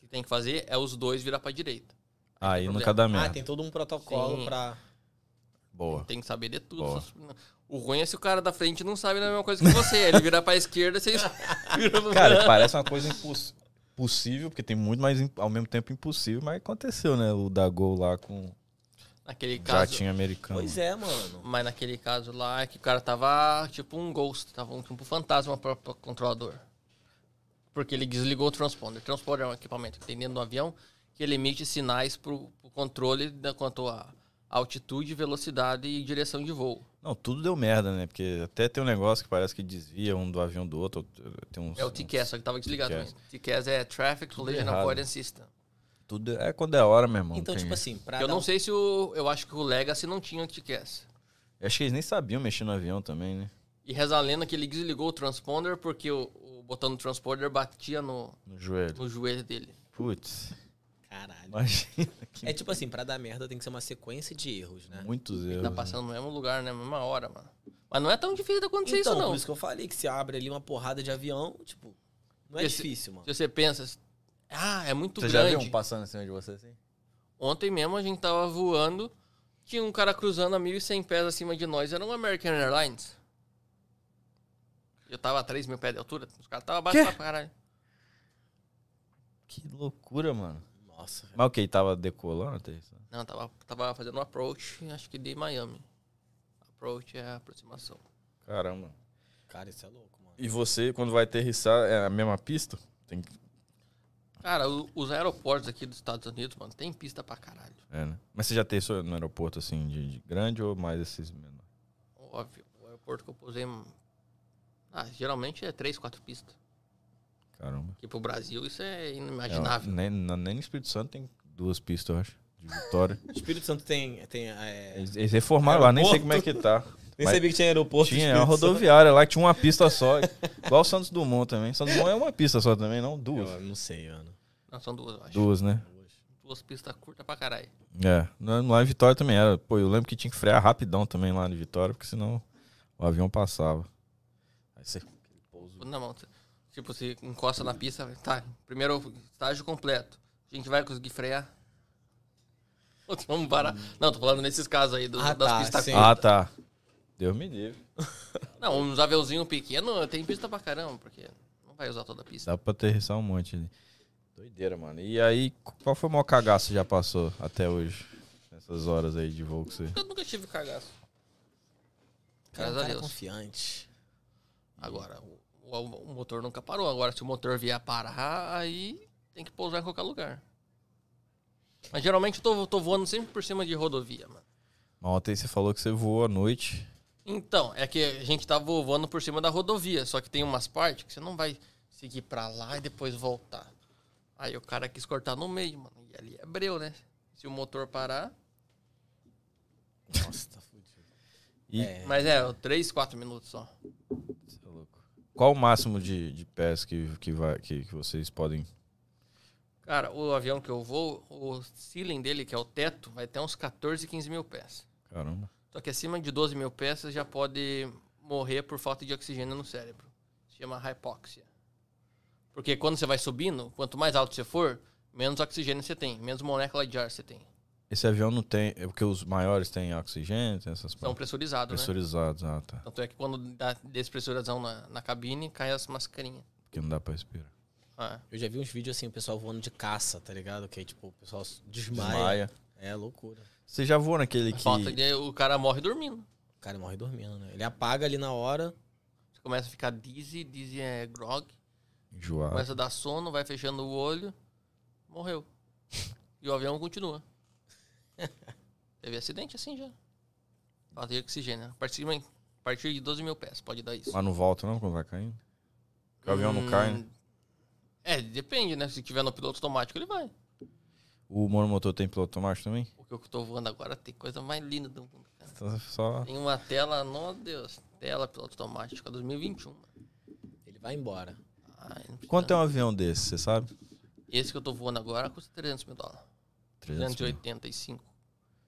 que tem que fazer, é os dois virar pra direita.
Aí
tem
nunca dá
problema.
merda.
Ah, tem todo um protocolo
Sim.
pra.
Boa.
Tem que saber de tudo.
Boa.
O ruim é se o cara da frente não sabe da mesma coisa que você. Ele virar pra esquerda, você vira pro
Cara, parece uma coisa imposs- possível, porque tem muito, mas im- ao mesmo tempo impossível, mas aconteceu, né? O da Gol lá com
Naquele
o
caso,
jatinho americano.
Pois é, mano.
mas naquele caso lá é que o cara tava tipo um ghost, tava um, tipo um fantasma pro, pro controlador. Porque ele desligou o transponder. Transponder é um equipamento que tem dentro do avião que ele emite sinais pro, pro controle da, quanto a altitude, velocidade e direção de voo.
Não, tudo deu merda, né? Porque até tem um negócio que parece que desvia um do avião do outro. Tem uns,
É o TCAS, só que tava desligado
TCAS.
mesmo. TCAS é Traffic Collision
errado.
Avoidance System.
Tudo é quando é hora, meu irmão.
Então,
tem-
tipo assim, pra.
Eu
dar
não
um-
sei se o... Eu acho que o Legacy não tinha o TCAS.
Eu acho que eles nem sabiam mexer no avião também, né?
E reza a lenda que ele desligou o transponder porque o, o botão do transponder batia no,
No joelho.
no joelho dele.
Putz,
Caralho.
imagina.
É tipo assim, pra dar merda tem que ser uma sequência de erros, né?
Muitos
Tá
erros. né?
passando no mesmo lugar, né? Mesma hora, mano. Mas não é tão difícil de acontecer
então,
isso, não.
por isso que eu falei que se abre ali uma porrada de avião, tipo, não é
Esse-
difícil, mano.
Se você pensa, ah, é muito
Você já
grande.
viu um passando em cima de você assim?
Ontem mesmo a gente tava voando, tinha um cara cruzando a 1.100 pés acima de nós. Era um American Airlines. Eu tava a 3 mil pés de altura. Os caras tava abaixo lá pra caralho.
Que loucura, mano.
Nossa, velho.
Mas o que? Ele tava decolando? até isso?
Não, tava, tava fazendo um approach, acho que de Miami. Approach é aproximação.
Caramba.
Cara, isso é louco, mano.
E você, quando vai aterrissar, é a mesma pista? Tem que-
Cara, o- os aeroportos aqui dos Estados Unidos, mano, tem pista pra caralho.
É, né? Mas você já aterrissou no aeroporto assim, de, de grande ou mais esses menores?
Óbvio, o aeroporto que eu posei. hum, Ah, geralmente é três, quatro pistas.
Caramba.
Aqui pro Brasil isso é
É,
inimaginável.
nem, na- nem no Espírito Santo tem duas pistas, eu acho. De Vitória.
Espírito Santo tem. tem é...
Eles, eles reformaram lá, nem sei como é que tá.
Nem
Mas
sabia que tinha aeroporto.
Tinha,
Espírito
é uma
Santo.
rodoviária lá que tinha uma pista só. Igual o Santos Dumont também. Santos Dumont é uma pista só também, não? Duas.
Eu não sei, mano.
Não, são duas, eu acho.
Duas, né?
Duas pistas curtas pra caralho.
É. Lá lá em Vitória também era. Pô, eu lembro que tinha que frear rapidão também lá em Vitória, porque senão o avião passava. Aí você.
Tudo na mão. Tipo, você encosta na pista, vai, tá, primeiro estágio completo. A gente vai conseguir frear? Putz, Vamos parar. Não, tô falando nesses casos aí do,
Ah,
das
tá,
pistas
sim.
curtas.
Ah, tá. Deus me livre.
Não, uns aviãozinhos pequenos tem pista pra caramba, porque não vai usar toda a pista.
Dá pra aterrissar um monte ali. Doideira, mano. E aí, qual foi o maior cagaço que já passou até hoje? Nessas horas aí de voo que você.
Eu nunca tive cagaço.
Cara,
Graças
um
a
cara
Deus.
confiante.
Agora, o, o- o motor nunca parou. Agora, se o motor vier a parar, aí tem que pousar em qualquer lugar. Mas geralmente eu tô, tô voando sempre por cima de rodovia, mano.
Mas ontem você falou que você voou à noite.
Então, é que a gente tá vo- voando por cima da rodovia, só que tem umas partes que você não vai seguir pra lá e depois voltar. Aí o cara quis cortar no meio, mano. E ali é breu, né? Se o motor parar,
Nossa, tá fudido.
E-
É,
Mas é, 3, 4 minutos só.
é Qual o máximo de, de pés que, que, vai, que, que vocês podem.
Cara, o avião que eu vou, o ceiling dele, que é o teto, vai até uns 14, 15 mil pés.
Caramba.
Só que acima de 12 mil pés, você já pode morrer por falta de oxigênio no cérebro. Se chama hypoxia. Porque quando você vai subindo, quanto mais alto você for, menos oxigênio você tem, menos molécula de ar você tem.
Esse avião não tem. É porque os maiores têm oxigênio, tem essas
São
partes.
pressurizados, né?
pressurizados. Ah, tá.
Tanto é que quando dá despressurização na, na cabine, cai as mascarinhas.
Porque não dá pra respirar.
Ah,
eu já vi uns vídeos assim, o pessoal voando de caça, tá ligado? Que aí, tipo, o pessoal desmaia.
Maia.
É loucura.
Você já voou naquele que.
falta de, o cara morre dormindo.
O cara morre dormindo, né? Ele apaga ali na hora.
Você começa a ficar dizzy, dizzy é grog,
Enjoado.
começa a dar sono, vai fechando o olho, morreu. E o avião continua. Teve acidente assim já. Falta de oxigênio. né? A partir, de- a partir de 12 mil pés, pode dar isso.
Mas não volta não quando vai caindo? Porque o avião não cai, né?
Hum, É, depende, né? Se tiver no piloto automático, ele vai.
O monomotor tem piloto automático também?
O que eu tô voando agora tem coisa mais linda do mundo, cara.
Então, Só.
Tem uma tela, meu Deus, tela piloto automático 2021.
Ele vai embora.
Ai, não precisa.
Quanto é um avião desse, você sabe?
Esse que eu tô voando agora custa 300 mil dólares.
300 mil.
385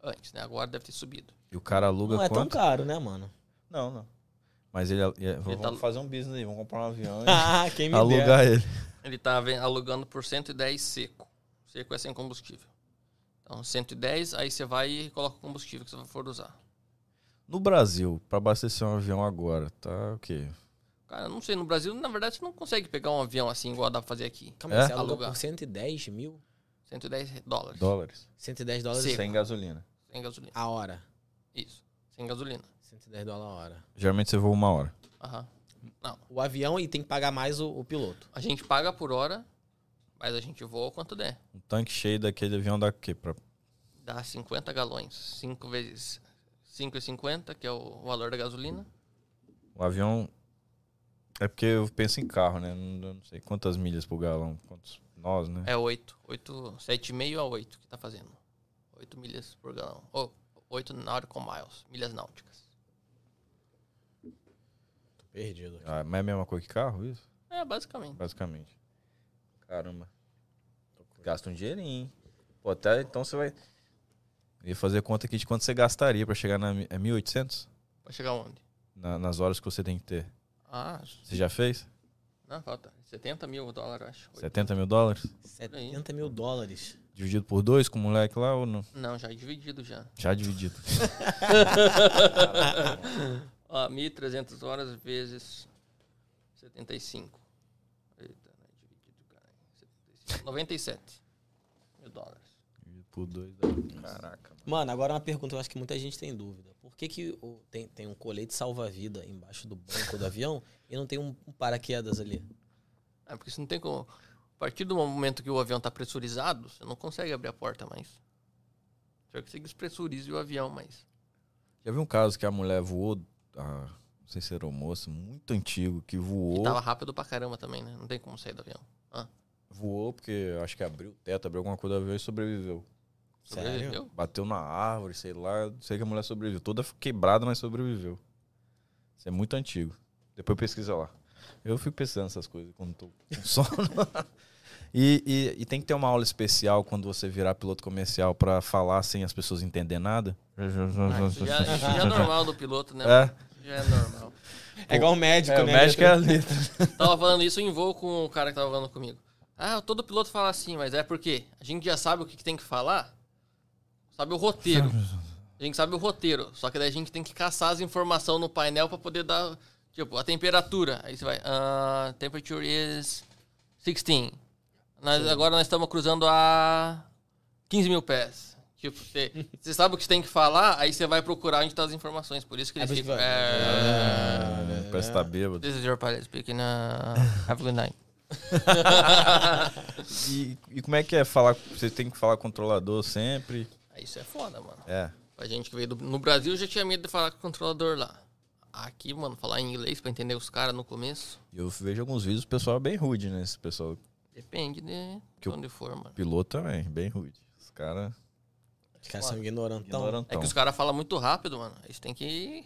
antes, né? Agora deve ter subido.
E o cara aluga
Não é tão
quanto?
caro, né, mano?
Não, não. Mas ele. ele vamos
tá-
fazer um business aí, vamos comprar um avião e
Ah, quem me dera.
alugar ele.
Ele tá ven- alugando por 110 seco. Seco é sem combustível. Então, 110, aí você vai e coloca o combustível que você for usar.
No Brasil, pra abastecer um avião agora, tá o quê?
Cara, eu não sei, no Brasil, na verdade, você não consegue pegar um avião assim igual dá pra fazer aqui.
Calma aí,
É?
você aluga
Alugar.
por 110 mil?
110 dólares.
Dólares.
110 dólares
Sim.
Sem gasolina.
Sem gasolina.
a hora.
Isso. Sem gasolina.
110 dólares a hora.
Geralmente você voa uma hora.
Aham. Não.
O avião e tem que pagar mais o, o piloto.
A gente paga por hora, mas a gente voa quanto der.
Um tanque cheio daquele avião dá o quê? Pra...
Dá 50 galões. 5 vezes 5,50, que é o valor da gasolina.
O avião. É porque eu penso em carro, né? Não, eu não sei quantas milhas pro galão, quantos nós, né?
É 8. 8 7,5 a 8 que tá fazendo. 8 milhas por galão. Ou 8 nautical miles. Milhas náuticas.
Tô perdido. aqui.
Ah, mas é a mesma coisa que carro, isso?
É, basicamente.
Basicamente. Caramba. Gasta um dinheirinho. hein? Pô, até então você vai. Eu ia fazer conta aqui de quanto você gastaria pra chegar na. mi- É 1.800?
Vai chegar onde?
Na, nas horas que você tem que ter.
Ah,
Você já fez?
não, falta. 70 mil dólares, eu acho.
70 mil dólares?
70 mil dólares.
Dividido por dois com o moleque lá ou não?
Não, já é dividido já.
Já dividido.
Ó, 1.300 horas vezes 75. Eita, não é dividido, cara. 75. 97 mil dólares.
Dividido por dois. dá- Caraca, mano.
Mano, agora uma pergunta que eu acho que muita gente tem dúvida. Por que, que o- tem, tem um colete salva-vida embaixo do banco do avião e não tem um, um paraquedas ali?
É porque você não tem como. A partir do momento que o avião está pressurizado, você não consegue abrir a porta mais. Só que você despressurize o avião mais.
Já vi um caso que a mulher voou. ah, não sei se era um moço, muito antigo, que voou.
E tava rápido pra caramba também, né? Não tem como sair do avião.
Voou porque eu acho que abriu o teto, abriu alguma coisa do avião e sobreviveu.
Sério?
Sobreviveu?
Bateu na árvore, sei lá. Sei que a mulher sobreviveu. Toda quebrada, mas sobreviveu. Isso é muito antigo. Depois pesquisa lá. Eu fico pensando essas coisas quando tô com sono. e, e- e tem que ter uma aula especial quando você virar piloto comercial pra falar sem as pessoas entender nada?
Ah, isso, já, isso já é normal do piloto, né?
É,
Já é normal.
É igual o médico,
é, o México é a letra.
Tava falando isso em voo com o cara que tava falando comigo. Ah, todo piloto fala assim, mas é porque a gente já sabe o que que tem que falar, sabe o roteiro. A gente sabe o roteiro, só que daí a gente tem que caçar as informações no painel pra poder dar, tipo, a temperatura. Aí você vai, ah, temperature is 16. Nós, agora nós estamos cruzando a 15 mil pés. Tipo, você, você sabe o que você tem que falar, aí você vai procurar onde estão as informações. Por isso que eles
É por isso
ficam...
que vai. É.
"Ah,
Parece que tá bêbado.
This is your pilot speaking. Uh, have a good night.
E, e como é que é falar? Você tem que falar com o controlador sempre?
Ah, Isso é foda, mano.
É.
Pra gente que veio do... No Brasil, eu já tinha medo de falar com o controlador lá. Aqui, mano, falar em inglês pra entender os caras no começo,
Eu vejo alguns vídeos, o pessoal é bem rude, né? Esse pessoal
depende de
Que eu-
onde for, mano.
piloto também, bem rude. Os caras.
Os caras são assim, um
Então,
ignorantão.
É que os caras falam muito rápido, mano. Isso tem que.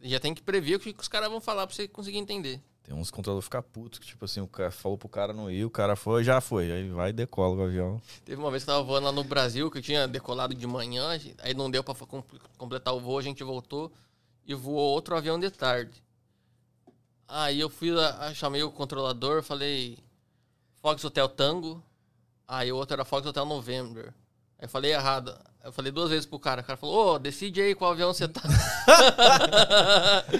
Já tem que prever o que que os caras vão falar pra você conseguir entender.
Tem uns controladores ficar putos, que tipo assim, o cara falou pro cara não ir, o cara foi, já foi. Aí vai e decola o avião.
Teve uma vez que eu tava voando lá no Brasil, que eu tinha decolado de manhã, gente, aí não deu pra fa- com- completar o voo, a gente voltou e voou outro avião de tarde. Aí eu fui lá, ah, chamei o controlador, falei Fox Hotel Tango, aí o outro era Fox Hotel November. Aí eu falei errado. Eu falei duas vezes pro cara. O cara falou, ô, decide aí qual avião você tá.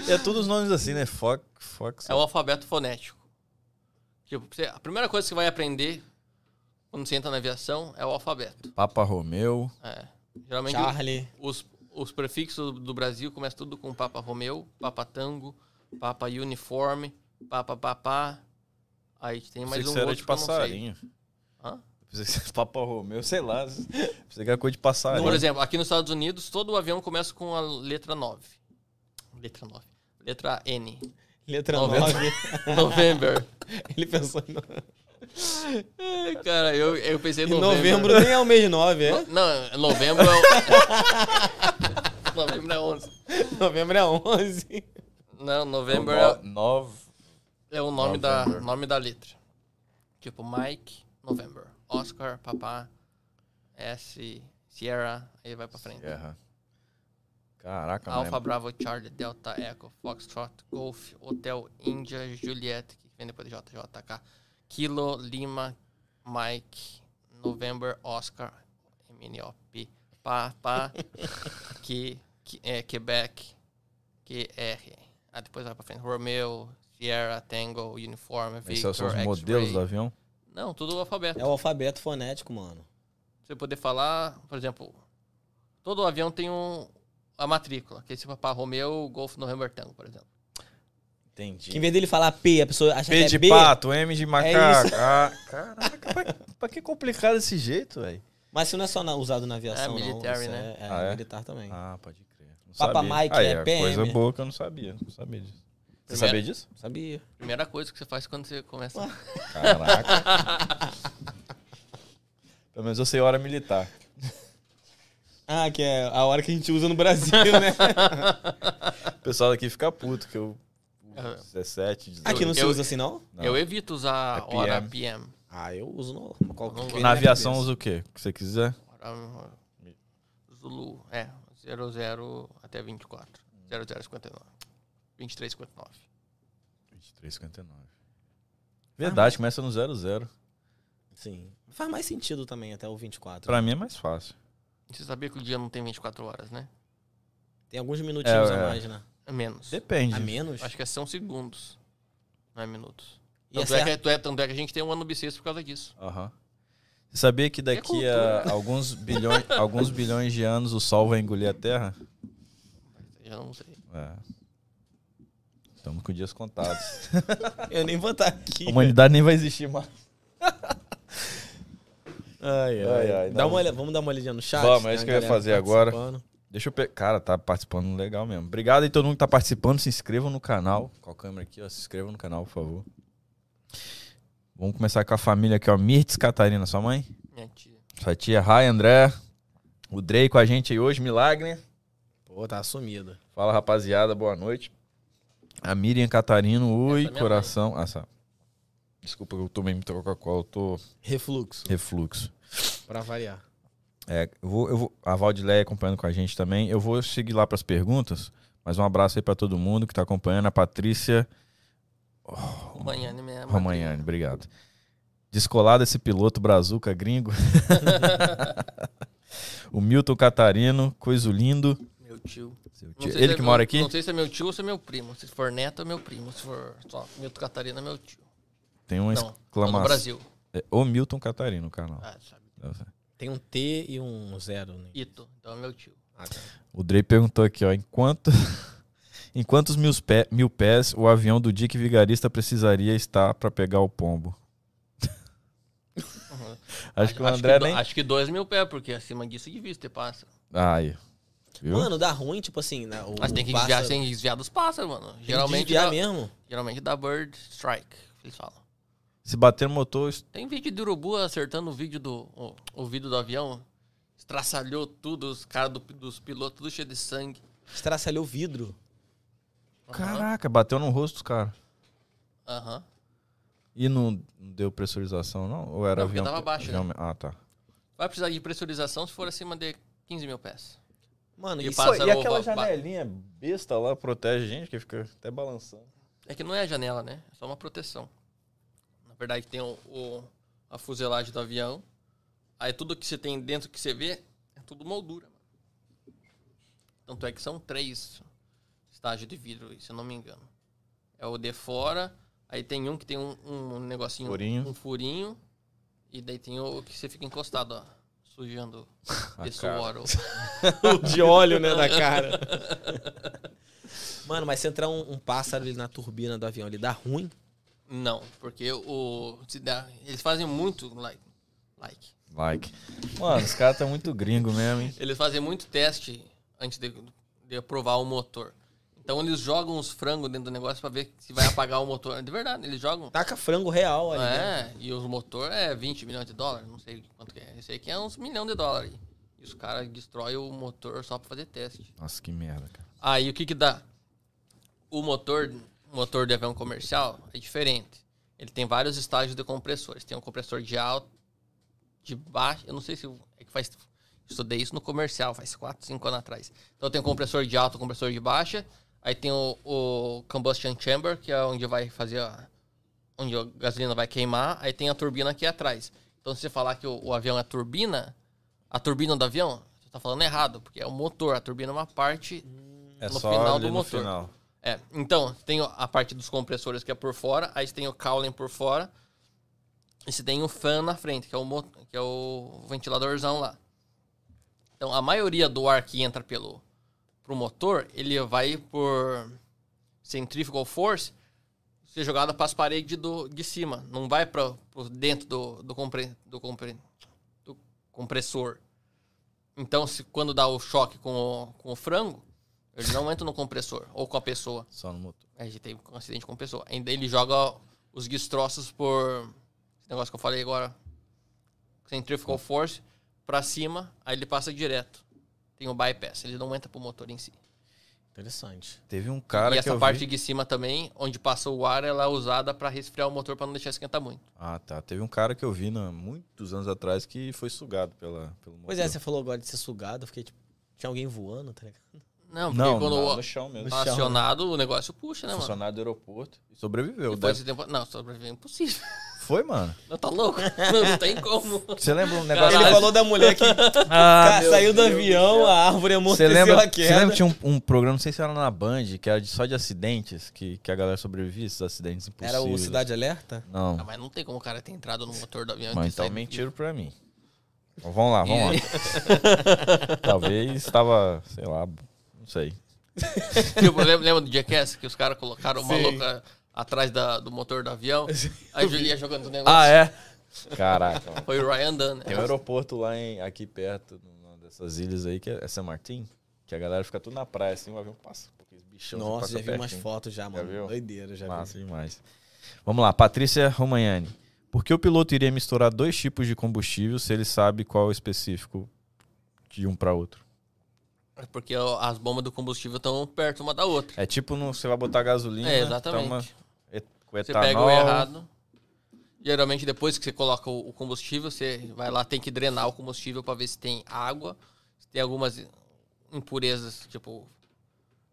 É todos os nomes assim, né? Fox, Fox.
É o alfabeto fonético. Tipo, você- a primeira coisa que você vai aprender quando você entra na aviação é o alfabeto.
Papa Romeu.
É. Geralmente o-
Charlie.
os, os prefixos do Brasil começam tudo com Papa Romeu, Papa Tango, Papa Uniforme, Papa Papá. Aí tem mais
Pensei que
um
você era
outro
de
que eu não sei.
passarinho.
Hã?
Pensei que você era Papa Romeu, sei lá. Pensei que era coisa de passarinho.
Por exemplo, aqui nos Estados Unidos, todo avião começa com a letra 9. Letra 9. Letra N.
Letra
Noventa.
9.
November.
Ele pensou em no-
Ai, Cara, eu, eu pensei em
em
novembro.
novembro. nem é o mês 9, é?
No- Não, novembro é o... novembro é 11.
Novembro é 11.
Não, novembro é,
No- nove.
é o nome da,
November.
nome da letra. Tipo, Mike, November. Oscar, Papá, S, Sierra, aí vai pra frente.
Erra. Caraca,
Alfa,
mano.
Bravo, Charlie, Delta, Echo, Foxtrot, Golf, Hotel, Índia, Juliet, que vem depois de JJK, Kilo, Lima, Mike, November, Oscar, MNOP, Pá, Pá, que, que, é, Quebec, QR. Ah, depois vai pra frente. Romeo, Sierra, Tango, Uniform, Victor,
Esses são os
X-Ray.
modelos do avião?
Não, tudo alfabeto.
É o alfabeto fonético, mano.
Você poder falar, por exemplo, todo avião tem um, a matrícula, que é esse papá Romeo, Golf, November, Tango, por exemplo.
Que em
Entendi.
vez dele falar P, a pessoa acha
P
que é
de
B.
pato, M de macaco.
isso.
Ah, caraca, pra, pra que complicado desse jeito, velho?
Mas isso não é só na- usado na aviação,
É
não.
military,
Isso
né?
É, é
Ah, é?
militar também.
Ah, pode crer. Não
Papa
sabia.
Mike
Aí,
é
ó,
PM.
Coisa boa que eu não sabia. Não sabia disso. Você
Primeiro-
sabia disso?
Sabia.
Primeira coisa que você faz quando você começa.
Caraca. Pelo menos eu sei hora militar.
Ah, que é a hora que a gente usa no Brasil, né?
O pessoal daqui fica puto, que eu.
É.
17, 18.
Aqui não se
Eu-
usa assim, não?
Não.
Eu evito usar
É
hora
PM.
PM.
Ah, eu uso no. coloco que
Não gosto.
vem
Na
minha
aviação
cabeça.
usa o quê? O que você quiser.
Hora- Zulu, é, 00 até 24. 0059. 2359.
23,59.
Ah.
Verdade, começa no 00.
Sim. Faz mais sentido também, até o 24.
Pra mim é mais fácil.
Você sabia que o dia não tem 24 horas, né?
Tem alguns minutinhos
É, Uhum. é.
a mais, né?
É menos.
Depende.
A menos.
Acho que são segundos, não é minutos.
E
Tanto
essa
é,
é
que, tu é- tanto é que a gente tem um ano bissexto por causa disso.
Aham. Você sabia que daqui
cultura,
a alguns bilhões, alguns bilhões de anos o Sol vai engolir a Terra?
Eu já não sei.
É. Estamos com dias contados.
Eu nem vou estar aqui.
A humanidade nem vai existir mais.
Ai,
ai.
Dá uma olha- vamos dar uma olhadinha no chat?
Vamos, é
Tem
isso
a
que eu ia
galera Tá
fazer agora.
participando.
Deixa eu pegar. Cara, tá participando legal mesmo. Obrigado aí todo mundo que tá participando. Se inscrevam no canal. Com a câmera aqui, ó. Se inscrevam no canal, por favor. Vamos começar com a família aqui, ó. Mirtes Catarina, sua mãe.
Minha tia.
Sua tia Rai, André. O Drey com a gente aí hoje. Milagre.
Pô, tá assumido.
Fala, rapaziada. Boa noite. A Miriam Catarino. Ui,
é minha mãe.
coração. Ah, sabe. Desculpa que eu tomei muita Coca-Cola. Eu tô
Refluxo,
refluxo.
pra variar.
É, eu vou, eu vou, a Valdileia acompanhando com a gente também. Eu vou seguir lá para as perguntas, mas um abraço aí para todo mundo que tá acompanhando. A Patrícia
Romagnani, minha
Romagnani, obrigado. Descolado esse piloto brazuca gringo. o Milton Catarino, coiso lindo.
Meu tio.
Seu
Não
tio-
sei se
Ele
é
que
meu-
mora aqui?
Não sei se é meu tio ou se é meu primo. Se for neto, é meu primo. Se for só Milton Catarina, é meu tio.
Tem uma
Não, lá no
exclamação.
Brasil.
É, o Milton Catarino, o canal.
Ah, sabe.
Tem um T e um zero. Né?
Ito, então é meu tio.
Ah, tá.
O Drey perguntou aqui, ó, em quanto- em quantos mil, pé, mil pés o avião do Dick Vigarista precisaria estar para pegar o pombo? acho que o André
do-
nem.
Uhum. Acho que dois mil pés, porque é acima disso devia ter pássaro.
Ah, aí. Viu?
Mano, dá ruim, tipo assim, né? O,
Mas tem que
o
desviar,
pássaro-
tem que desviar dos pássaros, mano.
tem que
Geralmente,
desviar
dá,
mesmo.
geralmente dá bird strike, que eles falam.
Se bater no motor,
Tem vídeo de urubu acertando o vídeo do o, o vidro do avião. Estraçalhou tudo, os caras do- dos pilotos, tudo cheio de sangue.
Estraçalhou o vidro.
Caraca, bateu no rosto dos caras.
Aham.
E não deu pressurização, não? Ou era
Não, porque
avião?
tava baixo, né?
avião- Ah, tá.
Vai precisar de pressurização se for acima de 15 mil pés.
Mano,
E
isso
passa-
aí-
e aquela
janelinha besta lá protege a gente, que fica até balançando.
É que não é a janela, né? É só uma proteção. Na verdade, tem o, o- a fuselagem do avião. Aí tudo que você tem dentro que você vê é tudo moldura. Mano. Tanto é que são três estágios de vidro, se eu não me engano. É o de fora, aí tem um que tem um, um negocinho,
Furinho.
um furinho. E daí tem o que você fica encostado, ó, sujando
A
de
cara.
suor. ou-
de óleo, né, na cara. Mano, mas se entrar um, um pássaro ali na turbina do avião, ele dá ruim.
Não, porque o se dá- eles fazem muito like, like.
Like. Mano, os caras tá muito gringo mesmo, hein?
Eles fazem muito teste antes de, de aprovar o motor. Então eles jogam os frangos dentro do negócio pra ver se vai apagar o motor. De verdade, eles jogam.
Taca frango real ali. Tá né?
É, e os motor é 20 milhões de dólares, não sei quanto que é. Esse aqui é uns milhão de dólares. E os caras destroem o motor só pra fazer teste.
Nossa, que merda, cara.
Aí o que que dá? O motor, o motor de avião comercial é diferente. Ele tem vários estágios de compressores. Tem um compressor de alto, de baixo. Eu não sei se é que faz. Estudei isso no comercial, faz 4, 5 anos atrás. Então tem um compressor de alto, um compressor de baixa. Aí tem o, o combustion chamber, que é onde vai fazer a, onde a gasolina vai queimar. Aí tem a turbina aqui atrás. Então se você falar que o, o avião é turbina, a turbina do avião, você tá falando errado, porque é o motor. A turbina é uma parte
É
No
só
final
ali
do
no
motor.
final.
é, então, tem a parte dos compressores que é por fora, aí você tem o cowling por fora, e você tem o fan na frente, que é o, mo- que é o ventiladorzão lá. Então, a maioria do ar que entra pelo pro motor, ele vai por centrifugal force ser jogado para as paredes do, de cima, não vai para dentro do, do, compre, do, compre, do compressor. Então, se, quando dá o choque com o, com o frango, ele não entra no compressor ou com a pessoa.
Só no motor.
A gente teve um acidente com pessoa. Ainda ele joga os destroços por. Esse negócio que eu falei agora. Centrifugal force pra cima, aí ele passa direto. Tem o bypass, ele não entra pro motor em si.
Interessante.
Teve um cara
e
que eu
essa
vi-
parte de cima também, onde passa o ar, ela é usada pra resfriar o motor pra não deixar esquentar muito.
Ah, tá. Teve um cara que eu vi na... muitos anos atrás que foi sugado pela... pelo motor.
Pois é, você falou agora de ser sugado, eu fiquei tipo. Tinha alguém voando, tá ligado?
Não, porque
Não,
quando
não,
o- tá
no chão mesmo.
chão, né?
acionado, o negócio puxa, né, mano?
Funcionário do aeroporto. E sobreviveu.
E foi
Deve-
esse tempo... Não, sobreviver é impossível.
Foi, mano.
Não, tá louco? Não, não tem como.
Você lembra um
Caralho.
negócio...
Ele falou da mulher que ca- saiu do avião, a árvore
Você
amorteceu
lembra,
a
você
queda.
lembra que tinha um, um programa, não sei se era na Band, que era de- só de acidentes, que, que a galera sobrevivia esses acidentes
Era
impossíveis.
o Cidade Alerta?
Não,
Ah, mas não tem como o cara ter entrado no motor do avião. e ter
mas então
saído.
mentiram pra mim. Então, vamos lá, vamos lá. Talvez tava, sei lá, não sei.
Tipo, lembra, lembra do Jackass que os caras colocaram uma
Sim.
louca atrás da- do motor do avião? Aí ele ia jogando o negócio.
Ah, é? Caraca. mano.
Foi o Ryan Dunn. né?
Tem um aeroporto lá em, aqui perto, numa dessas ilhas aí, que é San Martin, que a galera fica tudo na praia, assim, o avião passa, porque esse bichão assim,
Nossa,
passa
já vi umas
pertinho.
fotos já, mano.
viu?
Doideira, já
Massa
vi.
demais. Vamos lá, Patrícia Romagnani. Por que o piloto iria misturar dois tipos de combustível se ele sabe qual é o específico de um para outro?
É Porque ó, as bombas do combustível estão perto uma da outra.
É tipo, no, você vai botar gasolina,
É,
tá uma
exatamente.
et- com
Você
etanol,
pega o errado. Geralmente, depois que você coloca o o combustível, você vai lá, tem que drenar o combustível para ver se tem água, se tem algumas impurezas, tipo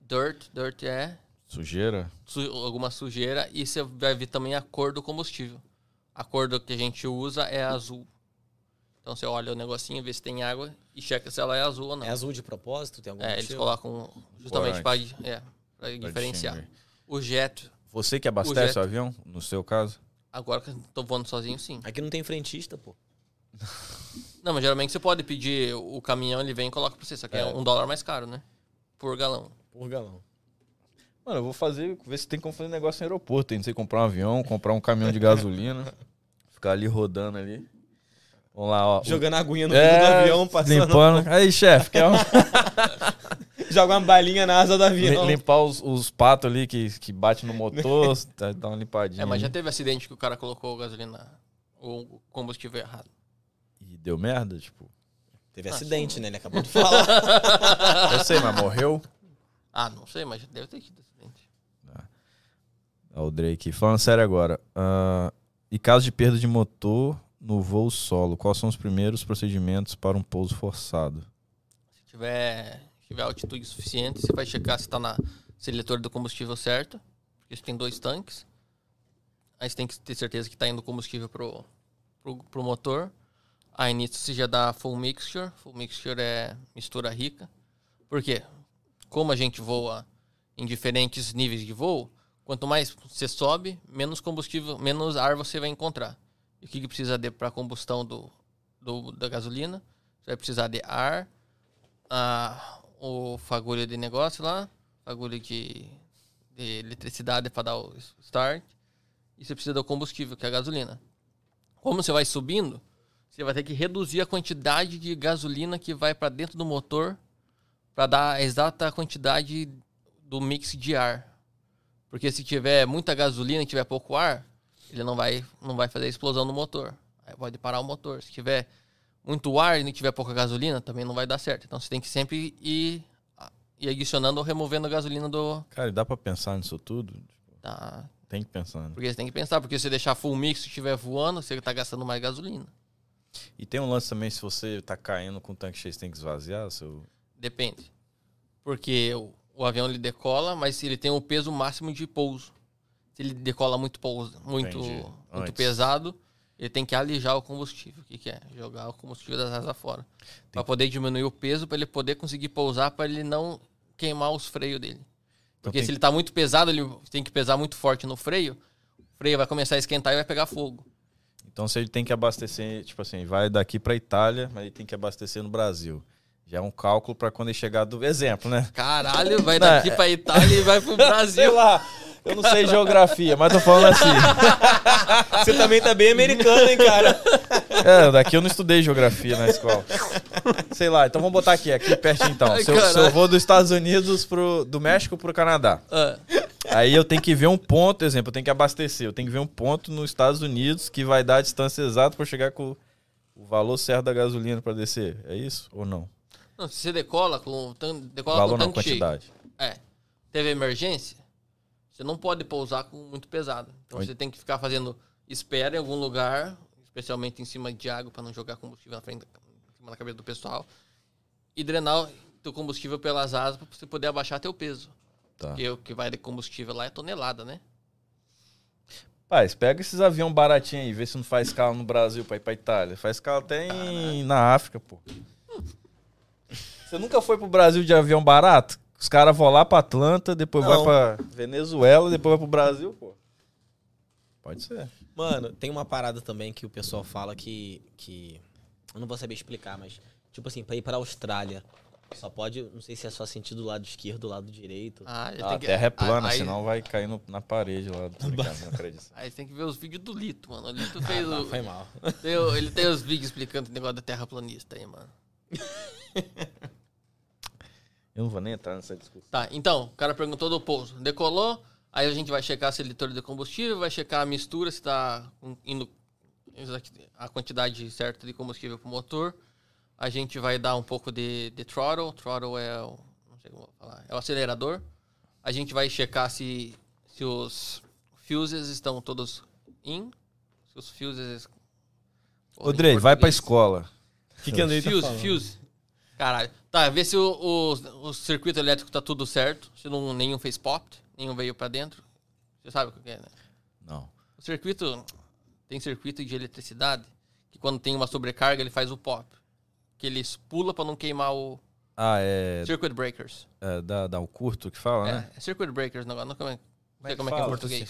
dirt, dirt é
sujeira.
su- alguma sujeira e você vai ver também a cor do combustível. A cor do que a gente usa é azul. Então você olha o negocinho, vê se tem água e checa se ela é azul ou não.
É
É,
azul de propósito? Tem assim? algum
eles
motivo?
colocam justamente para diferenciar.
distinguir.
O jet,
Você que abastece
jeito.
o, avião, no seu caso?
agora que eu tô voando sozinho, sim.
Aqui não tem frentista, pô.
Não, mas geralmente você pode pedir o caminhão, ele vem e coloca pra você, só que é, um dólar mais caro, né? Por galão.
Por galão.
Mano, eu vou fazer, ver se tem como fazer negócio no aeroporto. hein? Não sei comprar um avião, comprar um caminhão de gasolina, ficar ali rodando ali. Vamos lá, ó.
Jogando aguinha no
É,
fundo do avião, passando.
Limpando. Aí, chefe, quer um...
Joga uma balinha na asa do avião.
Lim- limpar os, os patos ali que, que bate no motor, tá- dá uma limpadinha.
É, mas já
ali.
teve acidente que o cara colocou gasolina ou combustível errado.
E deu merda, tipo.
Teve acidente, né? Ele acabou de falar.
Eu sei, mas morreu.
Ah, não sei, mas deve ter tido acidente.
Ó, É o Drake. Falando sério agora. ah, e caso de perda de motor no voo solo, quais são os primeiros procedimentos para um pouso forçado?
Se tiver, se tiver altitude suficiente, você vai checar se está na seletora do combustível certo. Porque você tem dois tanques. Aí você tem que ter certeza que está indo combustível pro, pro, pro motor. Aí nisso você já dá full mixture. Full mixture é mistura rica. Por quê? Como a gente voa em diferentes níveis de voo, quanto mais você sobe, menos combustível, menos ar você vai encontrar. E o que, que precisa de para combustão do, do- da gasolina? Você vai precisar de ar, a- o fagulho de negócio lá, fagulho de, de eletricidade para dar o start, e você precisa do combustível, que é a gasolina. Como você vai subindo, você vai ter que reduzir a quantidade de gasolina que vai para dentro do motor para dar a exata quantidade do mix de ar. Porque se tiver muita gasolina e tiver pouco ar, ele não vai, não vai fazer a explosão no motor. Aí pode parar o motor. Se tiver muito ar e não tiver pouca gasolina, também não vai dar certo. Então você tem que sempre ir, ah, ir adicionando ou removendo a gasolina do.
Cara, e dá pra pensar nisso tudo?
da-
Tem que pensar, né?
Porque você tem que pensar, porque se você deixar full mix e estiver voando, você está gastando mais gasolina.
E tem um lance também, se você tá caindo com o tanque cheio, você tem que esvaziar o seu...
Depende. Porque o, o avião ele decola, mas ele tem o peso máximo de pouso. Se ele decola muito pouso, muito,
Entendi. Antes.
muito pesado, ele tem que alijar o combustível. O que, que é? Jogar o combustível das asas fora. Para poder diminuir o peso, para ele poder conseguir pousar, para ele não queimar os freios dele. Porque
Então tem
se ele tá muito pesado, ele tem que pesar muito forte no freio, o freio vai começar a esquentar e vai pegar fogo.
Então, se ele tem que abastecer, tipo assim, vai daqui pra Itália, mas ele tem que abastecer no Brasil. Já é um cálculo pra quando ele chegar do... Exemplo, né?
Caralho, vai
Não, é.
daqui pra Itália e vai pro
Sei
Brasil.
lá, eu não sei geografia, mas tô falando assim.
Você também tá bem americano, hein, cara?
É, daqui eu não estudei geografia na escola. Sei lá, então vamos botar aqui, aqui pertinho então.
Ai,
Se eu, se eu
caralho.
vou dos Estados Unidos pro. do México pro Canadá.
Ah,
Aí eu tenho que ver um ponto, exemplo, eu tenho que abastecer. Eu tenho que ver um ponto nos Estados Unidos que vai dar a distância exata pra eu chegar com o valor certo da gasolina pra descer. É isso ou não?
não, se você decola com, o tan- decola com
valor
o
não,
tanque cheio.
quantidade.
É. Teve emergência, você não pode pousar com muito pesado. Então
Oi.
você tem que ficar fazendo espera em algum lugar, especialmente em cima de água, para não jogar combustível na frente, em cima da cabeça do pessoal. E drenar o teu combustível pelas asas para você poder abaixar teu peso.
Tá.
Porque o que vai de combustível lá é tonelada, né?
Paz, pega esses aviões baratinhos aí, vê se não faz escala no Brasil pra ir pra Itália. Faz escala até em, na África, pô. Você nunca foi pro Brasil de avião barato? Os caras vão lá pra Atlanta, depois
Não.
vai pra Venezuela, depois vai pro Brasil, pô. Pode ser.
Mano, tem uma parada também que o pessoal fala que. que eu não vou saber explicar, mas. Tipo assim, pra ir pra Austrália. Só pode. Não sei se é só sentido do lado esquerdo, do lado direito.
Ah, já
a
tem que-
terra é plana,
aí,
senão vai cair no- na parede lá do Ricardo, não acredito.
Aí tem que ver os vídeos do Lito, mano. O Lito fez
Ah,
o,
foi mal.
tem o- ele tem os vídeos explicando o negócio da terraplanista aí, mano.
Eu não vou nem entrar nessa discussão.
Tá, então, o cara perguntou do pouso. Decolou, aí a gente vai checar a seletora de combustível, vai checar a mistura, se tá com- indo a quantidade certa de combustível pro motor. A gente vai dar um pouco de, de throttle. Throttle é o. Não sei como eu vou falar. É o acelerador. A gente vai checar se, se os fuses estão todos in. Se os fuses.
Ô, Drey, vai pra
é Português.
escola.
O que, que Andrei
Fuse, fuse. Caralho. Tá, vê se o, o- o circuito elétrico tá tudo certo. Se não, nenhum fez pop, nenhum veio pra dentro. Você sabe o que é, né?
Não.
O circuito. Tem circuito de eletricidade que quando tem uma sobrecarga ele faz o pop. Que ele pula pra não queimar o.
Ah, é.
Circuit breakers.
é dá, dá o curto que fala, né?
É, é circuit breakers o negócio. Não, como é, não sei
que
como é que é em
fala?
português.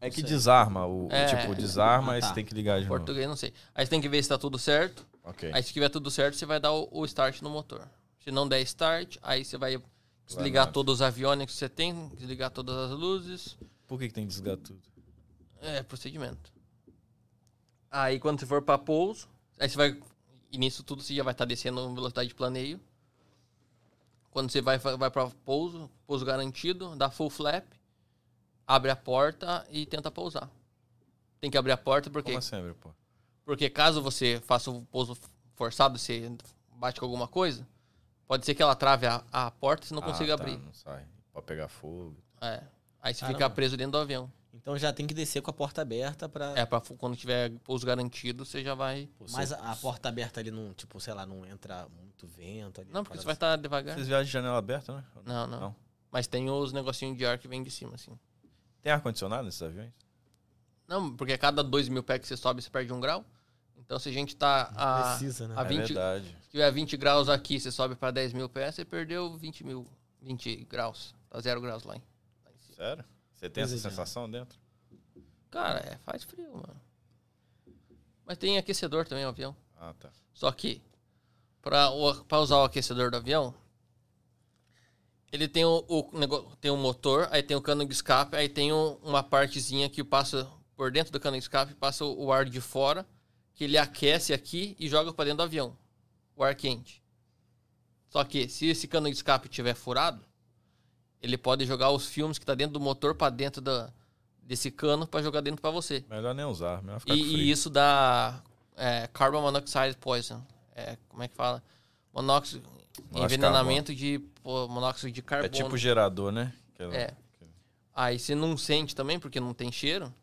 É que
Não sei.
desarma. O, o
É.
Tipo, desarma e
Ah, tá.
você tem que ligar de novo.
Português, não sei. Aí você tem que ver se tá tudo certo.
Ok.
Aí se tiver tudo certo, você vai dar o, o start no motor. Se não der start, aí você vai desligar
nada.
todos os aviônicos que você tem, desligar todas as luzes.
Por que, que tem que desligar tudo?
É, procedimento. Aí quando você for pra pouso, aí você vai. E nisso tudo você já vai estar descendo em velocidade de planeio. Quando você vai, vai pra pouso, pouso garantido, dá full flap, abre a porta e tenta pousar. Tem que
é
abrir a porta porque
Como assim, meu pô?
Porque caso você faça um pouso forçado, você bate com alguma coisa, pode ser que ela trave a, a porta e você não consiga
Ah, tá,
abrir.
Não sai. Pode pegar fogo.
É. Aí você
Caramba.
fica preso dentro do avião.
Então já tem que descer com a porta aberta pra.
É, pra, quando tiver pouso garantido, você já vai.
Pô, Mas a, a porta aberta ali não, tipo, sei lá, não entra muito vento ali.
Não, porque você vai
parada
estar devagar.
Vocês viajam de janela aberta, né?
Não, não,
Não.
Mas tem os negocinhos de ar que vem de cima, assim.
Tem ar-condicionado nesses aviões?
Não, porque a cada dois mil pés que você sobe, você perde um grau. Então, se a gente tá
assim.
a,
Precisa, né?
a 20,
É verdade.
se tiver 20 graus aqui, você sobe pra 10 mil pés, você perdeu 20 mil, 20 graus. Tá zero graus lá, em, lá em cima.
Sério? Você tem essa
Coisa de
sensação dentro?
Cara, é, faz frio, mano. Mas tem aquecedor também, o avião.
Ah, tá.
Só que, pra, o- pra usar o aquecedor do avião, ele tem o, o nego- tem um motor, aí tem o cano de escape, aí tem um- uma partezinha que passa por dentro do cano de escape, passa o, o ar de fora, que ele aquece aqui e joga pra dentro do avião. O ar quente. Só que, se esse cano de escape tiver furado, ele pode jogar os filmes que tá dentro do motor pra dentro da, desse cano pra jogar dentro pra você.
Melhor nem usar, melhor ficar
E,
com frio.
e isso dá é, carbon monoxide poison. É, como é que fala? Monóxido.
Monóxido de
envenenamento de pô, monóxido de carbono.
É tipo gerador, né? Que
É. Aí você não sente também, porque não tem cheiro.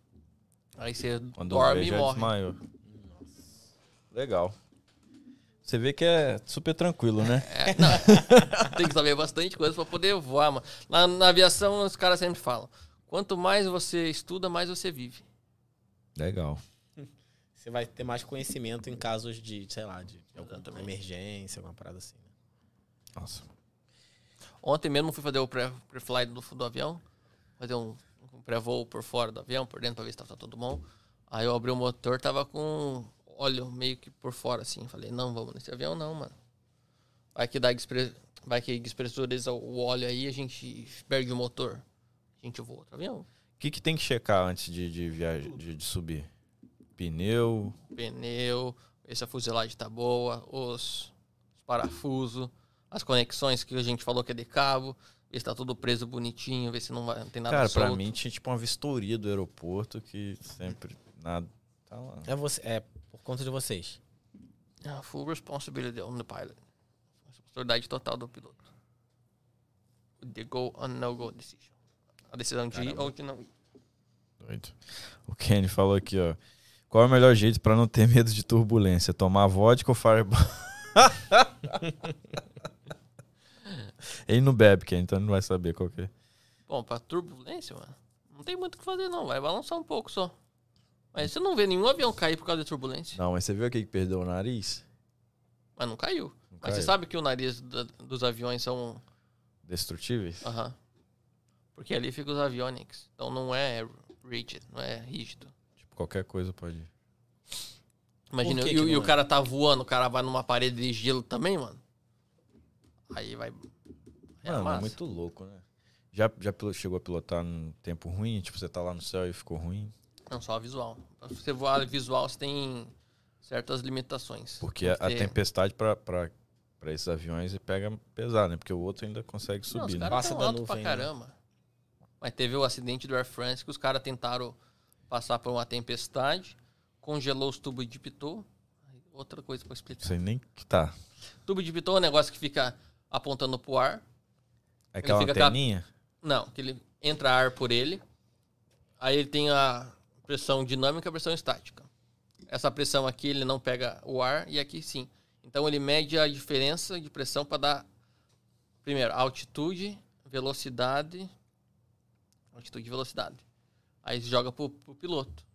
Aí você
Quando
dorme
vê,
e
já
morre.
desmaiou. Legal. Você vê que é super tranquilo, né?
É, não, tem que saber bastante coisa pra poder voar, mano. Lá na aviação, os caras sempre falam: quanto mais você estuda, mais você vive.
Legal.
Você vai ter mais conhecimento em casos de, sei lá, de alguma
Exatamente.
emergência, alguma parada assim. né?
Nossa.
Ontem mesmo fui fazer o pré- pré-flight do, do avião, fazer um, um pré-voo por fora do avião, por dentro, pra ver se tava todo bom. Aí eu abri o motor, tava com óleo meio que por fora, assim. Falei, não, vamos nesse avião não, mano. Vai que dá despre- vai que despressuriza o óleo aí, a gente perde o motor. A gente voa outro avião.
O que, que tem que checar antes de, de viajar, de, de subir? Pneu.
Pneu, ver se a fuselagem tá boa, os, os parafusos, as conexões que a gente falou que é de cabo, ver se tá tudo preso bonitinho, ver se não, vai, não tem nada
Cara,
solto.
pra mim tinha tipo uma vistoria do aeroporto que sempre nada. Tá lá.
É, você, é por conta de vocês.
Ah, full responsibility on the pilot. Responsabilidade total do piloto. The go or no go decision. A decisão de ir ou de não ir.
Doido. O Kenny falou aqui, ó. Qual é o melhor jeito pra não ter medo de turbulência? Tomar vodka ou fireball? ele não bebe, Kenny, então ele não vai saber qual que é.
Bom, pra turbulência, mano, não tem muito o que fazer não. Vai balançar um pouco só. Mas você não vê nenhum avião cair por causa de turbulência.
Não, mas você viu aquele que perdeu o nariz? Um
Mas não caiu.
Não
Mas você
caiu.
sabe que o nariz da- dos aviões são...
Destrutíveis?
Aham. Porque ali fica os avionics. Então não é rigid, não é rígido.
Tipo, qualquer coisa pode.
Imagina,
que
e,
que
o- e
não
o
é?
cara tá voando, o cara vai numa parede de gelo também, mano. Aí vai. É
Mano,
massa.
é muito louco, né? Já, já pilo- chegou a pilotar num tempo ruim? Tipo, você tá lá no céu e ficou ruim?
Não, só visual. Pra você voar visual, você tem certas limitações.
Porque a, a
Tem que ter-
tempestade pra, pra, pra esses aviões pega pesado, né? Porque o outro ainda consegue
Não, os
subir, né?
caras
Passa
tão
da
alto pra
nuvem, né?
caramba. Mas teve o acidente do Air France que os caras tentaram passar por uma tempestade, congelou os tubos de pitot. Aí, Outra coisa pra
Não
explicar.
sei nem que tá.
Tubo de pitot é um negócio que fica apontando pro ar.
É aquela
fica com a-
anteninha?
Não, que ele entra ar por ele. Aí ele tem a pressão dinâmica e a pressão estática. Essa pressão aqui ele não pega o ar e aqui sim. Então ele mede a diferença de pressão para dar primeiro altitude, velocidade, altitude e velocidade. Aí joga pro, pro piloto.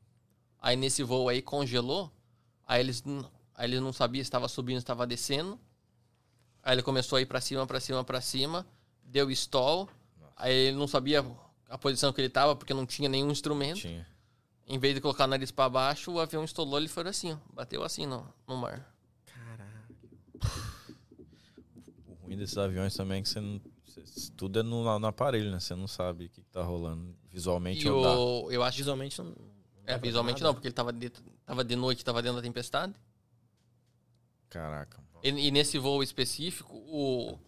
Aí nesse voo aí congelou. Aí eles n- aí ele não sabia se estava subindo, se estava descendo. Aí ele começou a ir para cima, para cima, para cima, deu stall. Aí ele não sabia a posição que ele tava porque não tinha nenhum instrumento.
Tinha.
Em vez de colocar o nariz para baixo, o avião estolou ele foi assim, ó, bateu assim no, no mar.
Caralho.
O ruim desses aviões também é que você não. você- tudo é no, no aparelho, né? Você não sabe o que, que tá rolando visualmente
E
ou dá.
o, eu acho que
Visualmente não.
é, visualmente não, porque ele tava de, tava de noite, tava dentro da tempestade.
Caraca. mano.
E, e nesse voo específico, o,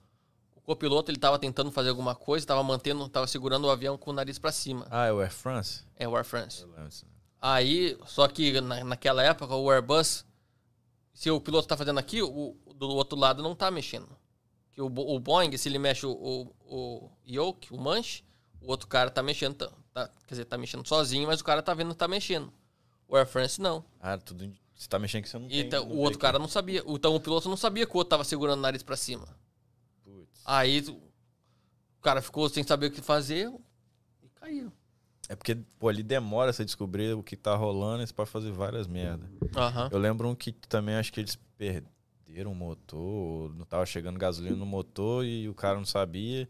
o copiloto ele tava tentando fazer alguma coisa, tava mantendo, tava segurando o avião com o nariz para cima.
Ah, é o Air France?
É o Air France.
Eu lembro disso, né?
Aí, só que na, naquela época, o Airbus, se o piloto tá fazendo aqui, o, o do outro lado não tá mexendo. Que o, bo- o Boeing, se ele mexe o, o, o yoke, o manche, o outro cara tá mexendo, tá, tá- quer dizer, tá mexendo sozinho, mas o cara tá vendo que tá mexendo. O Air France não.
Ah, tudo. em- Você tá mexendo que você não tem.
Então,
não
o
tem
outro
que-
cara não sabia. Então, o piloto não sabia que o outro tava segurando o nariz pra cima.
Putz.
Aí, o cara ficou sem saber o que fazer e caiu.
É porque, pô, ali demora você descobrir o que tá rolando e você pode fazer várias merdas.
Aham.
Eu lembro um que também acho que eles perderam o motor, ou não tava chegando gasolina no motor e o cara não sabia.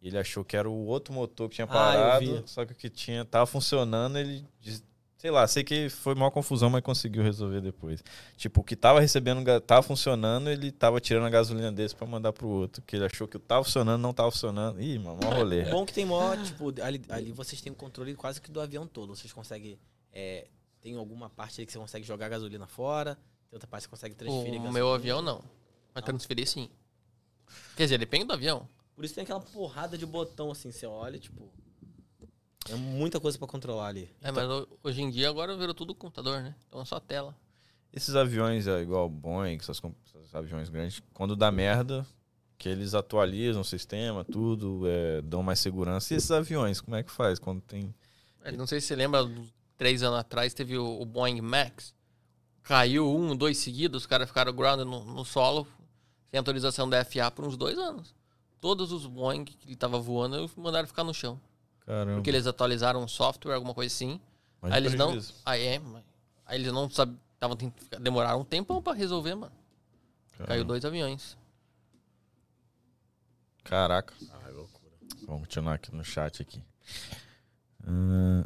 E ele achou que era o outro motor que tinha
Ah, eu
parado,
vi.
só que o que tinha tava funcionando, ele des- sei lá, sei que foi maior confusão, mas conseguiu resolver depois. Tipo, o que tava recebendo, ga- tava funcionando, ele tava tirando a gasolina desse pra mandar pro outro, que ele achou que o que tava funcionando, não tava funcionando. Ih, mano, mó rolê.
É bom que tem mó, tipo, ali, ali vocês têm o controle quase que do avião todo. Vocês conseguem. é, tem alguma parte ali que você consegue jogar a gasolina fora, tem outra parte que você consegue transferir.
O
gasolina.
meu avião não. Mas transferir sim. Quer dizer, depende do avião.
Por isso tem aquela porrada de botão assim, você olha, tipo. É muita coisa pra controlar ali.
É, mas ho- hoje em dia agora virou tudo computador, né? Então é só tela.
Esses aviões, é, igual o Boeing, essas, com- esses aviões grandes, quando dá merda, que eles atualizam o sistema, tudo, é, dão mais segurança. E esses aviões, como é que faz quando tem...
É, Não sei se você lembra, uns três anos atrás teve o, o Boeing Max. Caiu um, dois seguidos, os caras ficaram grounded no, no solo, sem autorização da FAA por uns dois anos. Todos os Boeing que ele tava voando, mandaram ficar no chão.
Caramba,
Porque eles atualizaram um software, alguma coisa assim.
mas
aí eles não.
prejuízo.
Aí é, mas- aí eles não sabiam. Demoraram um tempão pra resolver, mano. Caiu dois aviões.
Caraca. Vamos continuar aqui no chat aqui. Ah,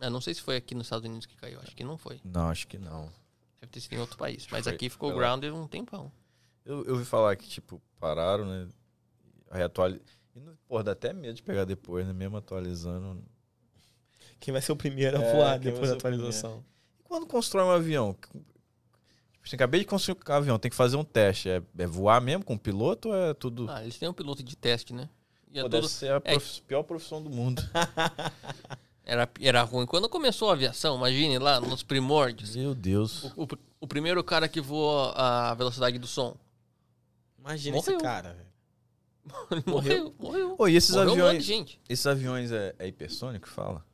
Eu É, não sei se foi aqui nos Estados Unidos que caiu, acho que não foi.
não, acho que não.
Deve ter sido em outro país. Mas
Foi-
aqui ficou
foi lá.
grounded um tempão.
Eu, eu ouvi falar que, tipo, pararam, né? Aí atualiz... E, não- pô, dá até medo de pegar depois, né? Mesmo atualizando,
Quem vai ser o primeiro
a É, voar quem depois vai da ser o atualização? E quando constrói um avião? Tipo assim, acabei de construir um avião, tem que fazer um teste. É, é voar mesmo com o piloto ou é tudo.
Ah, eles têm um piloto de teste, né? E é
Pô,
tudo-
deve ser a prof- pior profissão do mundo.
era, era ruim. Quando começou a aviação, imagine lá nos primórdios.
Meu Deus.
O, o- o primeiro cara que voou a velocidade do som.
Imagina
Morreu.
esse cara, velho.
Ele Morreu, morreu.
Ô, e esses
Morreu um monte de
aviões.
gente.
Esses aviões é, é hipersônico que fala?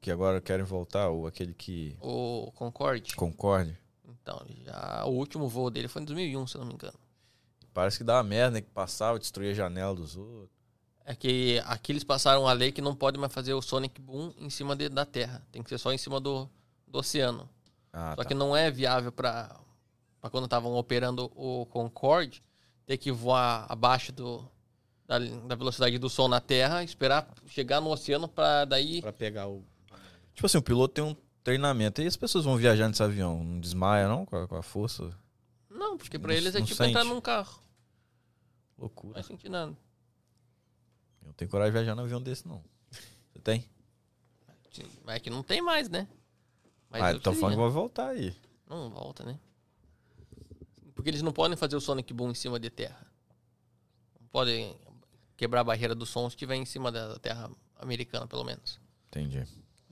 Que agora querem voltar, ou aquele que
O Concorde.
concorde.
Então, já o último voo dele foi em 2001, se eu não me engano.
Parece que dá uma merda, né? Que passava, destruía a janela dos outros.
É que aqui eles passaram a lei que não pode mais fazer o Sonic Boom em cima de- da Terra. Tem que ser só em cima do, do oceano.
Ah,
só
tá.
que não é viável para quando estavam operando o Concorde ter que voar abaixo do, da, da velocidade do som na Terra, esperar chegar no oceano para daí.
Pra pegar o.
Tipo assim, o piloto tem um treinamento. E as pessoas vão viajar nesse avião? Não desmaia, não? Com a, com a força?
Não, porque para
Não-
eles é
não
tipo
sente. É.
entrar num carro. Não
Loucura.
faz sentido nada.
Eu não tenho coragem de viajar num avião desse, não. Você tem?
Sim, Mas é que não tem mais, né? Mas
ah,
eu
estão
sei,
falando
né?
que vai voltar aí.
Não volta, né? Porque eles não podem fazer o Sonic Boom em cima de terra. Não podem quebrar a barreira do som se estiver em cima da da terra americana, pelo menos.
Entendi.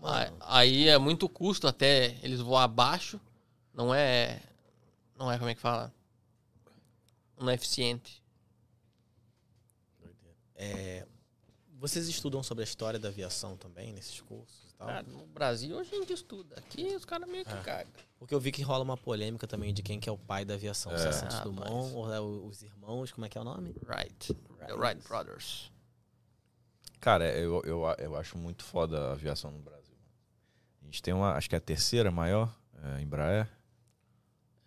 Aí- Aí é muito custo até eles voar abaixo. Não é. Não é como é que fala? Não é eficiente.
Vocês estudam sobre a história da aviação também nesses cursos e tal?
Ah, no Brasil hoje a gente estuda. Aqui os caras meio que cagam.
Porque eu vi que rola uma polêmica também de quem que é o pai da aviação. Se é Santos
Ah,
Dumont ou é o- os irmãos, como é que é o nome?
Right.
É
The Wright Brothers.
Cara, eu, eu, eu acho muito foda a aviação no Brasil. A gente tem uma, acho que é a terceira maior, é, Embraer.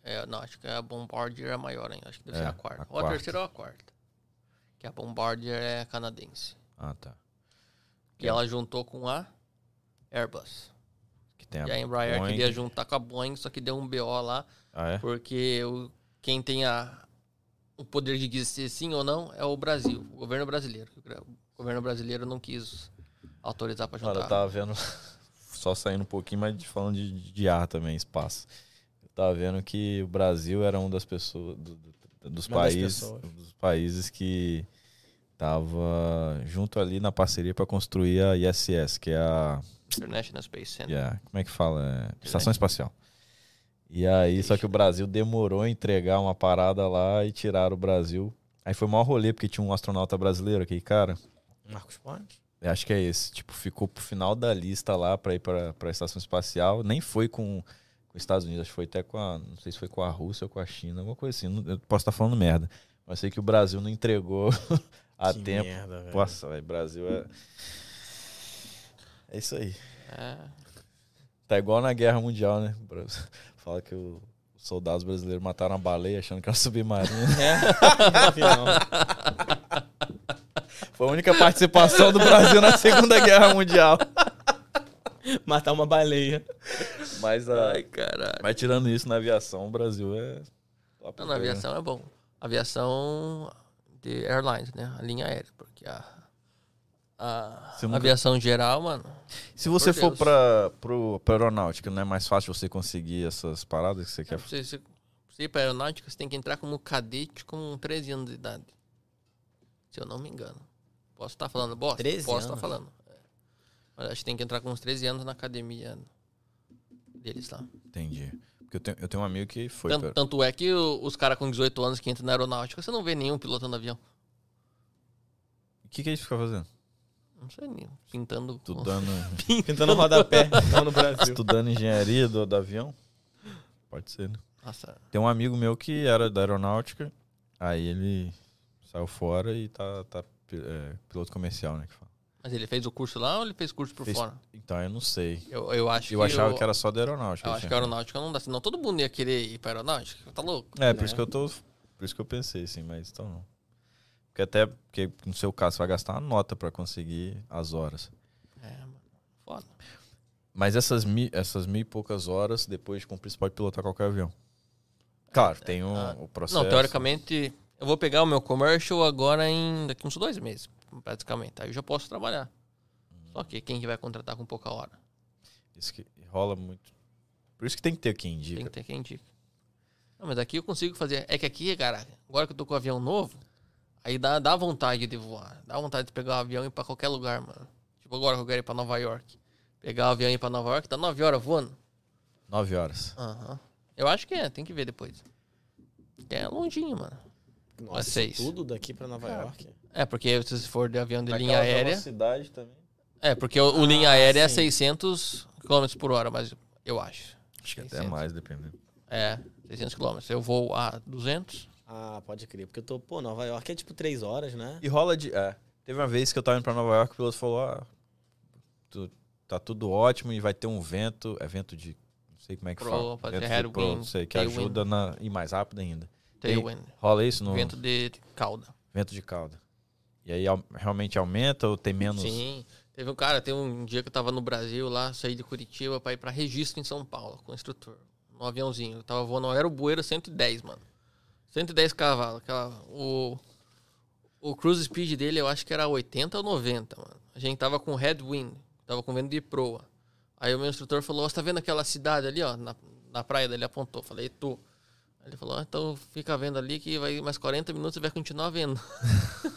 É, não, acho que a Bombardier é a maior, hein? Acho que deve
É,
ser a
a
quarta. Ou
quarta.
a terceira ou a quarta. Que a Bombardier é canadense.
Ah, tá.
Que
É.
ela juntou com a Airbus.
Que tem
e a Embraer
É Boeing.
queria juntar com a Boeing, só que deu um BO lá,
Ah, é?
porque o, quem tem a, o poder de dizer sim ou não é o Brasil, o governo brasileiro. O gra- o governo brasileiro não quis autorizar pra juntar.
Tá.
Cara, eu tava vendo, só saindo um pouquinho, mas de- falando de, de ar também, espaço. Eu tava vendo que o Brasil era um das pessoas, do- do- dos
Uma das
países,
pessoas.
um dos países que tava junto ali na parceria para construir a ISS, que é a
International Space Center.
Yeah. Como é que fala? É, Estação espacial. E aí, só que o Brasil demorou a entregar uma parada lá e tiraram o Brasil. Aí foi o maior rolê, porque tinha um astronauta brasileiro aqui, cara.
Marcos Pontes?
Eu Acho que é esse. Tipo, ficou pro final da lista lá pra ir pra, pra estação espacial. Nem foi com, com os Estados Unidos, acho que foi até com a. Não sei se foi com a Rússia ou com a China, alguma coisa assim. Não- Eu posso estar falando merda. Mas sei que o Brasil não entregou a
Que
tempo.
merda, velho.
Nossa, velho, Brasil é. É isso aí.
É.
Tá igual na guerra mundial, né? O Brasil- Fala que o- os soldados brasileiros mataram a baleia achando que era um submarino. Foi a única participação do Brasil na Segunda Guerra Mundial.
Matar uma baleia.
Mas, a-
Ai, caralho.
mas tirando isso na aviação, o Brasil é. top,
Não, na
né?
aviação é bom. Aviação de airlines, né? A linha aérea. Porque a, a
Você nunca-
aviação geral, mano.
Se você
Por
for
Deus.
pra, pro, pra aeronáutica, não é mais fácil você conseguir essas paradas que você quer
Você, você, você ir pra aeronáutica, você tem que entrar como cadete com 13 anos de idade. Se eu não me engano. Posso estar falando bosta?
13
Posso estar
anos?
falando. É. Mas acho que tem que entrar com uns 13 anos na academia deles lá.
Entendi. Porque eu tenho, eu tenho um amigo que foi.
Tan-
pra-
Tanto, é que o- os caras com 18 anos que entram na aeronáutica, você não vê nenhum pilotando avião.
O que, que a gente fica fazendo?
Não sei nem. Pintando. com-
Estudando,
Pintando rodapé lá no Brasil.
estudando engenharia do, do avião? Pode ser, né?
Nossa.
Tem um amigo meu que era da aeronáutica, aí ele saiu fora e tá, tá pi- é, piloto comercial, né? que fala.
Mas ele fez o curso lá ou ele fez curso por
Fez-
fora?
Então eu não sei.
Eu, eu acho
Eu
que
achava
eu-
que era só da aeronáutica.
Eu acho
assim.
que a aeronáutica não dá. Senão todo mundo ia querer ir pra aeronáutica. Tá louco?
É, por isso que eu tô. Por isso que eu pensei, assim, mas então não. Porque até, porque no seu caso, você vai gastar uma nota pra conseguir as horas.
É, mano. Foda.
Mas essas, mi, essas mil e poucas horas, depois de cumprir, você pode pilotar qualquer avião. Claro, tem um,
Ah,
o processo.
Não, teoricamente, eu vou pegar o meu commercial agora em daqui uns dois meses, praticamente. Aí eu já posso trabalhar. Só que quem que vai contratar com pouca hora?
Isso que rola muito. Por isso que tem que ter quem indica.
Tem que ter quem indica. Não, mas aqui eu consigo fazer. É que aqui, cara, agora que eu tô com o avião novo, aí dá, dá vontade de voar. Dá vontade de pegar o avião e ir pra qualquer lugar, mano. Tipo agora que eu quero ir pra Nova York. Pegar o avião e ir pra Nova York, dá nove horas voando.
Nove horas.
Aham. Eu acho que é, tem que ver depois. É longinho, mano.
Nossa, isso
seis.
tudo daqui pra Nova York.
É, porque se for de avião de linha
Naquela
aérea.
velocidade também.
É, porque o, o linha aérea
sim.
é 600 km por hora, mas eu acho.
Acho que até
600.
mais, dependendo.
É, 600 km. Eu vou a 200.
Ah, pode crer. Porque eu tô, pô, Nova York é tipo três horas, né?
E rola de. É, teve uma vez que eu tava indo pra Nova York, o piloto falou: ah, tu- tá tudo ótimo e vai ter um vento. É vento de. Não sei como é que
Pro-
fala.
pode
vento
ser
de pro,
headwind,
não sei, que
tailwind.
ajuda na, ir mais rápido ainda. Tem-
Tailwind.
Rola isso no
Vento
vento,
de cauda.
de calda. E aí au- realmente aumenta ou tem menos?
Sim. Teve um cara, teve um dia que eu tava no Brasil lá, saí de Curitiba pra ir pra registro em São Paulo, com o instrutor. No aviãozinho. Eu tava voando, era o Bueiro 110, mano. 110 cavalos. Aquela, o, o cruise speed dele eu acho que era 80 ou 90, mano. A gente tava com headwind, tava com vento de proa. Aí o meu instrutor falou: Ó, você tá vendo aquela cidade ali, ó, na, na praia dele? Ele apontou. Falei: Tô. Aí Ele falou: "Ah, então fica vendo ali que vai mais 40 minutos e vai continuar vendo.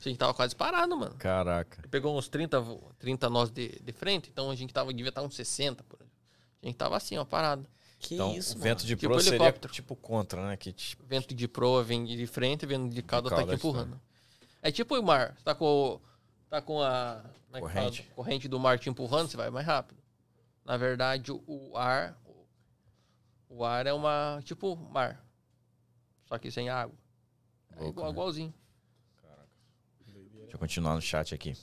a gente tava quase parado, mano.
Caraca.
Pegou uns 30, vo- 30 nós de, de frente, então a gente tava, devia estar uns 60 por aí. A gente tava assim, ó, parado.
Que
então,
isso,
o
mano.
vento de
Tipo
pro seria
helicóptero.
tipo contra, né? Que te-
Vento de proa vem de frente, vento de cauda tá
cauda,
te empurrando. É tipo o mar, você tá com, o- tá com a como é que fala?
Corrente.
corrente do mar te empurrando, você vai mais rápido. Na verdade, o, o ar, o, o ar é uma, tipo mar, só que sem água. É
Louco,
igual,
né?
igualzinho.
Deixa eu continuar no chat aqui.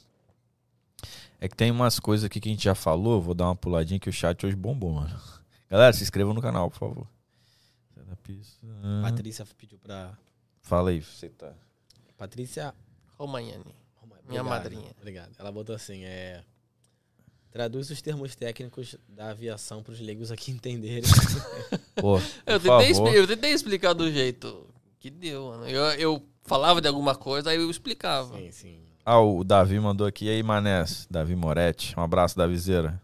É que tem umas coisas aqui que a gente já falou, vou dar uma puladinha que o chat hoje bombou, mano. Galera, se inscrevam no canal, por favor. Sai da pista.
Patrícia pediu pra.
Fala aí. Você tá.
Patrícia.
Romagnani.
Obrigado,
madrinha.
Obrigado. Ela botou assim: é. Traduz os termos técnicos da aviação pros leigos aqui entenderem.
Pô, por
Eu tentei,
favor.
expli- eu tentei explicar do jeito que deu, mano. Eu, eu falava de alguma coisa, aí eu explicava.
sim, sim.
Ah, o Davi mandou aqui. E aí, Manés? Davi Moretti. Um abraço, Davizeira.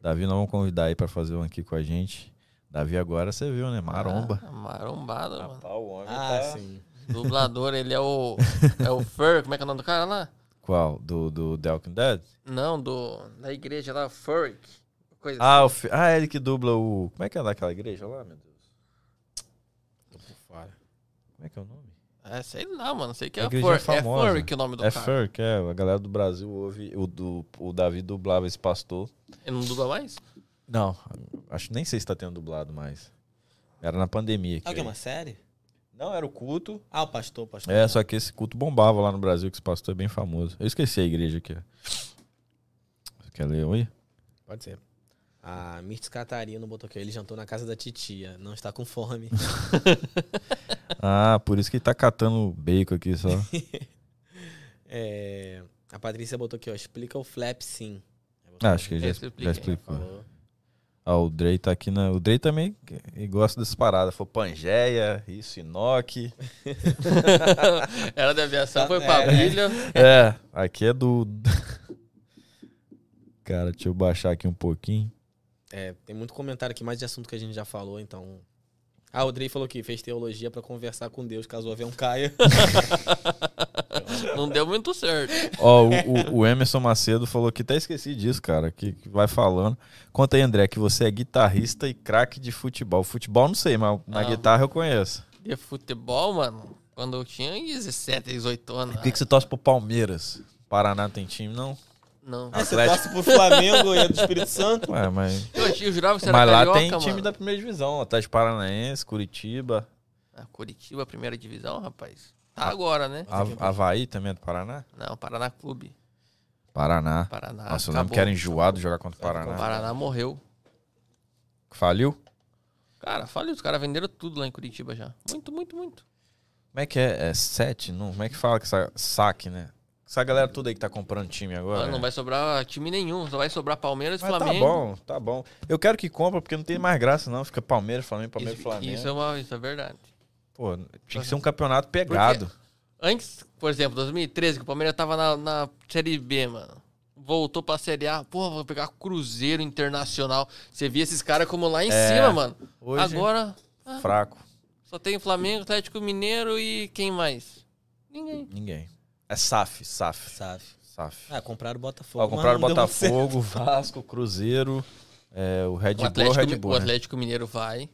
Davi, nós vamos convidar aí pra fazer um aqui com a gente. Davi agora você viu, né? Maromba.
Ah, marombado, mano.
tá, o homem
Ah, sim.
Dublador, ele é o. É o Fur, como é que é o nome do cara lá?
Qual? Do, do The Walking Dead?
Não, do. Da igreja lá, Furic. O coisa assim.
Ah, o fi- ah, ele que dubla o. Como é que é daquela igreja lá, meu Deus?
Tô por fora.
Como é que é o nome?
É, sei lá, mano. Sei que
A
é,
igreja
fur,
é famosa.
é Furry que é o nome do
é
cara.
Fur, que é. A galera do Brasil ouve. O, do, o Davi dublava esse pastor.
Ele não dubla mais?
Não, acho nem sei se tá tendo dublado mais. Era na pandemia. que-
É o que? Uma série?
Não, era o culto.
Ah, o pastor, o pastor.
É, só que esse culto bombava lá no Brasil, que esse pastor é bem famoso. Eu esqueci a igreja aqui. Você quer ler oi?
Pode ser. A Mirtz Catarino botou aqui. Ele jantou na casa da titia. Não está com fome.
Ah, por isso que ele tá catando bacon aqui só.
É, a Patrícia botou aqui, ó. Explica o flap sim. Aí botou
Ah,
aqui,
acho que já,
É,
já
expliquei.
explicou.
falou.
Ah, o Drey tá aqui na. O Drey também e gosta dessas paradas. Foi Pangeia, isso, Enoch.
Era da aviação, foi pra
É.
brilha.
É, aqui é do. Cara, deixa eu baixar aqui um pouquinho.
É, tem muito comentário aqui, mais de assunto que a gente já falou, então. Ah, o Drey falou que fez teologia pra conversar com Deus, caso o avião caia.
Não deu muito certo.
Ó, o, o- o Emerson Macedo falou que até esqueci disso, cara. Que, que vai falando. Conta aí, André, que você é guitarrista e craque de futebol. Futebol não sei, mas na
Ah.
guitarra eu conheço.
De futebol, mano, quando eu tinha 17, 18 anos.
Por que, que você torce pro Palmeiras? Paraná tem time, não?
Não.
Você torce pro Flamengo e é do Espírito Santo.
Ué, mas.
Eu, achei- eu jurava que você era
é Mas lá
carioca,
tem
mano.
time da primeira divisão, Atlético Paranaense, Curitiba.
Ah, Curitiba, primeira divisão, rapaz. Tá agora, né?
A, Havaí também é do Paraná?
Não, Paraná Clube.
Paraná.
Paraná.
Nossa, eu
ah, acabou.
lembro que era enjoado jogar contra o Paraná.
Paraná morreu.
Faliu?
Cara, falei, os caras venderam tudo lá em Curitiba já. Muito, muito, muito.
Como é que é? É sete? Não, como é que fala que essa saque, né? Essa galera toda aí que tá comprando time agora.
Ah, não
né?
vai sobrar time nenhum, só vai sobrar Palmeiras e
Mas
Flamengo.
Tá bom, tá bom. Eu quero que compra, porque não tem mais graça, não. Fica Palmeiras, Flamengo, Palmeiras,
isso,
Flamengo.
Isso é, uma, isso é verdade.
Pô, tinha que ser um campeonato pegado.
Antes, por exemplo, 2013, que o Palmeiras tava na, na Série B, mano. Voltou pra Série A, porra, vou pegar Cruzeiro Internacional. Você via esses caras como lá em cima, mano.
É. Hoje,
Agora,
fraco.
só tem Flamengo, Atlético Mineiro e quem mais? Ninguém.
Ninguém. É SAF, SAF,
Sabe?
SAF.
Ah, compraram o Botafogo.
Ó, compraram
mas não deu certo.
Botafogo, Vasco, Cruzeiro, é, o Red
O
Bull,
Atlético,
o Red Bull,
o
né?
Atlético Mineiro vai.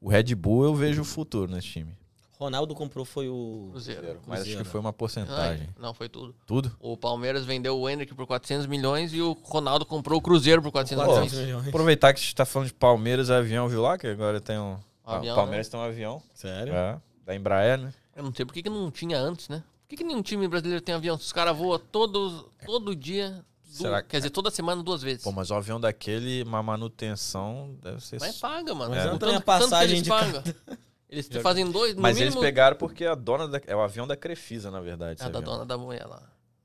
O Red Bull eu vejo o futuro nesse time.
Ronaldo comprou foi o.
Cruzeiro.
Mas acho que
Cruzeiro.
foi uma porcentagem.
Ai, não, foi tudo.
Tudo?
O Palmeiras vendeu o Hendrick por 400 milhões e o Ronaldo comprou o Cruzeiro por 400
400
milhões.
milhões.
Aproveitar que a gente tá falando de Palmeiras e avião, viu lá? Que agora tem um.
Avião, né?
Ah, Palmeiras tem um avião.
Sério?
É, da Embraer, né?
Eu não sei por que, que não tinha antes, né? Por que, que nenhum time brasileiro tem avião? Os caras voam todo, todo dia. du-
Será que-
Quer dizer, toda semana duas vezes.
Pô, mas o avião daquele, uma manutenção, deve ser.
Mas
Mas,
paga, mano.
Mas
O
não
tanto-
tem a
tanto que eles
passagem de
pagam. Eles fazem dois, no
eles
mínimo...
pegaram porque a dona da- É o avião da Crefisa, na verdade.
Ah,
esse
da
avião.
dona da mulher lá.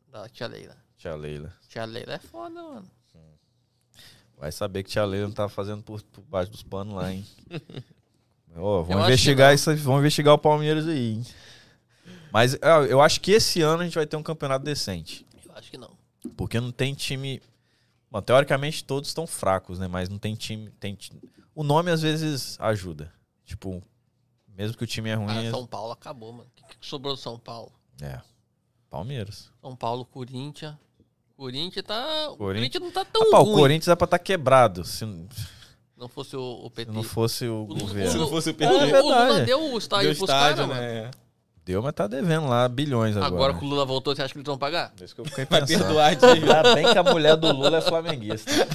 Da tia Leila.
Tia Leila.
Tia Leila é foda, mano.
Vai saber que tia Leila não tá fazendo por, por baixo dos panos lá, hein? Ó,
Eu
vão
acho
investigar isso, aí, vão investigar o Palmeiras aí, hein? Mas ah, eu acho que esse ano a gente vai ter um campeonato decente.
Eu acho que não.
Porque não tem time. Bom, teoricamente todos estão fracos, né? Mas não tem time. Tem... ti- O nome às vezes ajuda. Tipo, mesmo que o time é ruim.
Cara,
é-
Ah, São Paulo acabou, mano. O que, que sobrou do São Paulo?
É. Palmeiras.
São Paulo, Corinthians. Corinthians tá...
Corinthians-
O Corinthians não tá tão
Rapaz, Ah, o
ruim.
Corinthians dá pra estar quebrado se, se
Não fosse o, o PT.
não fosse o,
Lula-
Se
governo.
não fosse o PT.
O,
É
o Lula
verdade.
deu o estádio
Deu
Tá pros
estádio,
caras, mano.
né?
Deu, mas tá devendo lá bilhões agora.
Agora
né?
que o Lula voltou, você acha que eles vão pagar?
É isso que eu fiquei
Vai
pensando.
perdoar a dívida.
Ainda bem que a mulher do Lula é flamenguista.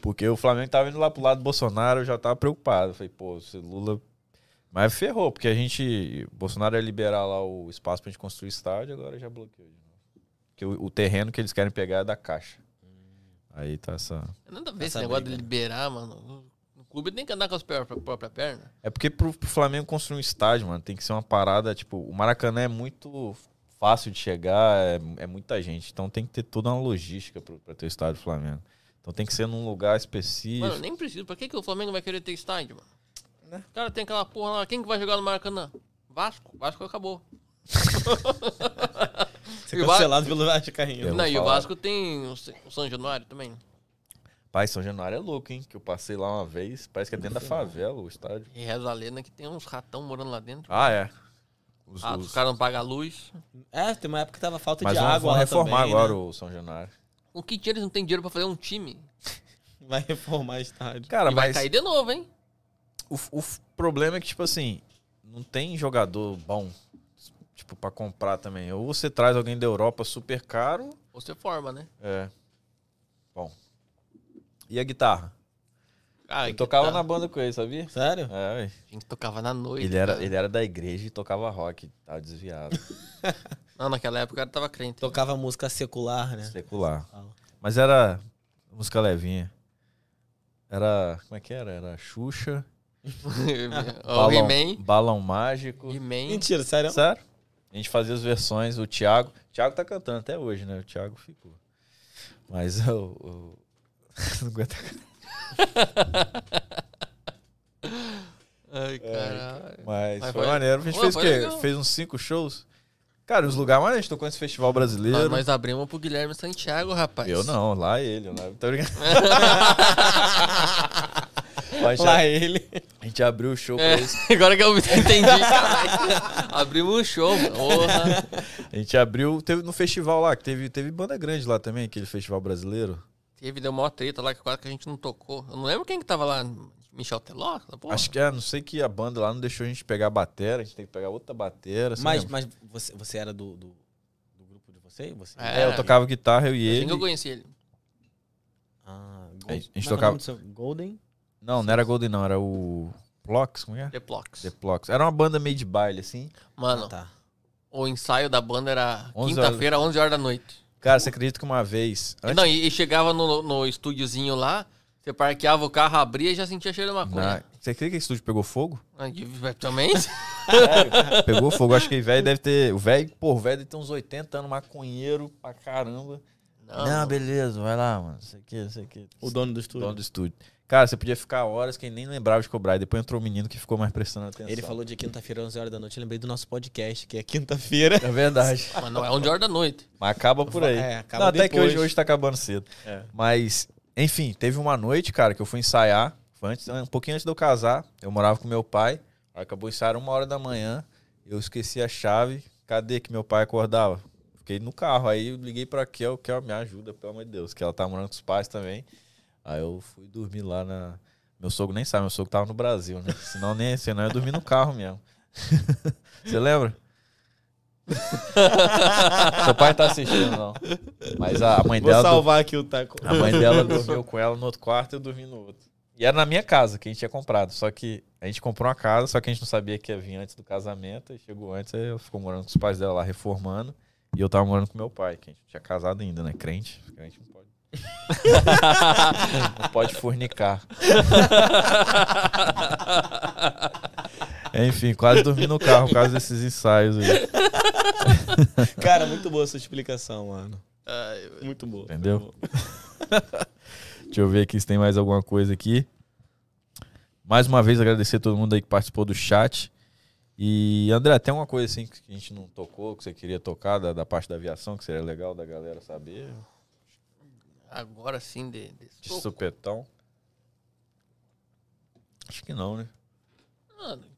Porque o Flamengo tava indo lá pro lado do Bolsonaro, eu já tava preocupado. Eu Falei, pô, se Lula. Mas ferrou, porque a gente. Bolsonaro ia liberar lá o espaço pra gente construir estádio, agora já bloqueou de novo. Porque o, o terreno que eles querem pegar é da Caixa. Aí tá essa.
Nada a ver esse
Essa
negócio
briga,
de liberar, mano. O clube tem que andar com as per- próprias pernas.
É porque pro, pro Flamengo construir um estádio, mano, tem que ser uma parada, tipo, o Maracanã é muito fácil de chegar, é, é muita gente, então tem que ter toda uma logística pro, pra ter o estádio do Flamengo. Então tem que ser num lugar específico.
Mano, nem preciso. Pra que, que o Flamengo vai querer ter estádio, mano? O cara tem aquela porra lá. Quem que vai jogar no Maracanã? Vasco. Vasco acabou.
Você
E
é
o
cancelado pelo Vasco Carrinho.
Eu
Não,
vou
e o
falar.
Vasco tem o S- o São Januário também.
Pai, São Januário é louco, hein? Que eu passei lá uma vez, parece que é dentro da favela o estádio.
E reza a lenda que tem uns ratão morando lá dentro.
Ah, é. Os,
Ah,
os-
os caras não pagam a luz.
É, tem uma época que tava falta
Mas
de
vão,
água
vão
lá
reformar
também,
agora
né?
o São Januário.
Com que dinheiro eles não têm dinheiro pra fazer um time?
Vai reformar estádio.
Cara,
e vai
mas
cair de novo, hein?
o, o f- problema é que, tipo assim, não tem jogador bom, tipo, pra comprar também. Ou você traz alguém da Europa super caro.
Ou você forma, né?
É. Bom. E a guitarra?
Ah,
Eu tocava na
guitarra.
banda com ele, sabia?
Sério?
É, ué.
A gente tocava na noite. tá.
Ele era,
cara.
ele era da igreja e tocava rock, tava desviado,
Não, naquela época o cara tava crente.
Tocava música secular, né?
secular.
Ah,
Fala.
Mas era música levinha. Era. Como é que era? Era Xuxa.
Ó, o
Balão,
He-Man.
Balão Mágico.
He-Man.
Mentira, sério?
Sério? A gente fazia as versões, o Thiago. O Thiago tá cantando até hoje, né? O Thiago ficou. Mas o. o... Não aguento.
Ai, caralho.
Mas,
Mas
foi,
foi-
maneiro. A gente
Pô,
fez o
foi
quê?
legal.
Fez uns cinco shows. Cara, os lugares mais a gente tocou nesse festival brasileiro.
Nós, nós abrimos pro Guilherme Santiago, rapaz.
Eu não, lá é ele. Lá... Tô brincando. a, gente,
Lá ele.
a gente abriu o show pra
É, agora que eu entendi, caralho. Abrimos um show, porra.
A gente abriu. Teve no festival lá, que teve, teve banda grande lá também, aquele festival brasileiro.
Teve, deu mó treta lá, que quase que a gente não tocou. Eu não lembro quem que tava lá. Michel Teló? Essa porra?
Acho que é, não sei que a banda lá não deixou a gente pegar a batera, a gente tem que pegar outra batera. assim você
Mas,
lembra?
mas você, você era do, do, do grupo de você? você?
É.
É, eu tocava guitarra, eu e
Assim que eu
ele.
conheci ele.
Ah, Gold-
A gente
Como é que é o
tocava-
nome do seu- Golden?
Não, não era Golden, não, era o Plox, como é?
The Plox.
The Plox. Era uma banda meio de baile, assim.
Mano,
Ah, tá.
o ensaio da banda era
11
quinta-feira, 11 horas da noite.
Cara, você acredita que uma vez.
E
antes-
Não, e, e chegava no, no estúdiozinho lá, você parqueava o carro, abria e já sentia cheiro de
na-
maconha.
Você acredita que esse estúdio pegou fogo?
Ah, e- Também?
Pegou fogo, acho que o velho deve ter. O velho, pô, o velho deve ter uns 80 anos, maconheiro pra caramba. Ah, Não, beleza, vai lá, mano. Isso aqui, isso aqui.
O dono do estúdio.
dono do estúdio. Cara, você podia ficar horas que nem lembrava de cobrar. E depois entrou um menino que ficou mais prestando atenção.
Ele falou de quinta-feira, 11 horas da noite. Eu lembrei do nosso podcast, que é quinta-feira.
É verdade.
Mas não é 11 horas da noite.
Mas acaba por aí.
É, acaba
Não, até que
depois.
hoje, hoje tá acabando cedo.
É.
Mas, enfim, teve uma noite, cara, que eu fui ensaiar. Foi antes, um pouquinho antes de eu casar. Eu morava com meu pai. Aí Acabou o ensaio era uma hora da manhã. Eu esqueci a chave. Cadê que meu pai acordava? Fiquei no carro. Aí eu liguei pra Kel. Kel, me ajuda, pelo amor de Deus. Que ela tá morando com os pais também. Aí eu fui dormir lá na... Meu sogro nem sabe, meu sogro tava no Brasil, né? Senão, nem, senão eu ia dormir no carro mesmo. Você lembra? Seu pai tá assistindo, não. Mas a a mãe
Vou
dela... do-
salvar aqui o taco.
a mãe dela dormiu com ela no outro quarto e eu dormi no outro. E era na minha casa que a gente tinha comprado. Só que a gente comprou uma casa, só que a gente não sabia que ia vir antes do casamento. E chegou antes, aí ela ficou morando com os pais dela lá, reformando. E eu tava morando com meu pai, que a gente não tinha casado ainda, né? Crente. Crente não pode. não pode fornicar. Enfim, quase dormi no carro por causa desses ensaios aí.
Cara, muito boa a sua explicação, mano.
Ai,
Muito boa.
Entendeu? Deixa eu ver aqui se tem mais alguma coisa aqui. Mais uma vez agradecer a todo mundo aí que participou do chat. E André, tem alguma coisa assim que a gente não tocou, que você queria tocar da, da parte da aviação, que seria legal da galera saber?
agora sim, de, de
De
soco.
supetão. Acho que não, né?
Mano, Ah,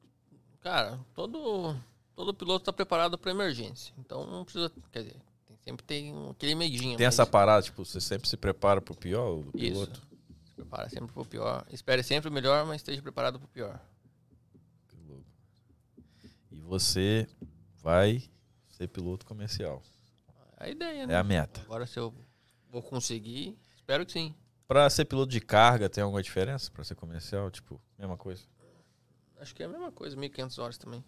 Cara, todo, todo piloto tá preparado pra emergência. Então não precisa. Quer dizer, tem- sempre tem um- aquele medinho.
Tem
mas
essa parada, tipo, você sempre se prepara pro pior, o
Isso.
piloto.
Se prepara sempre pro pior. Espere sempre o melhor, mas esteja preparado pro pior.
Que louco. E você vai ser piloto comercial.
É a ideia, né?
É a meta.
Agora se eu vou conseguir, espero que sim.
Pra ser piloto de carga, tem alguma diferença? Pra ser comercial, tipo, mesma coisa?
Acho que é a mesma coisa, 1.500 horas também.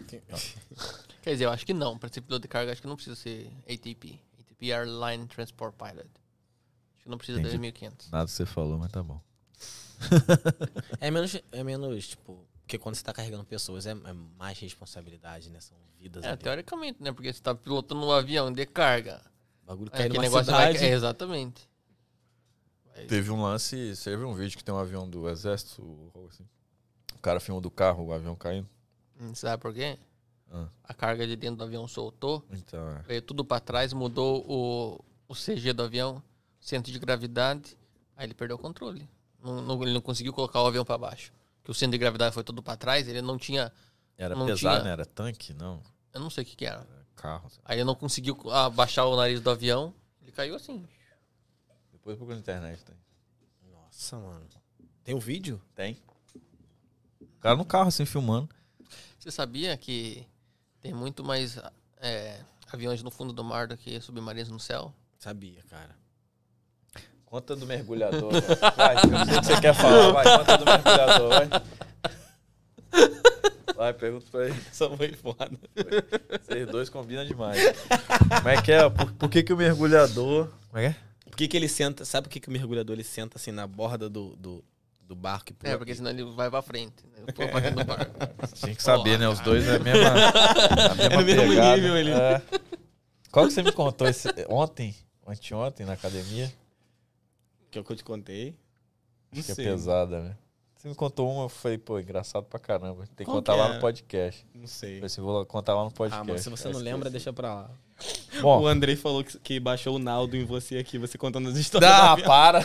Quer dizer, eu acho que não. Para ser piloto de carga, acho que não precisa ser ATP. ATP é Airline Transport Pilot. Acho que não precisa
Entendi.
de 1.500.
Nada que você falou, mas tá bom.
É menos, é menos, tipo, porque quando você tá carregando pessoas é, é mais responsabilidade, né? São vidas.
É,
ali.
teoricamente, né? Porque você tá pilotando um avião de carga.
O bagulho
Aí
cai
aquele
numa
negócio vai...
cidade.
É, exatamente.
Teve um lance, você viu um vídeo que tem um avião do exército, ou algo assim? O cara filmou do carro, o avião caindo.
Hum, Sabe por quê?
Ah.
A carga de dentro do avião soltou,
Então, é.
veio tudo para trás, mudou o, o CG do avião, centro de gravidade, aí ele perdeu o controle. Não- não- ele não conseguiu colocar o avião para baixo. Porque o centro de gravidade foi todo para trás, ele não tinha.
Era
Não
pesado,
tinha-
né? Era tanque, não?
Eu não sei o que, que era.
carro.
Aí ele não conseguiu abaixar o nariz do avião, ele caiu assim.
Depois procura na internet. Tem.
Nossa, mano. Tem um vídeo?
tem. O cara no carro, assim, filmando.
Você sabia que tem muito mais é, aviões no fundo do mar do que submarinos no céu?
Sabia, cara.
Conta do mergulhador. Vai, Vai, eu sei o que você quer falar. Vai, conta do mergulhador. Vai, vai pergunta pra ele.
Essa foi foda.
Vocês dois combinam demais. Como é que é? Por, por que, que o mergulhador. Como é que é?
Por que, que ele senta? Sabe por que, que o mergulhador ele senta assim na borda do, do, do barco e pula?
É, porque senão ele vai pra frente. Né? Pula pra dentro do barco.
Tinha que saber, né? Os dois é a mesma. A mesma
ah, É no mesmo
pegada.
nível ali.
É. Qual que você me contou esse, ontem? Anteontem na academia?
Que é o que eu te contei. Não
Que é
sei.
pesada, né? Você me contou uma, eu falei, pô, engraçado pra caramba. Tem que
Qual
contar
que
lá
era?
no podcast.
Não sei.
Falei assim, vou contar lá no podcast.
Ah, mano, se você não lembra, deixa pra lá.
Bom,
O Andrei falou que, que baixou o Naldo em você aqui, você contando as histórias.
dá,
da-
para.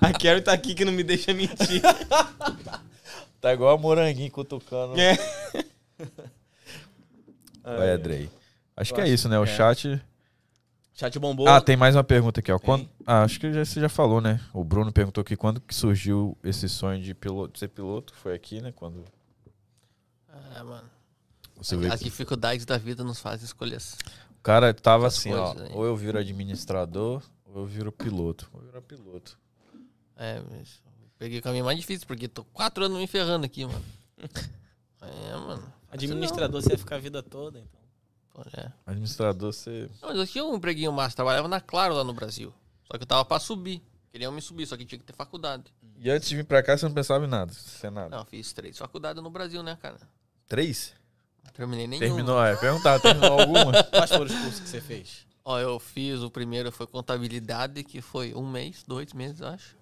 A Carrie tá aqui que não me deixa mentir.
Tá igual a moranguinho cutucando.
É.
Vai, Andrei. Acho que é
acho
isso, né? O
que é.
chat.
Chat bombou.
Ah, tem mais uma pergunta aqui, ó.
Tem?
Quando... Ah, acho que já, você já falou, né? O Bruno perguntou aqui quando que surgiu esse sonho de, piloto, de ser piloto. Foi aqui, né? Quando
Ah, mano.
você veio.
As dificuldades da vida nos fazem assim. escolhas.
O cara tava
As
assim, ó.
coisas, né?
Ou eu viro administrador, ou eu viro piloto. Ou eu viro piloto.
É, mas eu peguei o caminho mais difícil, porque tô quatro anos me ferrando aqui, mano. É, mano.
Administrador, você ia ficar a vida toda, então.
Pô, é.
Administrador, você.
Não, mas eu tinha um empreguinho massa, trabalhava na Claro lá no Brasil. Só que eu tava pra subir. Queriam me subir, só que tinha que ter faculdade.
E antes de vir pra cá, você não pensava em nada. Você é nada.
Não, eu fiz três faculdades no Brasil, né, cara?
Três?
Não terminei nenhuma.
Terminou, é. Perguntar, terminou alguma?
Quais foram os cursos que você fez?
Ó, eu fiz o primeiro, foi contabilidade, que foi um mês, dois meses, eu acho.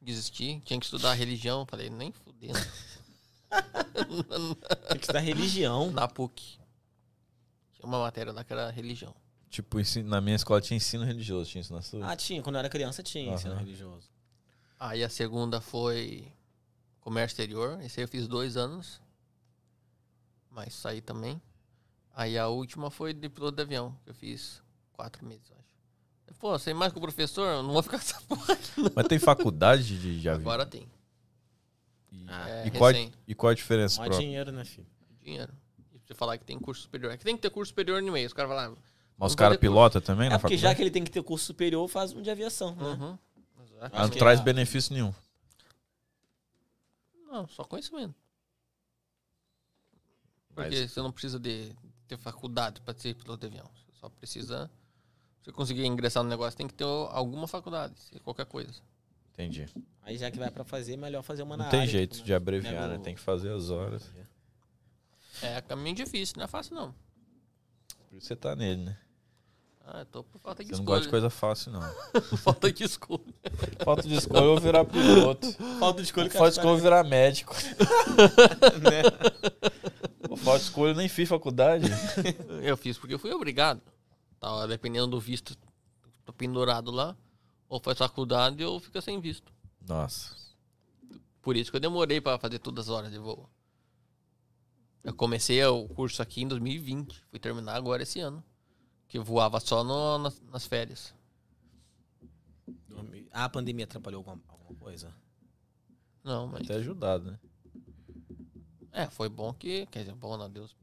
Desisti, tinha que estudar religião, falei, nem fudendo.
Tem que estudar religião.
Na PUC. Tinha uma matéria lá que era religião.
Tipo, ensino- na minha escola tinha ensino religioso, tinha isso na sua.
Ah, tinha. Quando eu era criança, tinha ensino
Aham.
religioso.
Aí a segunda foi comércio exterior, esse aí eu fiz dois anos. Mas saí também. Aí a última foi de piloto de avião, que eu fiz quatro meses, eu acho. Pô, sei mais que o professor, eu não vou ficar com essa porra.
Mas tem faculdade de, de avião?
Agora tem.
E,
Ah,
É,
e qual,
recém.
e qual a diferença,
Mó
pro?
dinheiro, né, filho?
dinheiro. E pra você falar que tem curso superior. É que tem que ter curso superior no meio. Os caras falam. "Ah,
Mas os
Vamos
caras
fazer curso.
pilotam também
É
na
porque já
faculdade?
que ele tem que ter curso superior, faz um de aviação,
Ah,
né?
uhum.
Ah, não
que-
traz benefício nenhum.
Não, só conhecimento.
Mas-
Porque você não precisa de ter faculdade pra ser piloto de avião. Você só precisa. Se você conseguir ingressar no negócio, tem que ter alguma faculdade, se- qualquer coisa.
Entendi.
Aí já que vai pra fazer, é melhor fazer uma
Não
na
tem
área,
jeito
tipo,
de
né?
abreviar,
Pega
né?
o-
Tem que fazer as horas.
É caminho difícil, não é fácil não.
Por isso você tá nele, né?
Ah, eu tô por falta de
Você não gosta de
escolha.
coisa fácil, não.
Por falta de escolha.
Falta de escolha, eu vou virar piloto.
Falta de escolha que
Falta de
as
né? escolha, eu vou virar médico.
né?
Pô, Falta de escolha, eu nem fiz faculdade.
Eu fiz porque eu fui obrigado. Tava dependendo do visto, tô pendurado lá. Ou faz faculdade ou fica sem visto.
Nossa.
Por isso que eu demorei pra fazer todas as horas de voo. Eu comecei o curso aqui em 2020, fui terminar agora esse ano. Que eu voava só no- nas, nas férias.
Dormir. Ah, a pandemia atrapalhou alguma, alguma coisa?
Não, mas.
Até ajudado, né?
É, foi bom que. Quer dizer, bom, não, Deus.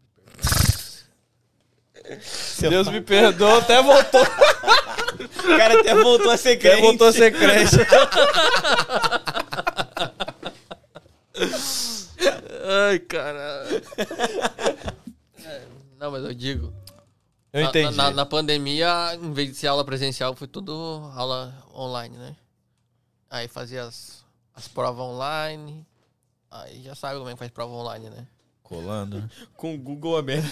Deus me perdoa, até voltou.
O cara até voltou a ser crente.
ser crente.
Ai, cara. É, não, mas eu digo.
Eu
na-
entendi.
Na, na pandemia, em vez de ser aula presencial, foi tudo aula online, né? Aí fazia as, as provas online. Aí já sabe como é que faz prova online, né?
Colando, né?
Com o Google aberto.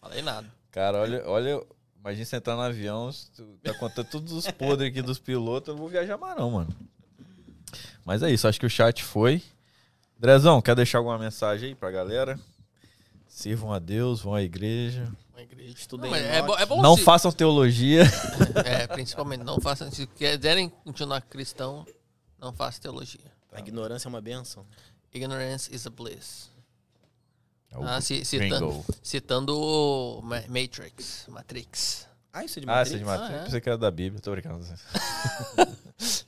Falei nada.
Cara, olha, olha. Imagina você entrar no avião, se tu tá contando todos os podres aqui dos pilotos, eu não vou viajar mais não, mano. Mas é isso, acho que o chat foi. Drezão, quer deixar alguma mensagem aí pra galera? Sirvam a Deus, vão à igreja.
Uma igreja.
Estudei
Não, mas
em
é, bo- é bom
não
se-
façam teologia.
É, principalmente, não façam. Se quiserem continuar cristão, não façam teologia.
A ignorância é uma benção.
Ignorance is a bliss.
É o
Ah, ci-
Pringle.
citando, citando o Ma- Matrix. Matrix.
Ah, isso é de
Ah,
Matrix?
essa de Matrix.
Ah, é.
Pensei que era da Bíblia, tô brincando.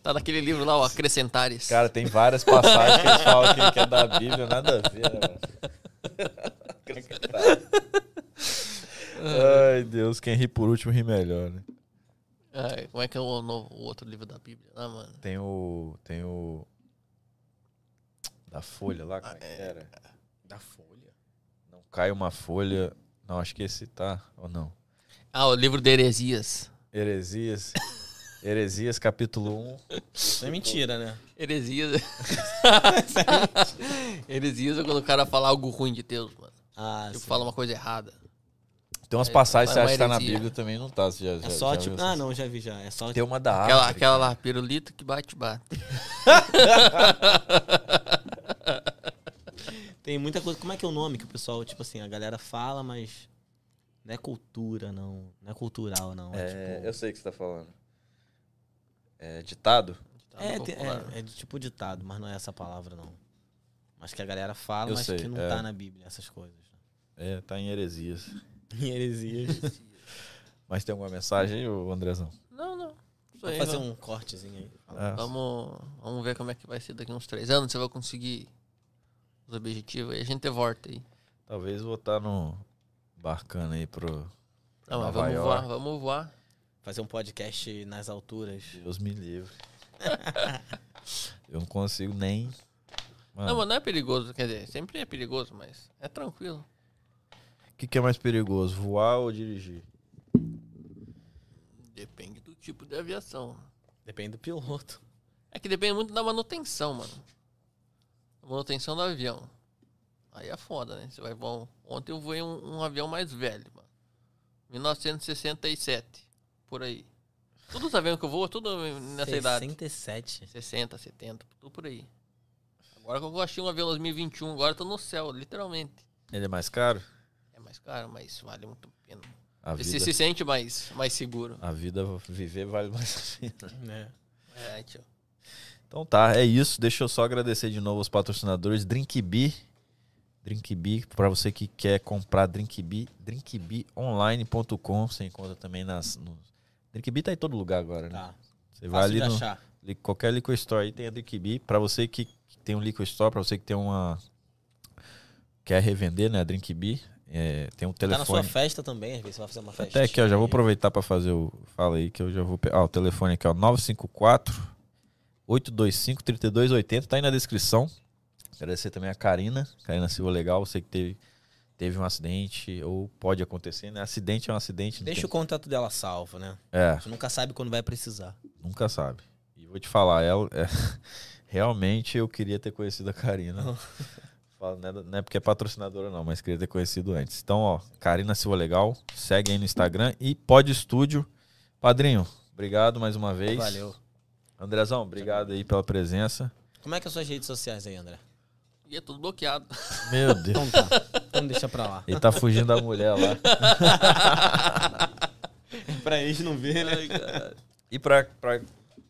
Tá naquele livro lá, o Acrescentares.
Cara, tem várias passagens que eles falam que- que é da Bíblia, nada a ver, né, mano? Ai, Deus, quem ri por último ri melhor, né?
Ai, como é que é o, no- o outro livro da Bíblia? Ah, mano.
Tem o. Tem o. Da folha lá, como é que era?
Ah, Da Folha.
Não cai uma folha. Não, acho que esse tá, ou não?
Ah, o livro de heresias.
Heresias. Heresias, capítulo 1.
Isso é mentira, né?
Heresias. heresias é quando o cara fala algo ruim de Deus, mano.
Ah,
Tipo,
sim.
fala uma coisa errada.
Tem umas
É,
passagens que você
é uma
acha que tá na
heresia.
Bíblia também não tá. Você já,
É
já-
só
já
tipo.
viu
Ah,
essas-
não, já vi já. É só.
Tem uma da
Aquela,
África.
aquela lá, pirulito que bate, bate.
Tem muita coisa. Como é que é o nome que o pessoal, tipo assim, a galera fala, mas. Não é cultura, não. Não é cultural, não. É,
É,
tipo.
eu sei o que você tá falando. É ditado?
Tá
É,
no
tem-
popular.
é, é de tipo ditado, mas não é essa palavra, não. Mas que a galera fala,
Eu
mas
sei,
que não
é.
tá na Bíblia, essas coisas. né?
É, tá em heresias.
Em heresias.
Mas tem alguma mensagem aí, ô Andrezão?
Não, não. Isso
Vou
aí,
fazer
mano.
um cortezinho aí.
Ah,
Vamos, vamos ver como é que vai ser daqui uns três anos. Você vai conseguir os objetivos aí. A gente volta aí.
Ah, Talvez voltar no barcana aí pro.
Não, mas
Nova
vamos
York.
voar, vamos voar.
Fazer um podcast nas alturas.
Deus me livre. eu não consigo nem.
Ah.
Mano,
Não, mas não é perigoso. Quer dizer, sempre é perigoso, mas é tranquilo.
o que, que é mais perigoso, voar ou dirigir?
Depende do tipo de aviação.
Depende do piloto.
É que depende muito da manutenção, mano. A manutenção do avião. Aí é foda, né? Você vai voar. um- Ontem eu voei um, um avião mais velho, mano. 1967. Por aí. Todos os aviões que eu voo, é tudo nessa idade.
67.
60, 70, tudo por aí. Agora que eu achei um avião 2021, agora eu tô no céu, literalmente.
Ele é mais caro?
É mais caro, mas vale muito a pena.
A
Você
vida,
se sente mais, mais seguro.
a vida viver vale mais a pena.
Né?
É, tio.
Então tá, é isso. Deixa eu só agradecer de novo os patrocinadores DrinkBee. DrinkBee, para você que quer comprar DrinkBee, drinkbeeonline.com, você encontra também nas no... DrinkBee tá em todo lugar agora, né?
Tá.
Você vai
Fácil
ali
de
no
achar.
li- qualquer liquor store aí tem a DrinkBee, para você que que tem um liquor store, para você que tem uma quer revender, né, a DrinkBee, é, tem um
Tá na sua
telefone.
festa também, às vezes você vai fazer uma festa.
Até aqui, ó, já vou aproveitar para fazer o fala aí que eu já vou pegar, ó, o telefone aqui, ó, 954 825 3280, tá aí na descrição. Agradecer também a Karina, Karina Silva Legal, você que teve teve um acidente ou pode acontecer, né? Acidente é um acidente, não
Deixa o
tem-
contato dela salvo, né?
É,
Você nunca sabe quando vai precisar.
nunca sabe. E vou te falar, ela é, realmente eu queria ter conhecido a Karina. Falo, não, é, da- não é porque é patrocinadora, não, mas queria ter conhecido antes. Então, ó, Karina Silva Legal, segue aí no Instagram e Pod Estúdio. Padrinho, obrigado mais uma vez.
Valeu.
Andrezão, obrigado aí pela presença.
Como é que é as suas redes sociais aí, André?
E é tudo bloqueado.
Meu Deus.
Então tá. Então deixa pra lá.
Ele tá fugindo da mulher lá.
pra eles não ver,
né?
Ai, cara.
E pra, pra-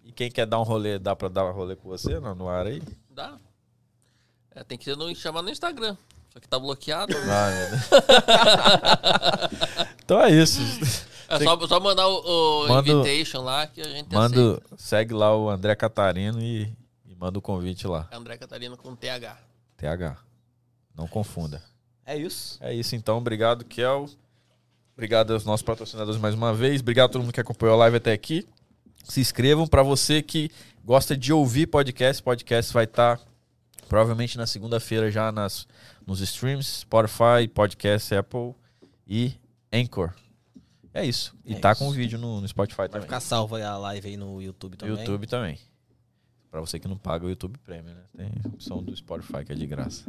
E quem quer dar um rolê, dá pra dar um rolê com você no, no ar aí?
Dá. É, tem que ser no, chamar no Instagram. Só que tá bloqueado.
Ah, meu Deus. então é isso.
É só, só mandar o, o
Manda o-
invitation lá que a gente aceita.
Manda, segue lá o André Catarino e, e manda o convite lá.
É André Catarino com TH.
TH. Não confunda.
É isso.
É isso então. Obrigado, Kel. Obrigado aos nossos patrocinadores mais uma vez. Obrigado a todo mundo que acompanhou a live até aqui. Se inscrevam. Para você que gosta de ouvir podcast, podcast vai estar provavelmente na segunda-feira já nas, nos streams, Spotify, Podcast, Apple e Anchor. É isso. E
É
tá
isso.
com o vídeo no, no Spotify
Vai
também.
ficar salvo aí a live aí no YouTube
No
também.
YouTube também. Pra você que não paga o YouTube Premium, né? Tem a opção do Spotify que é de graça.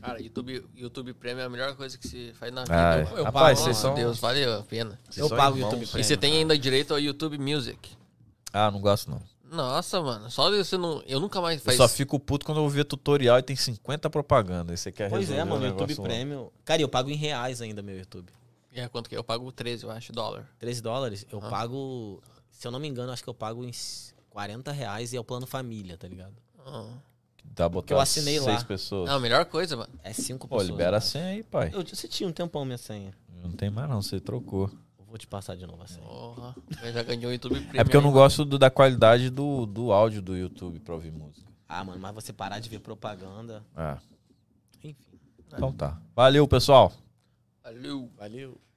Cara, YouTube, YouTube Premium é a melhor coisa que se faz na
Ah,
vida.
é.
Eu
Rapaz,
pago,
vocês
meu
são-
Deus, valeu a pena.
Vocês
Eu
são
pago o
irmãos.
YouTube
E
Premium.
você tem ainda direito ao YouTube Music.
Ah, não gosto não.
Nossa, mano, só você não. Eu nunca mais
Eu
faz.
só fico puto quando eu vou ver tutorial e tem 50 propagandas. Você quer
Pois
resolver
é, mano,
o
YouTube
negócio lá.
Premium. Cara, eu pago em reais ainda meu YouTube.
É quanto que é? Eu pago 13, eu acho, dólar.
13 dólares, eu
Ah.
pago. Se eu não me engano, acho que eu pago uns 40 reais e é o plano família, tá ligado?
Ah,
Que Dá botar
eu assinei
seis
lá.
pessoas.
Não, a melhor coisa, mano.
É cinco
Pô,
pessoas.
libera a senha aí, pai.
Eu, você tinha um tempão minha senha.
Não tem mais não, você trocou. É
Eu vou te passar de novo a senha.
Porra, eu já ganhei o YouTube Premium.
É porque eu não gosto do- da qualidade do, do áudio do YouTube pra ouvir música.
Ah, mano, mas você parar de ver propaganda.
Ah,
Enfim.
então tá. Valeu, pessoal.
Valeu.
Valeu.